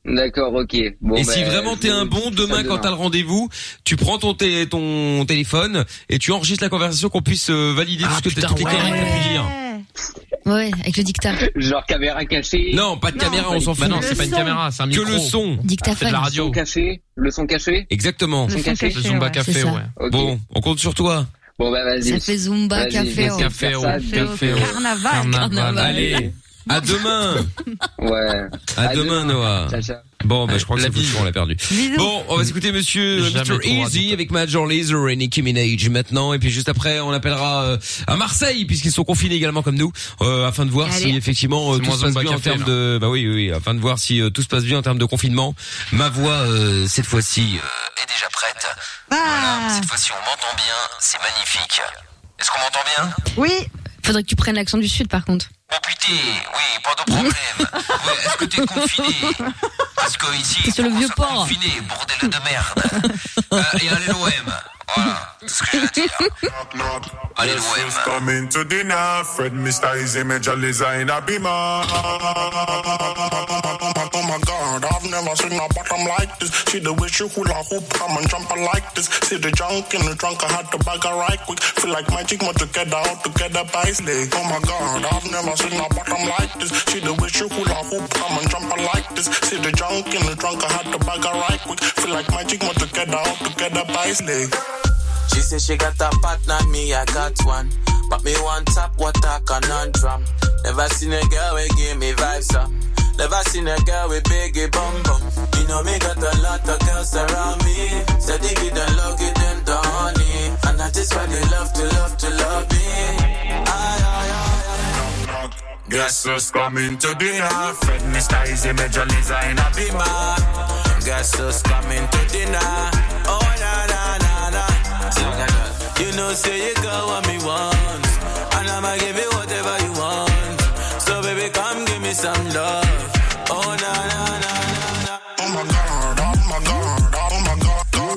D'accord, ok. Bon, et bah, si vraiment je t'es un vous bon, dis ça demain quand t'as le rendez-vous, tu prends ton, té- ton téléphone et tu enregistres la conversation qu'on puisse euh, valider Ah, tout ce que t'as- toutes les conneries que t'as pu dire. Ouais, avec le dictat. Genre caméra cachée. Non, pas de caméra, on s'en fout. Que le son. Dictaphone. Le son caché. Le son caché. Exactement. Le son caché. Le Zumba C'est Café, ça. ouais. Bon, on compte sur toi. Bon, bah, vas-y. Ça fait Ah, Zumba Vas-y, Café. vas-y, oh. faire ça, café, oh. Carnaval. Allez, à demain. Ouais. À, demain, Noah. Bon, bah, je crois que c'est foutu, on l'a perdu. Bon, on va s'écouter Monsieur euh, Jamais Mr. trop Easy avec Major Lazer et Nicki Minaj maintenant. Et puis juste après, on appellera euh, à Marseille puisqu'ils sont confinés également comme nous, euh, afin de voir Allez. si effectivement euh, C'est tout moins se passe Zumba bien en Café, termes là. de. Bah oui, oui, oui, afin de voir si euh, tout se passe bien en termes de confinement. Ma voix euh, cette fois-ci euh, est déjà prête. Voilà, cette fois-ci on m'entend bien, c'est magnifique. Est-ce qu'on m'entend bien Oui. Ah, Faudrait que tu prennes l'accent du sud, par contre. Oh putain, oui, pas de problème. Ouais, Est-ce que t'es confiné Parce que ici, T'es sur le on vieux s'est port. confiné, bordel de merde. Euh, et allez l'OM, voilà, c'est ce que j'ai à dire. Allez Since coming to dinner, Fred Mr. Easy, Major Lazer in a beamer. Oh my God, I've never seen a bottom like this. She the way she hula hoop, come and jump her like this. See the junk in the trunk, I had to bag her right quick. Feel like magic, more together, all together by slay. Oh my God, I've never seen a bottom like this. She the way she hula hoop, come and jump her like this. See the junk in the trunk, I had to bag her right quick. Feel like magic, more together, all together by slay. She say she got a partner, me I got one. But me one tap water conundrum. Never seen a girl we give me vibes up. Never seen a girl with biggie bum bum. You know me got a lot of girls around me. Said they give the love, give them the honey. And that is why they love to love to love me. Guess who's coming to dinner? Fred, Mr. Easy, Major Lazer in a Be beamer. mine. Guess who's coming to dinner? Oh na na na na. You know say you got what me want, and I'ma give you whatever you want. So baby come give me some love. Oh na na na na. Oh my God, oh my God,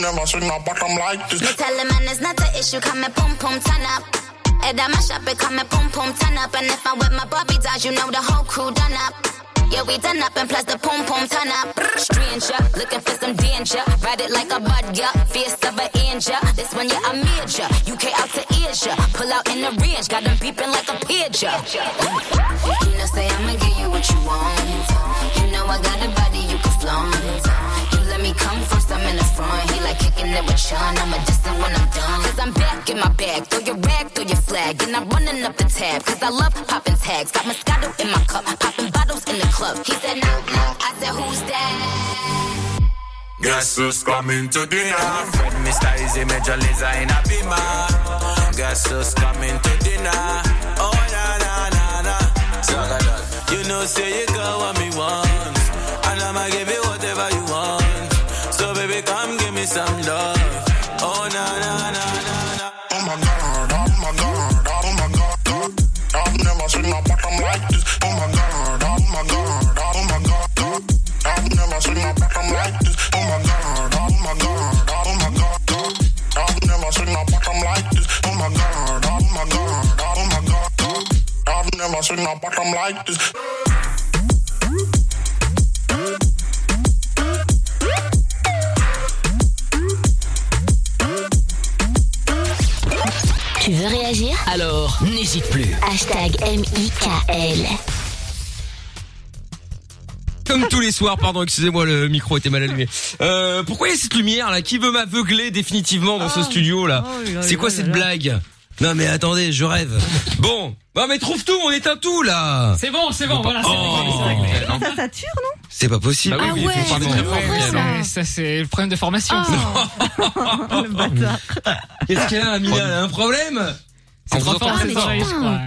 mamas in the bottom like this. Me tell the man it's not an issue, come and pum pum turn up. If that mash up, it come and pum pum turn up. And if I'm with my Barbie dolls, you know the whole crew done up. Yeah, we done up and plus the pum pum turn up. Brr. Stranger, looking for some danger. Ride it like a bud, yeah. Fierce of an angel. This one, yeah, a major. UK out to Asia. Pull out in the range, got them peeping like a pigeon. You know, say I'ma give you what you want. You know I got a body you can flaunt. You let me come first, I'm in the front. He like kicking it with Sean. I'ma diss him when I'm done. Cause I'm back in my bag. Throw your rag, throw your flag. And I'm running up the tab. Cause I love popping tags. Got Moscato in my cup. Popping bottles in the club. He said, knock, knock. I said, who's that? Guess who's coming to dinner? My friend Mr. Easy Major Laser in a beamer. Guess who's coming to dinner? Oh, na na na na. Sugar duck. You know, say you got what me want. And I'ma give you whatever you want. So, baby, come give me some love. Oh, na na na na na. Oh my god, oh my god, oh my god, god. I've never seen a bottom like this. Oh my god, oh my god, oh my god, god. I've never seen a bottom like this. Oh my god, oh my god, oh my god, god. I've never seen a bottom like this. Oh my god, oh my god, oh my god, god. I've never seen a bottom like this. Tu veux réagir Alors, n'hésite plus. Hashtag M-I-K-L. Comme tous les soirs, pardon, excusez-moi, le micro était mal allumé. Euh, pourquoi il y a cette lumière là Qui veut m'aveugler définitivement dans Ah. ce studio Oh, là C'est quoi cette blague Non mais attendez, je rêve. Bon, non mais trouve tout, on éteint tout là. C'est bon, c'est bon, voilà, c'est réglé, c'est réglé. Ah, Ça, ça tue, Ah non C'est pas possible. Oh. Bah oui, mais il faut parler très fort, Michel, hein. Ça, c'est le problème de formation. Ah. Qu'est-ce qu'elle a, Amina Elle a un problème C'est trop fort, mais c'est fort. putain.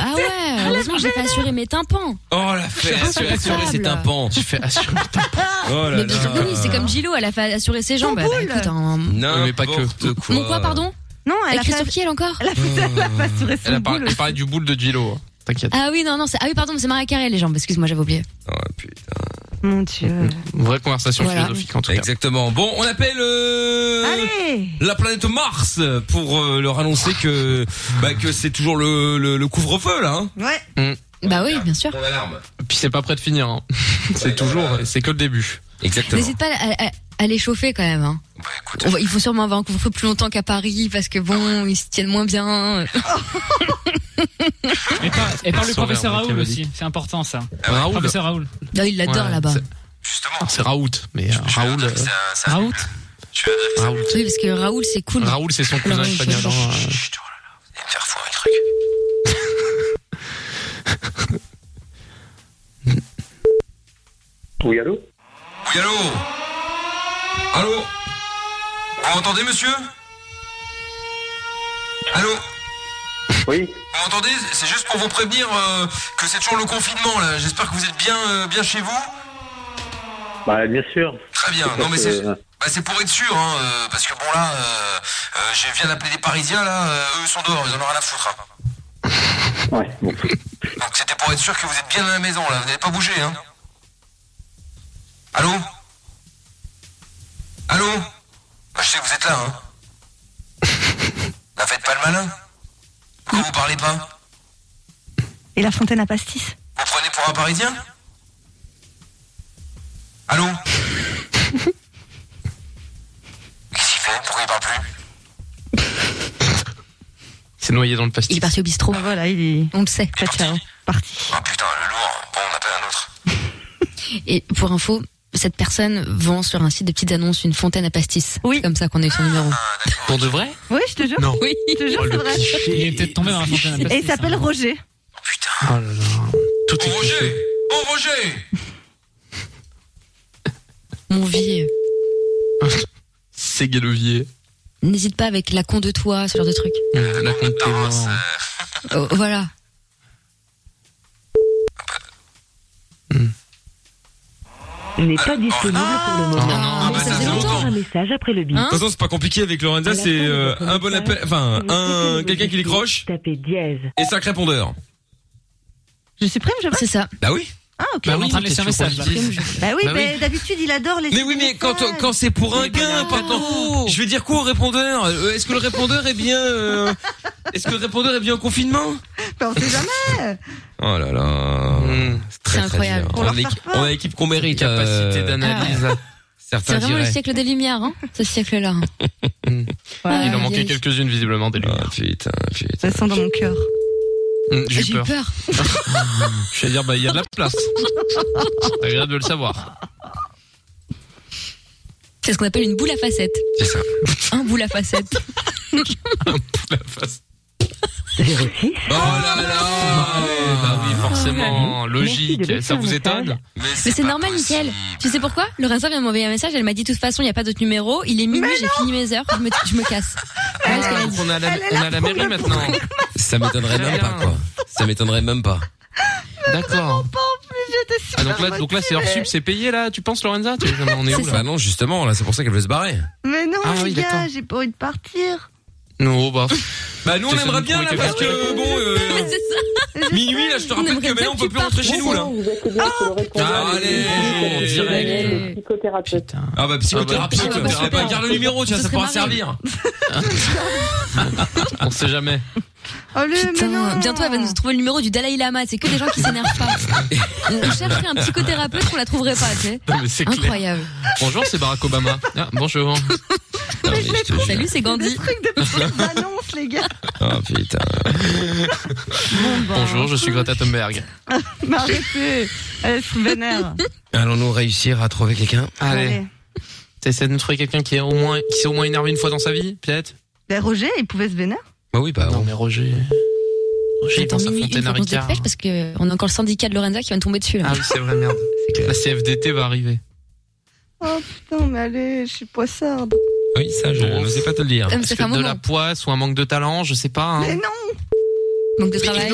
Ah ouais, heureusement que j'ai pas assuré mes tympans. Oh la C'est fête Assurer assurer ses incroyable. tympans. Tu fais assurer tes tympans. Oh là Mais là. bien sûr que Ah oui, c'est comme Gilo, elle a fait assurer ses jambes. Bah, bah, écoute, hein, Non, mais pas que. Mon quoi, pardon Non, elle Écrit sur qui elle encore Mmh. Elle a parlé, elle parlait du boule de Gilo. hein. T'inquiète. Ah oui, non, non, c'est- ah oui, pardon, c'est Maria Carré les jambes, excuse-moi, j'avais oublié. Oh, Mon dieu. Une vraie conversation Voilà. philosophique en tout cas. Exactement. Bon, on appelle euh, la planète Mars pour euh, leur annoncer que bah, que c'est toujours le, le, le couvre-feu là. hein. Ouais. Bah oui, bien sûr. Hum. Puis c'est pas près de finir. hein. C'est toujours, c'est que le début. Exactement. N'hésite pas à, à- à les chauffer quand même. hein. Bah, On va- il faut sûrement avoir un couvre-feu plus longtemps qu'à Paris parce que bon, ils se tiennent moins bien. Ah. Et par, et par le Sauveur professeur de Raoul Cavalier. aussi, c'est important ça. Raoul. Professeur Raoul. Non, ils l'adorent Ouais, là-bas. Justement. C'est Raoult, mais euh, Raoul. euh, Raoult Raoul. Oui, parce que Raoul, c'est cool. Raoul, c'est son cousin Alors, espagnol. je- je- hein. Oui, allô Oui, allô Allô Vous m'entendez, monsieur Allô Oui Vous m'entendez C'est juste pour vous prévenir euh, que c'est toujours le confinement, là. J'espère que vous êtes bien, euh, bien chez vous. Bah, bien sûr. Très bien. Non, mais euh, c'est... bah, c'est pour être sûr, hein, euh, parce que bon, là, euh, euh, je viens d'appeler des Parisiens, là, euh, eux, ils sont dehors, ils en ont rien à foutre. hein. Ouais, bon. Donc c'était pour être sûr que vous êtes bien à la maison, là, vous n'avez pas bougé, hein Allô Allô Bah, Je sais que vous êtes là, hein La faites pas le malin Pourquoi vous parlez pas Et la fontaine à pastis Vous prenez pour un Parisien Allô Ah, Qu'est-ce qu'il fait Pourquoi il parle plus C'est noyé dans le pastis. Ah, Il est parti au bistrot. Voilà, il est... On le sait. Ciao, ciao. Ah putain, le lourd Bon, on appelle un autre. Et pour info, cette personne vend sur un site de petites annonces une fontaine à pastis. Oui. comme ça qu'on a eu son numéro. Pour de vrai Oui, je te jure. Non. Oui. Je te jure, c'est vrai. Il est peut-être tombé dans la fontaine à Et pastis. il s'appelle Roger. Oh là là. Tout est cliché. Oh Roger Mon vie, C'est Galovier. euh, n'hésite pas avec la con de toi, ce genre de truc. Euh, La compte est mort. Hein Oh, voilà. Ah, n'est pas disponible pour le moment. Ah, bah, ça, c'est longtemps. Un message après le bip. Hein De toute façon, c'est pas compliqué avec Lorenza, c'est euh, un bon appel, enfin, un, quelqu'un qui décroche Tapez dièse. et cinq répondeurs. Je supprime, je C'est ça. Bah oui. Ah, ok. Bah, on est en train de laisser un mais message. tu là. comprends. Bah oui, Bah mais oui. d'habitude, il adore les. Mais oui, mais quand, quand c'est pour un gain, pas tant. Je vais dire quoi au répondeur Euh, Est-ce que le répondeur est bien. euh, Est-ce que le répondeur est bien en confinement on sait jamais. Oh là là. Hmm. C'est incroyable. On a l'équipe- on a l'équipe qu'on mérite. Capacité euh, d'analyse. C'est Certains vraiment le diraient. siècle des lumières, hein, ce siècle-là. hein. Ah, Il en vieille. manquait quelques-unes visiblement des lumières. Ah, Hmm, putain, Ça putain. sent dans mon cœur. J'ai J'ai eu peur. peur. Je vais dire, bah, il y a de la place. C'est agréable de le savoir. C'est ce qu'on appelle une boule à facettes. C'est ça. Un boule à facettes. La face. Oh là là Bah oui, forcément, hein, logique. Ça vous étonne Mais c'est normal, Mickaël. Tu sais pourquoi Lorenza vient de m'envoyer un message, elle m'a dit de toute façon, il n'y a pas d'autre numéro, il est minuit, j'ai fini mes heures, je me, je me casse. Ah, Voilà ce qu'elle a dit. On a la, on a la mairie maintenant. Ça m'étonnerait même pas, quoi. Ça m'étonnerait même pas. D'accord. J'étais super Ah, donc là, donc là, c'est hors sub, c'est payé là. Tu penses, Lorenza Tu- On est où Bah là non, justement, là, c'est pour ça qu'elle veut se barrer. Mais non, Ah les oui, gars, d'accord. j'ai pas envie de partir. Non, bah. Bah nous, on aimerait bien là parce que bon, euh, minuit là, je te rappelle que maintenant on peut plus rentrer chez nous là. Ah, allez, direct. Psychothérapeute. Ah bah psychothérapeute, Ah bah, je sais pas, psychothérapeute. garde le numéro, tu vois, Ce ça serait pourra marrant. servir. Hein On sait jamais. Oh, Putain, bientôt elle va nous trouver le numéro du Dalai Lama, c'est que des gens qui s'énervent pas. On chercherait un psychothérapeute, on la trouverait pas, tu sais. Non, mais c'est clair. Incroyable. Bonjour, c'est Barack Obama. Ah, bonjour. Salut, c'est Gandhi. Annonce, les gars. Oh putain. hein. Bonjour, je suis Greta Thunberg. Mais arrêtez. Elle se vénère. Allons-nous réussir à trouver quelqu'un Allez. T'essaies de nous trouver quelqu'un qui est au moins, qui s'est au moins énervé une fois dans sa vie, peut-être Ben Roger, il pouvait se vénère. Bah oui, bah. Non, mais Roger. Roger, il Attends, pense à minuit, il Fontaine faut qu'on se Ricard. dépêche parce que on a encore le syndicat de Lorenza qui va nous tomber dessus, là. Ah oui, c'est vrai, merde. La CFDT va arriver. Oh putain, mais allez, je suis poissarde. Oui, ça, je ne sais pas te le dire. Ah, mais ça Est-ce fait un que de moment. la poisse ou un manque de talent, je sais pas. Mais Hein. non. Manque de travail.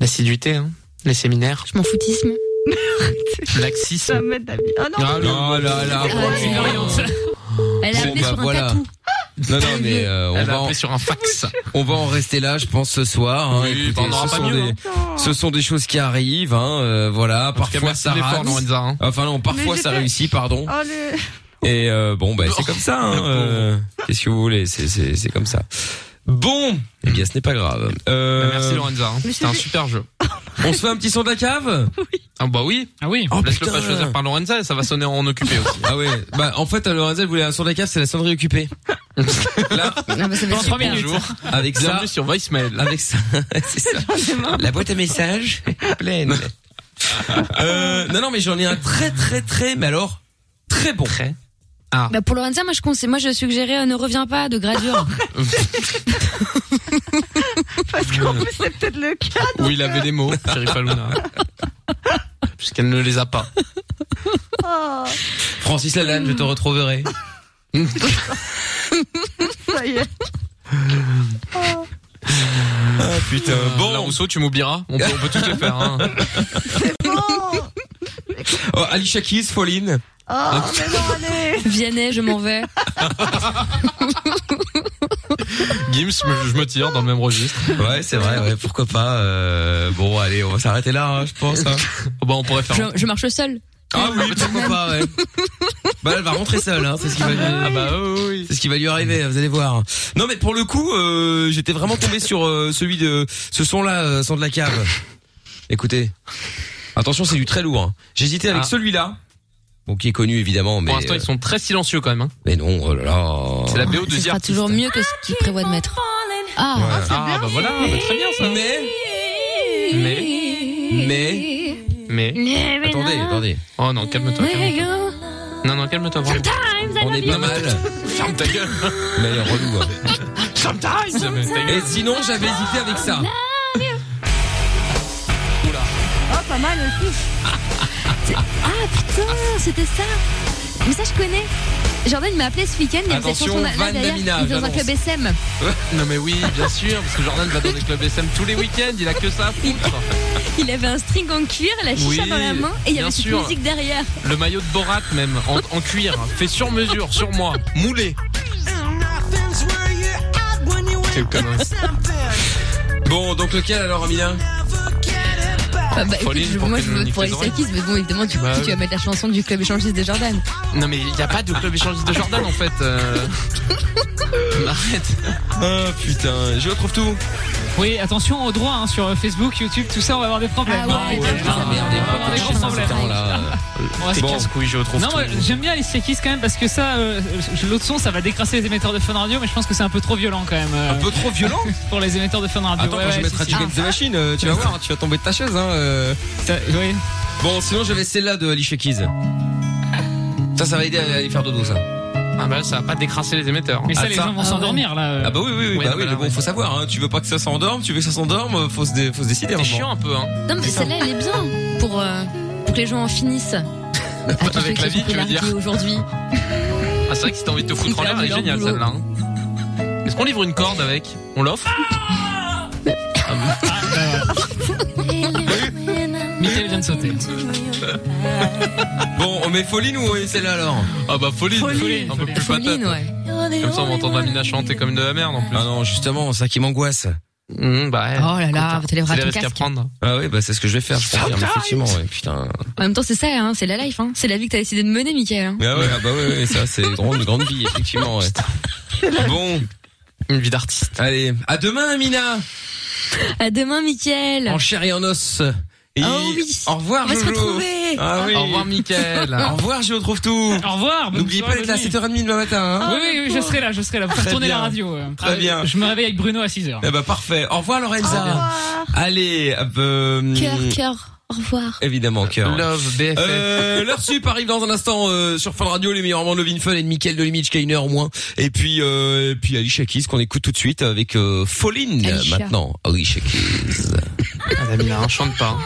L'assiduité, hein. les séminaires, Je m'en foutisme. Ça laxisme. me met de la vie. Oh non. Ah, Non, là, là, Ah, bon, c'est une bon, variante. Elle a bon, appelé bah, sur un voilà. tatou. Non, non, mais euh, on Elle a va en- appelé sur un fax. On va en rester là, je pense, ce soir. hein. Oui, Écoutez, bah, on n'aura ce, pas sont mieux, des, hein. ce sont des choses qui arrivent. Hein, euh, tout voilà, cas, parfois merci ça de l'effort, rate. Lorenza, hein. Enfin non, parfois Mais ça j'étais- réussit, pardon. Oh le. Et euh, bon, bah c'est comme ça. hein, euh, Qu'est-ce que vous voulez C'est c'est c'est comme ça. Bon, eh bien ce n'est pas grave. Euh, Merci Lorenza, hein. Mais c'était un c'est- super jeu. On se fait un petit son de la cave. Ah bah oui, Ah oui. Oh, laisse-le putain. pas choisir par Lorenza, ça va sonner en occupé aussi. Ah ouais. Bah en fait, Lorenzo voulait un son de la cave, c'est la sonnerie occupée. Là, Non, mais ça va super. Dans trois minutes. Bonjour, avec ça, bienvenue sur voicemail. avec ça, c'est ça. La boîte à messages est pleine. euh, non, non, mais j'en ai un très, très, très, mais alors très bon. Très. Ah. Bah, pour Lorenza, moi je conseille, moi je suggérais euh, ne reviens pas de gradure. Parce qu'en Mmh. plus, euh, c'est peut-être le cas. Où il avait les mots, Pierre Paluna. Puisqu'elle ne les a pas. Ah, Oh, Francis Lalanne, je te retrouverai. ça y est. Ah putain. Bon, Euh, Rousseau, tu m'oublieras. On peut, on peut tout les faire. Hein. Bon. Oh, Ali Shakis, Pauline. Oh, mais non, allez. Vianney, je m'en vais. Gims, je je me tire dans le même registre. Ouais, c'est vrai. Ouais, pourquoi pas. euh, bon, allez, on va s'arrêter là, hein, je pense. hein. Oh, bah, on pourrait faire. Je, je marche seul. Ah oui, pourquoi pas. Ouais. Bah, elle va rentrer seule. Hein, c'est ce qui va. lui- Ah bah oui, oui. C'est ce qui va lui arriver, vous allez voir. Non mais pour le coup, euh, j'étais vraiment tombé sur euh, celui de ce son là, euh, son de la cave. Écoutez. Attention, c'est du très lourd. hein. J'hésitais avec Ah. celui-là. Bon, qui est connu évidemment, mais Pour l'instant, euh, ils sont très silencieux quand même. hein. mais non, oh là là. C'est la BO de Ce sera Zir. toujours mieux que ce qu'il prévoit de mettre. Ah, Ouais. Ah bah voilà, bah, très bien ça. Mais Mais, mais mais. attendez, attendez. Oh non, calme-toi. calme-toi. Non, non, calme-toi. vraiment. On est pas mal, Ferme ta gueule. mais elle est relou. hein. Sometimes. Ferme ta gueule. Et sinon, j'avais hésité avec ça. Oh, pas mal aussi. Ah, putain, c'était ça. Mais ça, je connais. Jordan il m'a appelé ce week-end, il y avait cette chanson Attention, là Van derrière, il Damina, est dans un j'annonce. club SM. Non mais oui, bien sûr, parce que Jordan va dans des clubs SM tous les week-ends, il a que ça à foutre. Il avait un string en cuir, la chicha Oui, dans la main et il y bien avait cette sûr. musique derrière. Le maillot de Borat même, en, en cuir, hein, fait sur mesure, sur moi, moulé. Quel connard. Bon, donc lequel alors, Amina Bah, bah, écoute, Pauline, je- pour moi qu'elle je nous vote nique pour les oreilles. Isakis, mais bon évidemment du coup Bah, tu vas mettre la chanson du club échangiste de Jordan. Non mais il n'y a pas de club échangiste de Jordan en fait. euh. Arrête. Ah putain, je retrouve tout. Oui, attention au droit hein, sur euh, Facebook, YouTube, tout ça, on va avoir des Ah Ah problèmes. Ah Ah, Non, mais- on va avoir des grands problèmes. On va se Bon. casser. casse-couille, je retrouve Non, tout. moi, j'aime bien les Sekis quand même parce que ça, euh, l'autre son, ça va décrasser les émetteurs de Fun Radio, mais je pense que c'est un peu trop violent quand même. Un peu trop violent Pour les émetteurs de Fun Radio. Ah, Attends, ouais, quand je ouais, mettrai si, Rage si. Against the Machine, euh, tu vas voir, hein, tu vas tomber de ta chaise. Hein, euh. Bon, sinon j'avais celle-là de Alicia Keys. Ça, ça va aider à aller faire dodo, ça. Ah bah ça va pas décrasser les émetteurs. hein. Mais ça, les gens vont s'endormir là. euh. Ah bah oui, oui, oui, Ouais, bah non, oui, bah mais là, bon, faut savoir, hein, tu veux pas que ça s'endorme, tu veux que ça s'endorme, euh, faut se, dé- faut se décider. T'es chiant un peu, hein. Non mais celle-là elle est bien pour, euh, pour que les gens en finissent. À tous ceux Avec qui la sont vie, tu veux largués dire. aujourd'hui. Ah, c'est vrai que si t'as envie de te foutre en l'air, elle est géniale celle-là. hein. Est-ce qu'on livre une corde avec On l'offre Michael vient de sauter. Bon, on met Foline ou on met celle-là alors Ah bah Foline, Foline. un peu plus patate. Comme ça on va entendre Amina chanter comme de la merde en plus. Ah non, justement, ça qui m'angoisse. bah, Oh là là, t'as les bras à c'est les ton risques à casque. prendre. Ah oui, bah c'est ce que je vais faire, je confirme, effectivement, ouais, putain. En même temps c'est ça, hein, c'est la life, hein. c'est la vie que t'as décidé de mener Michael. Hein. Ah ouais, ah bah ouais, ouais, ça c'est une grande, grande vie, effectivement. ouais. Bon. Une vie d'artiste. Allez, à demain Amina À demain Michael. En chair et en os Et Oh oui. Au revoir On va se Jojo. retrouver. Ah oui. Au revoir, Mickaël. Au revoir je retrouve tout Au revoir N'oubliez pas soirée, d'être là à bonne 7h30 demain matin hein. oui, oui, oui, je serai là, je serai là. Vous Très faire tourner bien. la radio. euh. Très Ah, bien. Je me réveille avec Bruno à 6h. Eh bah parfait Au revoir Lorenza Allez euh, Cœur, cœur, au revoir. Évidemment, cœur. Love, BFF. Euh, L'heure sup arrive dans un instant euh, sur Fun Radio, les meilleurs moments de Lovin Fun et de Mickaël de Limit, jusqu'à une heure au moins. Et puis, euh, et puis Alicia Keys qu'on écoute tout de suite avec euh, Foline Alicia. maintenant. Alicia Keys. Ah, Amina, chante pas.